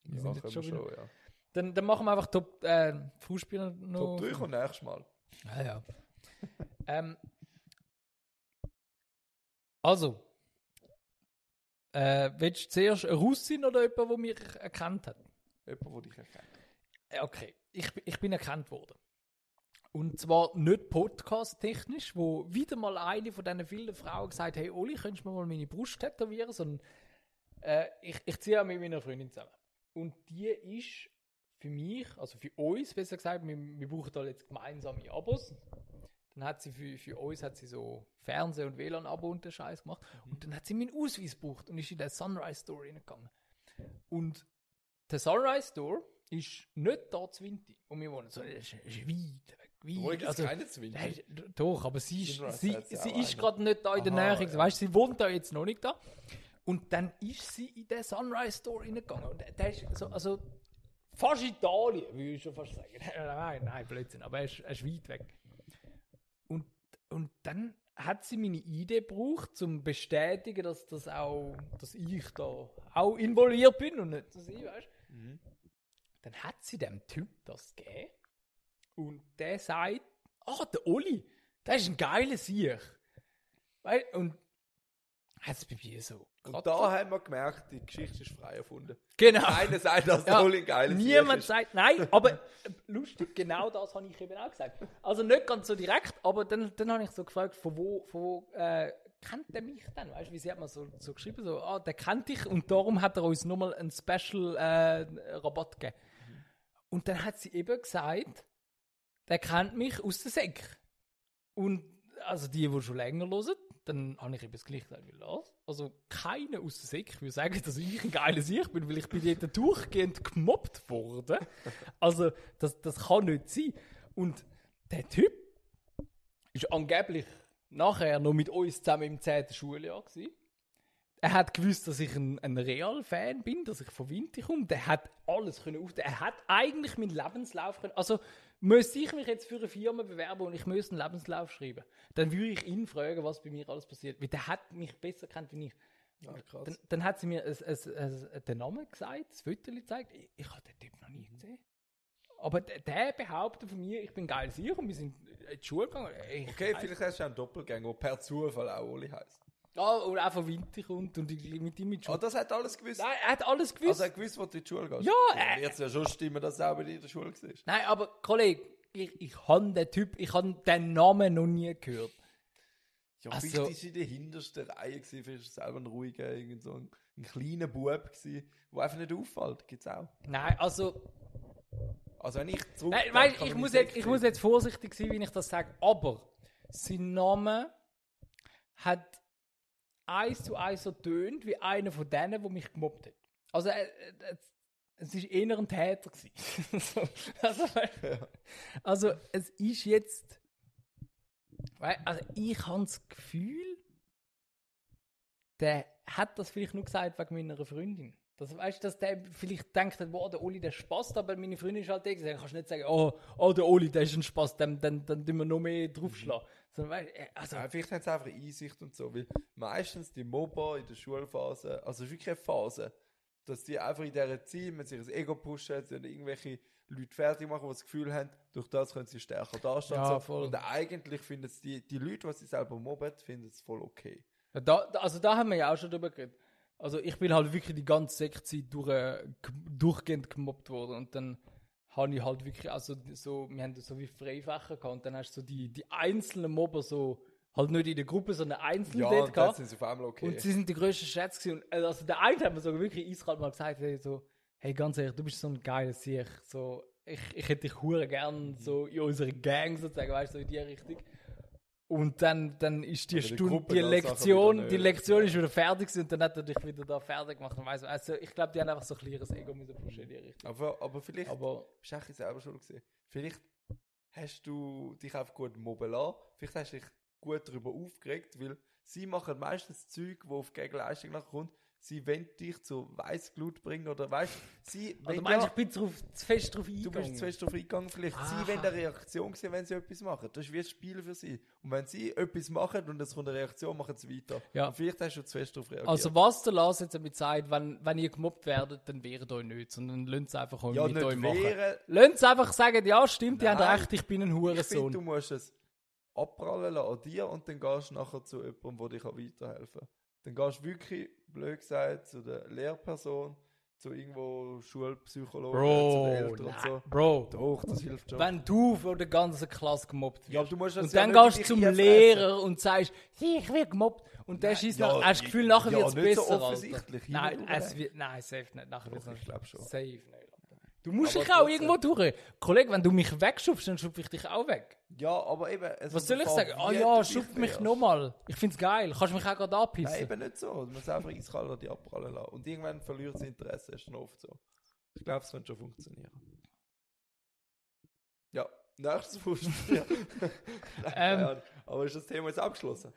Speaker 2: Wir sind jetzt
Speaker 3: können
Speaker 2: schon
Speaker 3: wir
Speaker 2: wieder-
Speaker 3: ja.
Speaker 2: Dann, dann machen wir einfach Top äh, Fußspieler noch.
Speaker 3: Top 3 kommt nächstes Mal.
Speaker 2: Ja, ja. ähm, also. Äh, willst du zuerst eine Russin oder jemand, der mich erkannt hat?
Speaker 3: Jemand, der dich erkennt.
Speaker 2: Äh, Okay, ich, bin- ich bin erkannt worden. Und zwar nicht podcast-technisch, wo wieder mal eine von diesen vielen Frauen gesagt hat, hey Oli, könntest du mir mal meine Brust tätowieren? Sondern äh, ich, ich ziehe auch mit meiner Freundin zusammen. Und die ist für mich, also für uns besser gesagt, wir, wir brauchen da jetzt gemeinsame Abos. Dann hat sie für, für uns hat sie so Fernseh- und WLAN-Abo und den Scheiß gemacht.
Speaker 3: Mhm.
Speaker 2: Und dann hat sie meinen Ausweis gebraucht und ist in den Sunrise-Store reingegangen. Und der Sunrise Store ist nicht da zu Winti, wo wir wohnen, sondern es ist, es ist weit weg. Weit.
Speaker 3: Ruhig ist
Speaker 2: also,
Speaker 3: keine Zwinker.
Speaker 2: nein, d- doch, aber sie ist,
Speaker 3: Sunrise
Speaker 2: sie,
Speaker 3: hat's ja
Speaker 2: sie
Speaker 3: auch
Speaker 2: ist
Speaker 3: eine.
Speaker 2: gerade nicht da in der
Speaker 3: Aha,
Speaker 2: Nähe.
Speaker 3: ja.
Speaker 2: Weißt du, sie wohnt da jetzt noch nicht da. Und dann ist sie in den Sunrise Store reingegangen. Und der- der ist so, also fast Italien, würde ich schon fast sagen. nein, nein, Blödsinn, aber er ist, er ist weit weg. Und, und dann hat sie meine Idee gebraucht, um zu bestätigen, dass, das auch, dass ich da auch involviert bin und nicht, dass ich, weißt du. Dann hat sie dem Typ das gegeben und der sagt, ah, der Oli, der ist ein geiler Sieg. Weil, und Das ist bei mir so.
Speaker 3: Und da haben wir gemerkt, die Geschichte ist frei erfunden.
Speaker 2: genau.
Speaker 3: Keiner sagt, dass
Speaker 2: Ja,
Speaker 3: Rolling geil ist.
Speaker 2: Niemand sagt nein, aber äh, lustig, genau das habe ich eben auch gesagt. Also nicht ganz so direkt, aber dann, dann habe ich so gefragt, von wo, von wo äh, kennt er mich denn? Weißt du, wie sie hat man so, so geschrieben, so, ah, der kennt dich und darum hat er uns nochmal einen Special äh, Rabatt gegeben. Und dann hat sie eben gesagt, der kennt mich aus der Säcke. Und also die, die schon länger hören, dann habe ich eben das gleiche gesagt wie Lars. Also keiner aus der Säcke würde sagen, dass ich ein geiles Ich bin, weil ich bin dort durchgehend gemobbt worden. Also das, das kann nicht sein. Und der Typ ist angeblich nachher noch mit uns zusammen im 10. Schuljahr gewesen. Er hat gewusst, dass ich ein, ein Real-Fan bin, dass ich von Winter komme. Der hat alles können auf. Er hat eigentlich meinen Lebenslauf können. Also müsste ich mich jetzt für eine Firma bewerben und ich müsste einen Lebenslauf schreiben, dann würde ich ihn fragen, was bei mir alles passiert. Weil der hat mich besser kennt wie ich.
Speaker 3: Ja, Ah, krass.
Speaker 2: Dann, dann hat sie mir ein, ein, ein, ein, den Namen gesagt, das Foto gezeigt. Ich, ich habe den Typ noch nie gesehen. Aber der, der behauptet von mir, ich bin geil sicher und wir sind in die Schule gegangen. Ich,
Speaker 3: Okay, vielleicht hast du auch einen Doppelgänger, der per Zufall auch Oli heisst.
Speaker 2: Ja, Ah, und auch von Winter kommt und ich, mit ihm in die
Speaker 3: Ah,
Speaker 2: Schule.
Speaker 3: das hat alles gewusst.
Speaker 2: Nein, er hat alles gewusst.
Speaker 3: Also er hat gewusst, wo du in die Schule gehst.
Speaker 2: Ja,
Speaker 3: Dann
Speaker 2: äh.
Speaker 3: wird es ja schon stimmen, dass er auch bei dir in der Schule war.
Speaker 2: Nein, aber Kollege, ich, ich habe den Typ, ich habe den Namen noch nie gehört.
Speaker 3: Ja,
Speaker 2: Also-
Speaker 3: vielleicht ist in der hintersten Reihe gewesen, vielleicht ist er selber ein ruhiger, irgend so ein, ein kleiner Bub gewesen, der einfach nicht auffällt, gibt's auch.
Speaker 2: Nein, also
Speaker 3: Also wenn ich zurück...
Speaker 2: Nein, weißt, ich, muss jetzt, ich muss jetzt vorsichtig sein, wie ich das sage. Aber sein Name hat eins zu eins so tönt wie einer von denen, der mich gemobbt hat. Also äh, äh, es ist eher ein Täter gewesen. so, also, weißt, also es ist jetzt, wei- also ich habe das Gefühl, der hat das vielleicht nur gesagt wegen meiner Freundin. Das weißt du, dass der vielleicht denkt, wow, der Oli, der Spaß, aber meine Freundin ist halt die, dann kannst du nicht sagen, oh, oh der Oli, der ist ein Spaß, dann, dann, dann tun wir noch mehr draufschlagen. Sondern, weißt, äh, also,
Speaker 3: Ja, vielleicht haben sie einfach Einsicht und so, weil meistens die Mobber in der Schulphase, also es ist wirklich eine Phase, dass die einfach in dieser Zeit, wenn sie ihr Ego pushen, sie dann irgendwelche Leute fertig machen, die das Gefühl haben, durch das können sie stärker dastehen.
Speaker 2: Ja,
Speaker 3: und so.
Speaker 2: voll.
Speaker 3: Und eigentlich finden es die, die Leute, die sie selber mobben, finden es voll okay.
Speaker 2: Ja, Da, da, also da haben wir ja auch schon drüber geredet. Also ich bin halt wirklich die ganze Sektzeit durch, äh, gem- durchgehend gemobbt worden und dann habe ich halt wirklich, also so, wir haben so wie Freifächer gehabt und dann hast du so die, die einzelnen Mobber so, halt nicht in der Gruppe, sondern einzeln
Speaker 3: Ja,
Speaker 2: dort
Speaker 3: und dann
Speaker 2: gehabt.
Speaker 3: sind sie auf einmal okay.
Speaker 2: Und sie sind die grössten Schätze gewesen. Und, äh, also der eine hat mir sogar wirklich eiskalt mal gesagt, hey, so, hey, ganz ehrlich, du bist so ein geiler Sieg. So, ich, ich hätte dich hure
Speaker 3: Mhm.
Speaker 2: gern so in unserer Gang sozusagen, weißt du, so in die Richtung. Und dann, dann ist die
Speaker 3: Oder die
Speaker 2: Stunde,
Speaker 3: Gruppe
Speaker 2: die
Speaker 3: ganz nachher
Speaker 2: Lektion,
Speaker 3: wieder
Speaker 2: die
Speaker 3: nö.
Speaker 2: Lektion ist wieder fertig gewesen und dann hat er dich wieder da fertig gemacht. Und weiss, also ich glaube, die haben einfach so ein kleines Ego müssen pushen in die Richtung.
Speaker 3: aber, Mhm. aber vielleicht...
Speaker 2: Aber
Speaker 3: bist du eigentlich selber schuld gewesen. Vielleicht hast du dich einfach gut mobben lassen, vielleicht hast du dich gut darüber aufgeregt, weil sie machen meistens Zeug, wo auf Gegenleistung nachkommt. Sie wollen dich zu Weißglut bringen oder weißt sie
Speaker 2: also,
Speaker 3: wollen
Speaker 2: meinst,
Speaker 3: ja-
Speaker 2: ich bin drauf, zu fest drauf
Speaker 3: Du bist
Speaker 2: eingegangen. Ah.
Speaker 3: zuerst darauf eingegangen, vielleicht
Speaker 2: Aha.
Speaker 3: sie wollen eine Reaktion sehen, wenn sie etwas machen. Das ist wie ein Spiel für sie. Und wenn sie etwas machen und es kommt eine Reaktion, machen sie weiter.
Speaker 2: Ja.
Speaker 3: Und vielleicht hast du zu fest darauf reagiert.
Speaker 2: Also was der Lars jetzt damit sagt, wenn, wenn ihr gemobbt werdet, dann wehrt euch nicht, sondern lasst es einfach euch
Speaker 3: ja,
Speaker 2: mit euch
Speaker 3: nicht
Speaker 2: machen.
Speaker 3: wehren,
Speaker 2: Lasst es einfach sagen, ja stimmt, die
Speaker 3: Nein.
Speaker 2: haben recht, ich bin ein
Speaker 3: Ich finde,
Speaker 2: Hurensohn.
Speaker 3: du musst es abprallen lassen an dir und dann gehst du nachher zu jemandem, der dir kann weiterhelfen kann. Dann gehst du wirklich, blöd gesagt, zu der Lehrperson, zu irgendwo Schulpsychologen, zu den um Eltern und so.
Speaker 2: Bro,
Speaker 3: Doch, das hilft schon.
Speaker 2: wenn du von der ganzen Klasse gemobbt wirst
Speaker 3: Ja, aber du musst das
Speaker 2: und
Speaker 3: ja
Speaker 2: dann
Speaker 3: nicht
Speaker 2: gehst du
Speaker 3: in
Speaker 2: zum
Speaker 3: dich
Speaker 2: Lehrer und sagst, «Hey, ich werde gemobbt und der schießt
Speaker 3: ja,
Speaker 2: nach, hast
Speaker 3: ja,
Speaker 2: das Gefühl, nachher
Speaker 3: ja,
Speaker 2: wird es
Speaker 3: nicht so
Speaker 2: besser. Alter.
Speaker 3: offensichtlich,
Speaker 2: Nein,
Speaker 3: hinten
Speaker 2: es
Speaker 3: durch.
Speaker 2: wird, nein, safe nicht, nachher wird es
Speaker 3: Doch, ich glaub schon.
Speaker 2: Safe nicht. Alter. Du musst
Speaker 3: Aber
Speaker 2: dich auch
Speaker 3: trotzdem.
Speaker 2: irgendwo durch. Kollege, wenn du mich wegschubst, dann schub ich dich auch weg.
Speaker 3: ja, aber eben...
Speaker 2: Was
Speaker 3: es kommt
Speaker 2: soll ich
Speaker 3: drauf an,
Speaker 2: sagen? Ah
Speaker 3: wie
Speaker 2: ja,
Speaker 3: du dich
Speaker 2: schub mich
Speaker 3: wehrst.
Speaker 2: nochmal. Ich find's geil. Kannst mich auch gerade
Speaker 3: Nein,
Speaker 2: anpissen.
Speaker 3: eben nicht so. Du musst einfach eiskalt an dich abprallen lassen. Und irgendwann verliert das Interesse, ist schon oft so. Ich glaube, es könnte schon funktionieren. Ja, nächstes Fußball.
Speaker 2: Ähm.
Speaker 3: Aber ist das Thema jetzt abgeschlossen?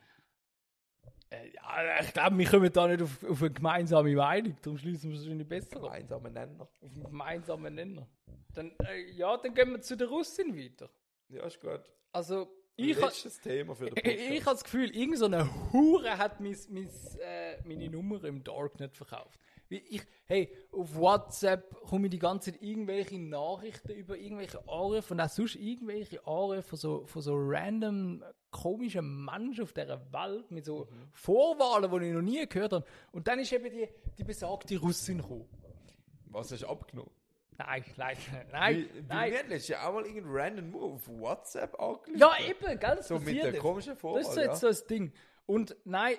Speaker 2: Äh, Ja, ich glaube, wir kommen da nicht auf, auf eine gemeinsame Meinung. Darum schließen wir es wahrscheinlich besser ab.
Speaker 3: gemeinsamen Nenner.
Speaker 2: Auf einen gemeinsamen Nenner. Dann, äh, ja, dann gehen wir zu der Russin weiter.
Speaker 3: Ja, ist gut.
Speaker 2: Also, ich
Speaker 3: Ich
Speaker 2: habe
Speaker 3: Letztes Thema für den
Speaker 2: ich
Speaker 3: Podcast.
Speaker 2: hab das Gefühl, irgendeine Hure hat mis, mis, äh, meine Nummer im Darknet verkauft. Wie Ich, hey, auf WhatsApp komme ich die ganze Zeit irgendwelche Nachrichten über irgendwelche Anrufe und auch sonst irgendwelche Anrufe von so, von so random komischen Menschen auf dieser Welt mit so
Speaker 3: Mhm.
Speaker 2: Vorwahlen, die ich noch nie gehört habe. Und dann ist eben die, die besagte Russin gekommen.
Speaker 3: Was hast du abgenommen?
Speaker 2: Nein, nein, nein,
Speaker 3: Wie, wie
Speaker 2: nein.
Speaker 3: mir letztes Jahr auch mal irgendein random Move auf WhatsApp angelegt.
Speaker 2: Ja, eben, gell? Das
Speaker 3: So mit
Speaker 2: passiert
Speaker 3: der
Speaker 2: jetzt.
Speaker 3: komischen Vorwahl,
Speaker 2: Das ist so jetzt
Speaker 3: Oh, ja.
Speaker 2: so das Ding. Und nein,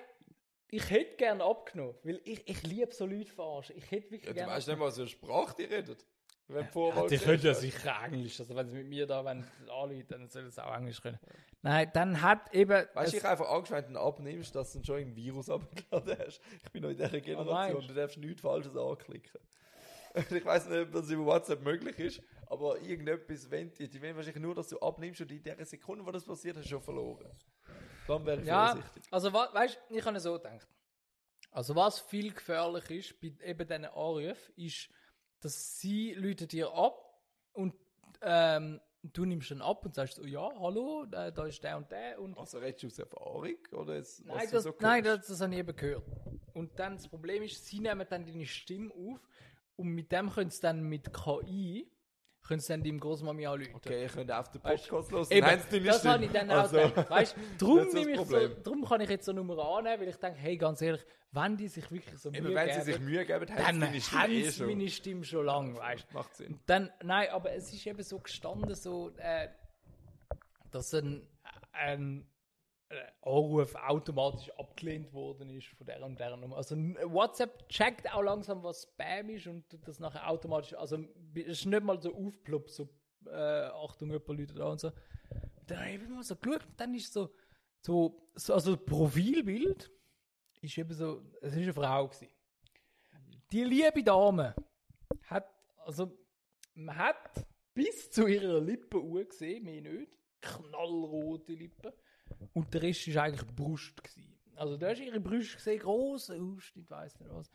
Speaker 2: ich hätte gerne abgenommen, weil ich, ich liebe so Leute verarschen. Ich hätte wirklich
Speaker 3: Ja, du
Speaker 2: gerne.
Speaker 3: weißt nicht mal, was für eine Sprache die redet. Wenn die Vorwahl
Speaker 2: die
Speaker 3: siehst,
Speaker 2: können ja
Speaker 3: weißt du.
Speaker 2: sicher Englisch. Also, wenn sie mit mir da wollen, anrufen, dann sollen sie auch Englisch können. Nein, dann hat eben.
Speaker 3: Weißt du,
Speaker 2: es-
Speaker 3: ich einfach angeschwemmt und abnimmst, dass du schon ein Virus abgeladen hast. Ich bin noch in dieser Generation,
Speaker 2: Ah, meinst
Speaker 3: du darfst nichts Falsches anklicken. Ich weiß nicht, ob das über WhatsApp möglich ist, aber irgendetwas, wenn die, die wollen wahrscheinlich nur, dass du abnimmst und in der Sekunde, wo das passiert, hast du schon verloren. Dann wäre ich
Speaker 2: ja,
Speaker 3: vorsichtig.
Speaker 2: also, wa- weißt du, ich habe so gedacht. Also, was viel gefährlich ist bei eben diesen Anrufen, ist, dass sie Leute dir ab und ähm, du nimmst dann ab und sagst so, ja, hallo, äh, da, da ist der und der und
Speaker 3: Also redest du aus Erfahrung oder ist,
Speaker 2: Nein,
Speaker 3: du
Speaker 2: das,
Speaker 3: so
Speaker 2: nein
Speaker 3: hörst?
Speaker 2: das, das habe ich eben gehört. Und dann das Problem ist, sie nehmen dann deine Stimme auf und mit dem können sie dann mit KI können sie dann deinem Großmami anrufen.
Speaker 3: Okay, ihr könnt auf den Podcast hören.
Speaker 2: Eben,
Speaker 3: Nein, es ist deine
Speaker 2: das habe
Speaker 3: Stimme.
Speaker 2: ich dann
Speaker 3: Also,
Speaker 2: auch gedacht. Weißt,
Speaker 3: das
Speaker 2: drum
Speaker 3: ist
Speaker 2: nehme
Speaker 3: das
Speaker 2: ich so,
Speaker 3: Problem.
Speaker 2: drum kann ich jetzt so eine Nummer annehmen, weil ich denke, hey, ganz ehrlich, wenn die sich wirklich so Mühe
Speaker 3: Eben, Also, wenn sie sich
Speaker 2: geben,
Speaker 3: Mühe geben, haben
Speaker 2: dann
Speaker 3: sie deine Stimme
Speaker 2: haben
Speaker 3: eh
Speaker 2: sie
Speaker 3: schon.
Speaker 2: meine Stimme schon lang, weißt
Speaker 3: Macht Sinn.
Speaker 2: dann, nein, aber es ist eben so gestanden, so, äh, dass ein, ein, äh, Anruf automatisch abgelehnt worden ist von der und der Nummer. Also n- WhatsApp checkt auch langsam, was Spam ist und tut das nachher automatisch. Also es ist nicht mal so aufplopp, so äh, Achtung, jemand Leute da und so. Dann habe ich immer so geschaut und dann ist so, so, so also das Profilbild ist eben so, es ist eine Frau gewesen. Die liebe Dame hat, also, man hat bis zu ihrer Lippe Uhr gesehen, mehr nicht. Knallrote Lippen. Und der Rest war eigentlich Brust. Gewesen. Also, da hast du ihre Brust gesehen, große Ausschnitt, weiß nicht was.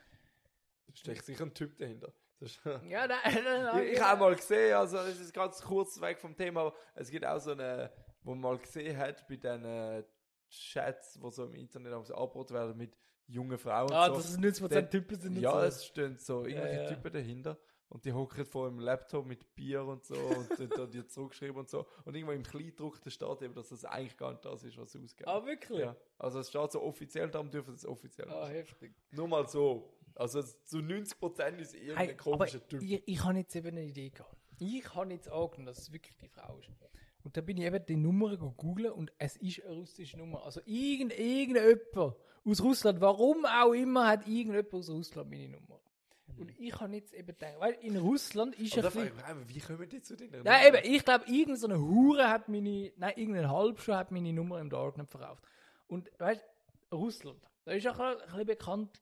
Speaker 3: Da steckt sicher ein Typ dahinter. Das ist
Speaker 2: Ja, nein, nein, nein.
Speaker 3: Ich, ich habe mal gesehen, also es ist ganz kurz weg vom Thema, aber es gibt auch so eine, wo man mal gesehen hat bei den äh, Chats, wo so im Internet am angeboten werden mit jungen Frauen. und
Speaker 2: Ah,
Speaker 3: so.
Speaker 2: das ist nichts, was
Speaker 3: Der-
Speaker 2: die Typen sind. und
Speaker 3: ja,
Speaker 2: so.
Speaker 3: es stehen so irgendwelche
Speaker 2: Ja, ja.
Speaker 3: Typen dahinter und die hocken vor dem Laptop mit Bier und so und dann da dir zurückschreiben und so. Und irgendwo im Kleindruck da steht eben, dass das eigentlich gar nicht das ist, was ausgeht.
Speaker 2: Ah, wirklich?
Speaker 3: ja. Also es steht so offiziell, darum dürfen sie es offiziell
Speaker 2: Ah,
Speaker 3: machen.
Speaker 2: heftig.
Speaker 3: Nur mal so. Also es- zu 90% ist irgendein
Speaker 2: Hey, aber
Speaker 3: komischer Typ.
Speaker 2: ich, ich habe jetzt eben eine Idee gehabt. Ich habe jetzt angenommen, dass es wirklich die Frau ist. Und dann bin ich eben die Nummer googeln und es ist eine russische Nummer. Also irgend, irgendjemand aus Russland, warum auch immer, hat irgendjemand aus Russland meine Nummer. Und ich habe jetzt eben gedacht, weil in Russland ist
Speaker 3: Und
Speaker 2: ja
Speaker 3: da frage
Speaker 2: viel...
Speaker 3: ich mich einmal, wie kommen die zu denen?
Speaker 2: Nein, eben, ich glaube, irgendeine Hure hat meine, nein, irgendein Halbschuh hat meine Nummer im Darknet verkauft. Und weißt du, Russland, da ist ja ein bisschen- ein bisschen bekannt,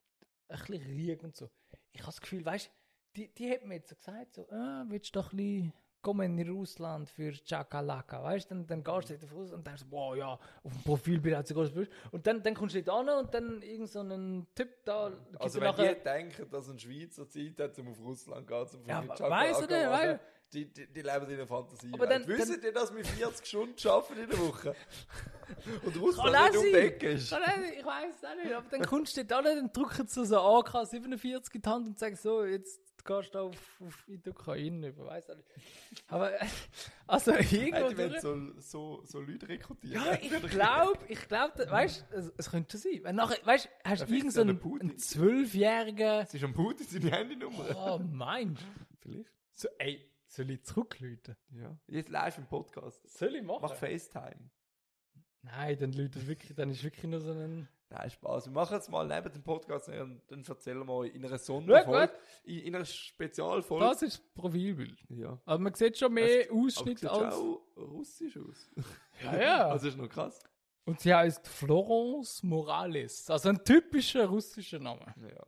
Speaker 2: ein bisschen Krieg und so. Ich habe das Gefühl, weißt du, die, die hat mir jetzt so gesagt, so, ah, willst du doch ein bisschen kommen in Russland für Chakalaka, weißt du, dann, dann gehst du dort auf Russland und denkst, wow, ja, auf dem Profilbild hat sie großes Bild. Und dann, dann kommst du dort an und dann irgend so einen Typ da, gibt
Speaker 3: Also
Speaker 2: dir
Speaker 3: wenn
Speaker 2: nachher-
Speaker 3: die denken, dass ein Schweizer Zeit hat, um auf Russland zu gehen, zum
Speaker 2: Ja,
Speaker 3: Fucking
Speaker 2: aber weiss
Speaker 3: Chakalaka
Speaker 2: ich nicht,
Speaker 3: machen,
Speaker 2: weil-
Speaker 3: die, die, die leben in der Fantasie.
Speaker 2: Aber dann-
Speaker 3: Wissen
Speaker 2: dann-
Speaker 3: die, dass wir 40 Stunden arbeiten in der Woche? Und Russland
Speaker 2: Kann
Speaker 3: nicht
Speaker 2: auch
Speaker 3: um die
Speaker 2: sein.
Speaker 3: Ecke ist.
Speaker 2: Kann auch sein, ich weiß es auch nicht. Aber dann kommst du da nicht, dann drücken sie so AK 47 in die Hand und sagen so, jetzt gehst du auf, auf in die Ukraine über, weiß auch nicht. Aber, also
Speaker 3: Nein,
Speaker 2: irgendwo.
Speaker 3: die werden
Speaker 2: durch-
Speaker 3: so, so, so Leute rekrutieren.
Speaker 2: ja, ich glaube, ich glaube, weißt du, es, es könnte sein. Wenn nachher, weißt du, hast du
Speaker 3: Vielleicht
Speaker 2: irgend so
Speaker 3: ja der
Speaker 2: einen
Speaker 3: Putin.
Speaker 2: einen zwölfjährigen.
Speaker 3: Es ist am Putin seine Handynummer.
Speaker 2: Oh mein.
Speaker 3: Vielleicht.
Speaker 2: So, ey, soll ich zurückläuten?
Speaker 3: Ja. Jetzt live im Podcast.
Speaker 2: Soll ich machen?
Speaker 3: Mach FaceTime.
Speaker 2: Nein, dann läutet wirklich, dann ist wirklich nur so ein.
Speaker 3: Nein, Spaß. Wir machen es mal neben dem Podcast und dann erzählen wir mal in einer
Speaker 2: gut.
Speaker 3: Sonderfolge, in, in einer Spezialfolge.
Speaker 2: Das ist das Profilbild.
Speaker 3: Ja.
Speaker 2: Aber man sieht schon mehr Ausschnitt
Speaker 3: sieht
Speaker 2: als.
Speaker 3: auch russisch aus.
Speaker 2: Ja, ja.
Speaker 3: Also ist noch krass.
Speaker 2: Und sie heißt Florence Morales. Also ein typischer russischer Name.
Speaker 3: Ja,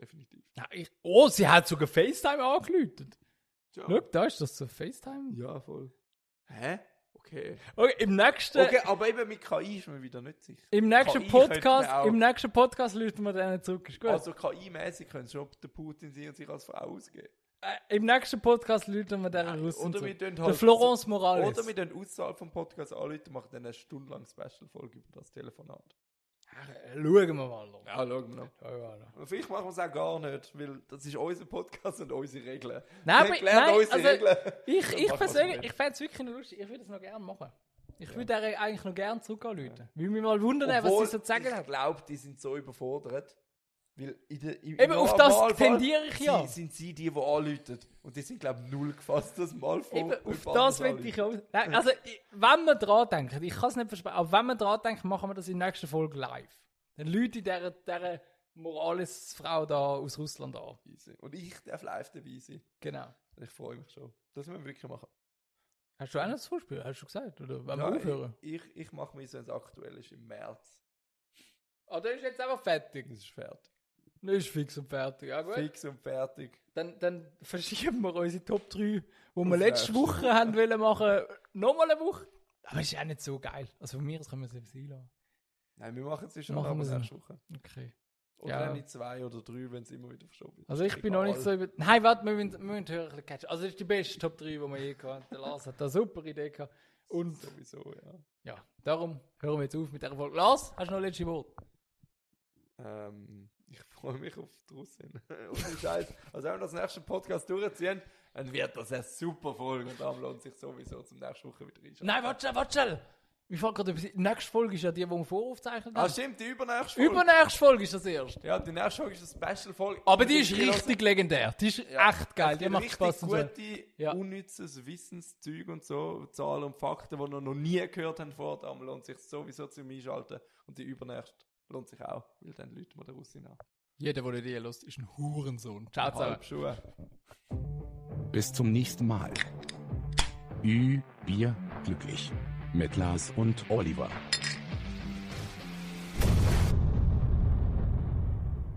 Speaker 3: definitiv.
Speaker 2: Ja, ich, oh, sie hat sogar FaceTime angelötet.
Speaker 3: Ja,
Speaker 2: Schau, da ist das so FaceTime.
Speaker 3: ja voll. Hä? Okay.
Speaker 2: Okay, im nächsten,
Speaker 3: Okay, aber eben mit KI ist man wieder nicht sicher.
Speaker 2: im nächsten
Speaker 3: KI könnte man
Speaker 2: Podcast,
Speaker 3: auch-
Speaker 2: im nächsten Podcast löten wir denen zurück. Ist gut.
Speaker 3: Also KI-mäßig können schon der Putin sein und sich als Frau ausgeben.
Speaker 2: äh, Im nächsten Podcast löten wir denen Russen
Speaker 3: Oder
Speaker 2: zurück.
Speaker 3: wir tun
Speaker 2: Der
Speaker 3: halt
Speaker 2: Florence Morales.
Speaker 3: Oder mit den außerhalb vom Podcast anrufen, machen dann eine stundenlang Special-Folge über das Telefonat.
Speaker 2: Äh, Schauen wir mal. Schauen
Speaker 3: Ja, schauen wir noch.
Speaker 2: wir mal.
Speaker 3: Und Vielleicht machen wir es auch gar nicht, weil das ist unser Podcast und unsere Regeln.
Speaker 2: Nein,
Speaker 3: Wir
Speaker 2: aber-
Speaker 3: klären
Speaker 2: nein,
Speaker 3: unsere
Speaker 2: also-
Speaker 3: Regeln.
Speaker 2: Ich,
Speaker 3: Dann
Speaker 2: ich
Speaker 3: machen wir's
Speaker 2: persönlich,
Speaker 3: mal.
Speaker 2: ich fände es wirklich noch lustig. Ich würde es noch gerne machen. Ich würde ja. eigentlich noch gerne zurückanrufen. Weil mich mal wundern,
Speaker 3: Obwohl,
Speaker 2: was sie so zu sagen
Speaker 3: Ich
Speaker 2: haben.
Speaker 3: glaube, die sind so überfordert. Weil in der, im,
Speaker 2: Eben,
Speaker 3: im
Speaker 2: auf das
Speaker 3: Normalfall
Speaker 2: tendiere ich ja.
Speaker 3: Sie, sind sie die, die anrufen. Und die sind, glaube ich, null gefasst, das mal vor.
Speaker 2: Eben, auf
Speaker 3: jemand
Speaker 2: das
Speaker 3: anderes
Speaker 2: will ich
Speaker 3: anrufen.
Speaker 2: auch. Nein, also, ich- wenn man dran denkt, ich kann es nicht versprechen, aber wenn man dran denkt, machen wir das in der nächsten Folge live. Dann Leute dieser, dieser Morales-Frau da aus Russland an.
Speaker 3: Easy. Und ich darf live dabei sein.
Speaker 2: Genau.
Speaker 3: Ich freue mich schon. Das müssen wir wirklich machen.
Speaker 2: Hast du auch noch das Vorspiel? Hast du gesagt? Oder wenn
Speaker 3: Nein,
Speaker 2: wir aufhören?
Speaker 3: Ich, ich, ich mache mich, wenn es aktuell ist, im März.
Speaker 2: Ah, der ist jetzt einfach fertig.
Speaker 3: Das ist fertig.
Speaker 2: Das ist fix und fertig. Ja, gut.
Speaker 3: Fix und fertig.
Speaker 2: Dann, dann verschieben wir unsere Top 3, die wir letzte
Speaker 3: nächste.
Speaker 2: Woche haben wollen machen, nochmal eine Woche. Aber ist ja auch nicht so geil. Also von mir aus können wir es eben sein lassen.
Speaker 3: Nein, wir machen es schon
Speaker 2: Machen
Speaker 3: aber
Speaker 2: wir's
Speaker 3: nächste Woche.
Speaker 2: Okay.
Speaker 3: Oder
Speaker 2: Ja.
Speaker 3: wenn nicht zwei oder drei, wenn es immer wieder verschoben wird.
Speaker 2: Also ich bin noch nicht so über... Nein, warte, wir müssen, wir müssen hören, ein bisschen catchen. Also das ist die beste Top 3, die wir je gehabt haben. Der Lars hat da eine super Idee gehabt.
Speaker 3: Und sowieso,
Speaker 2: Ja, darum hören wir jetzt auf mit dieser Folge. Lars, hast du noch letzte Wort?
Speaker 3: ja. Ähm, ich freue mich auf draußen. Ohne Scheiß. Also wenn wir das nächste Podcast durchziehen, dann wird das eine super Folge und dann lohnt sich sowieso zum nächsten Woche wieder reinschauen.
Speaker 2: Nein, warte schnell, warte schnell. Mir fällt gerade etwas ein. Die nächste Folge ist ja die, die wir voraufzeichnet
Speaker 3: Ah
Speaker 2: haben.
Speaker 3: stimmt, die übernächste Folge.
Speaker 2: Übernächste Folge ist das erst.
Speaker 3: ja, die nächste Folge ist eine Special-Folge.
Speaker 2: Aber die ist
Speaker 3: Wir hören-
Speaker 2: richtig legendär. Die ist
Speaker 3: Ja.
Speaker 2: echt geil.
Speaker 3: Es
Speaker 2: Die
Speaker 3: gibt
Speaker 2: macht
Speaker 3: richtig
Speaker 2: Spaß zu hören.
Speaker 3: gute,
Speaker 2: Ja.
Speaker 3: unnützes Wissenszeug und so, Zahlen und Fakten, die ihr noch nie gehört haben vorher, darum lohnt sich sowieso zum Einschalten. Und die übernächste lohnt sich auch, weil dann Leute mal der Russin an.
Speaker 2: Jeder, der die Idee lässt, ist ein Hurensohn. Ciao zusammen.
Speaker 3: Halbschuhe.
Speaker 1: Bis zum nächsten Mal. Ü, Bier, glücklich. Mit Lars und Oliver.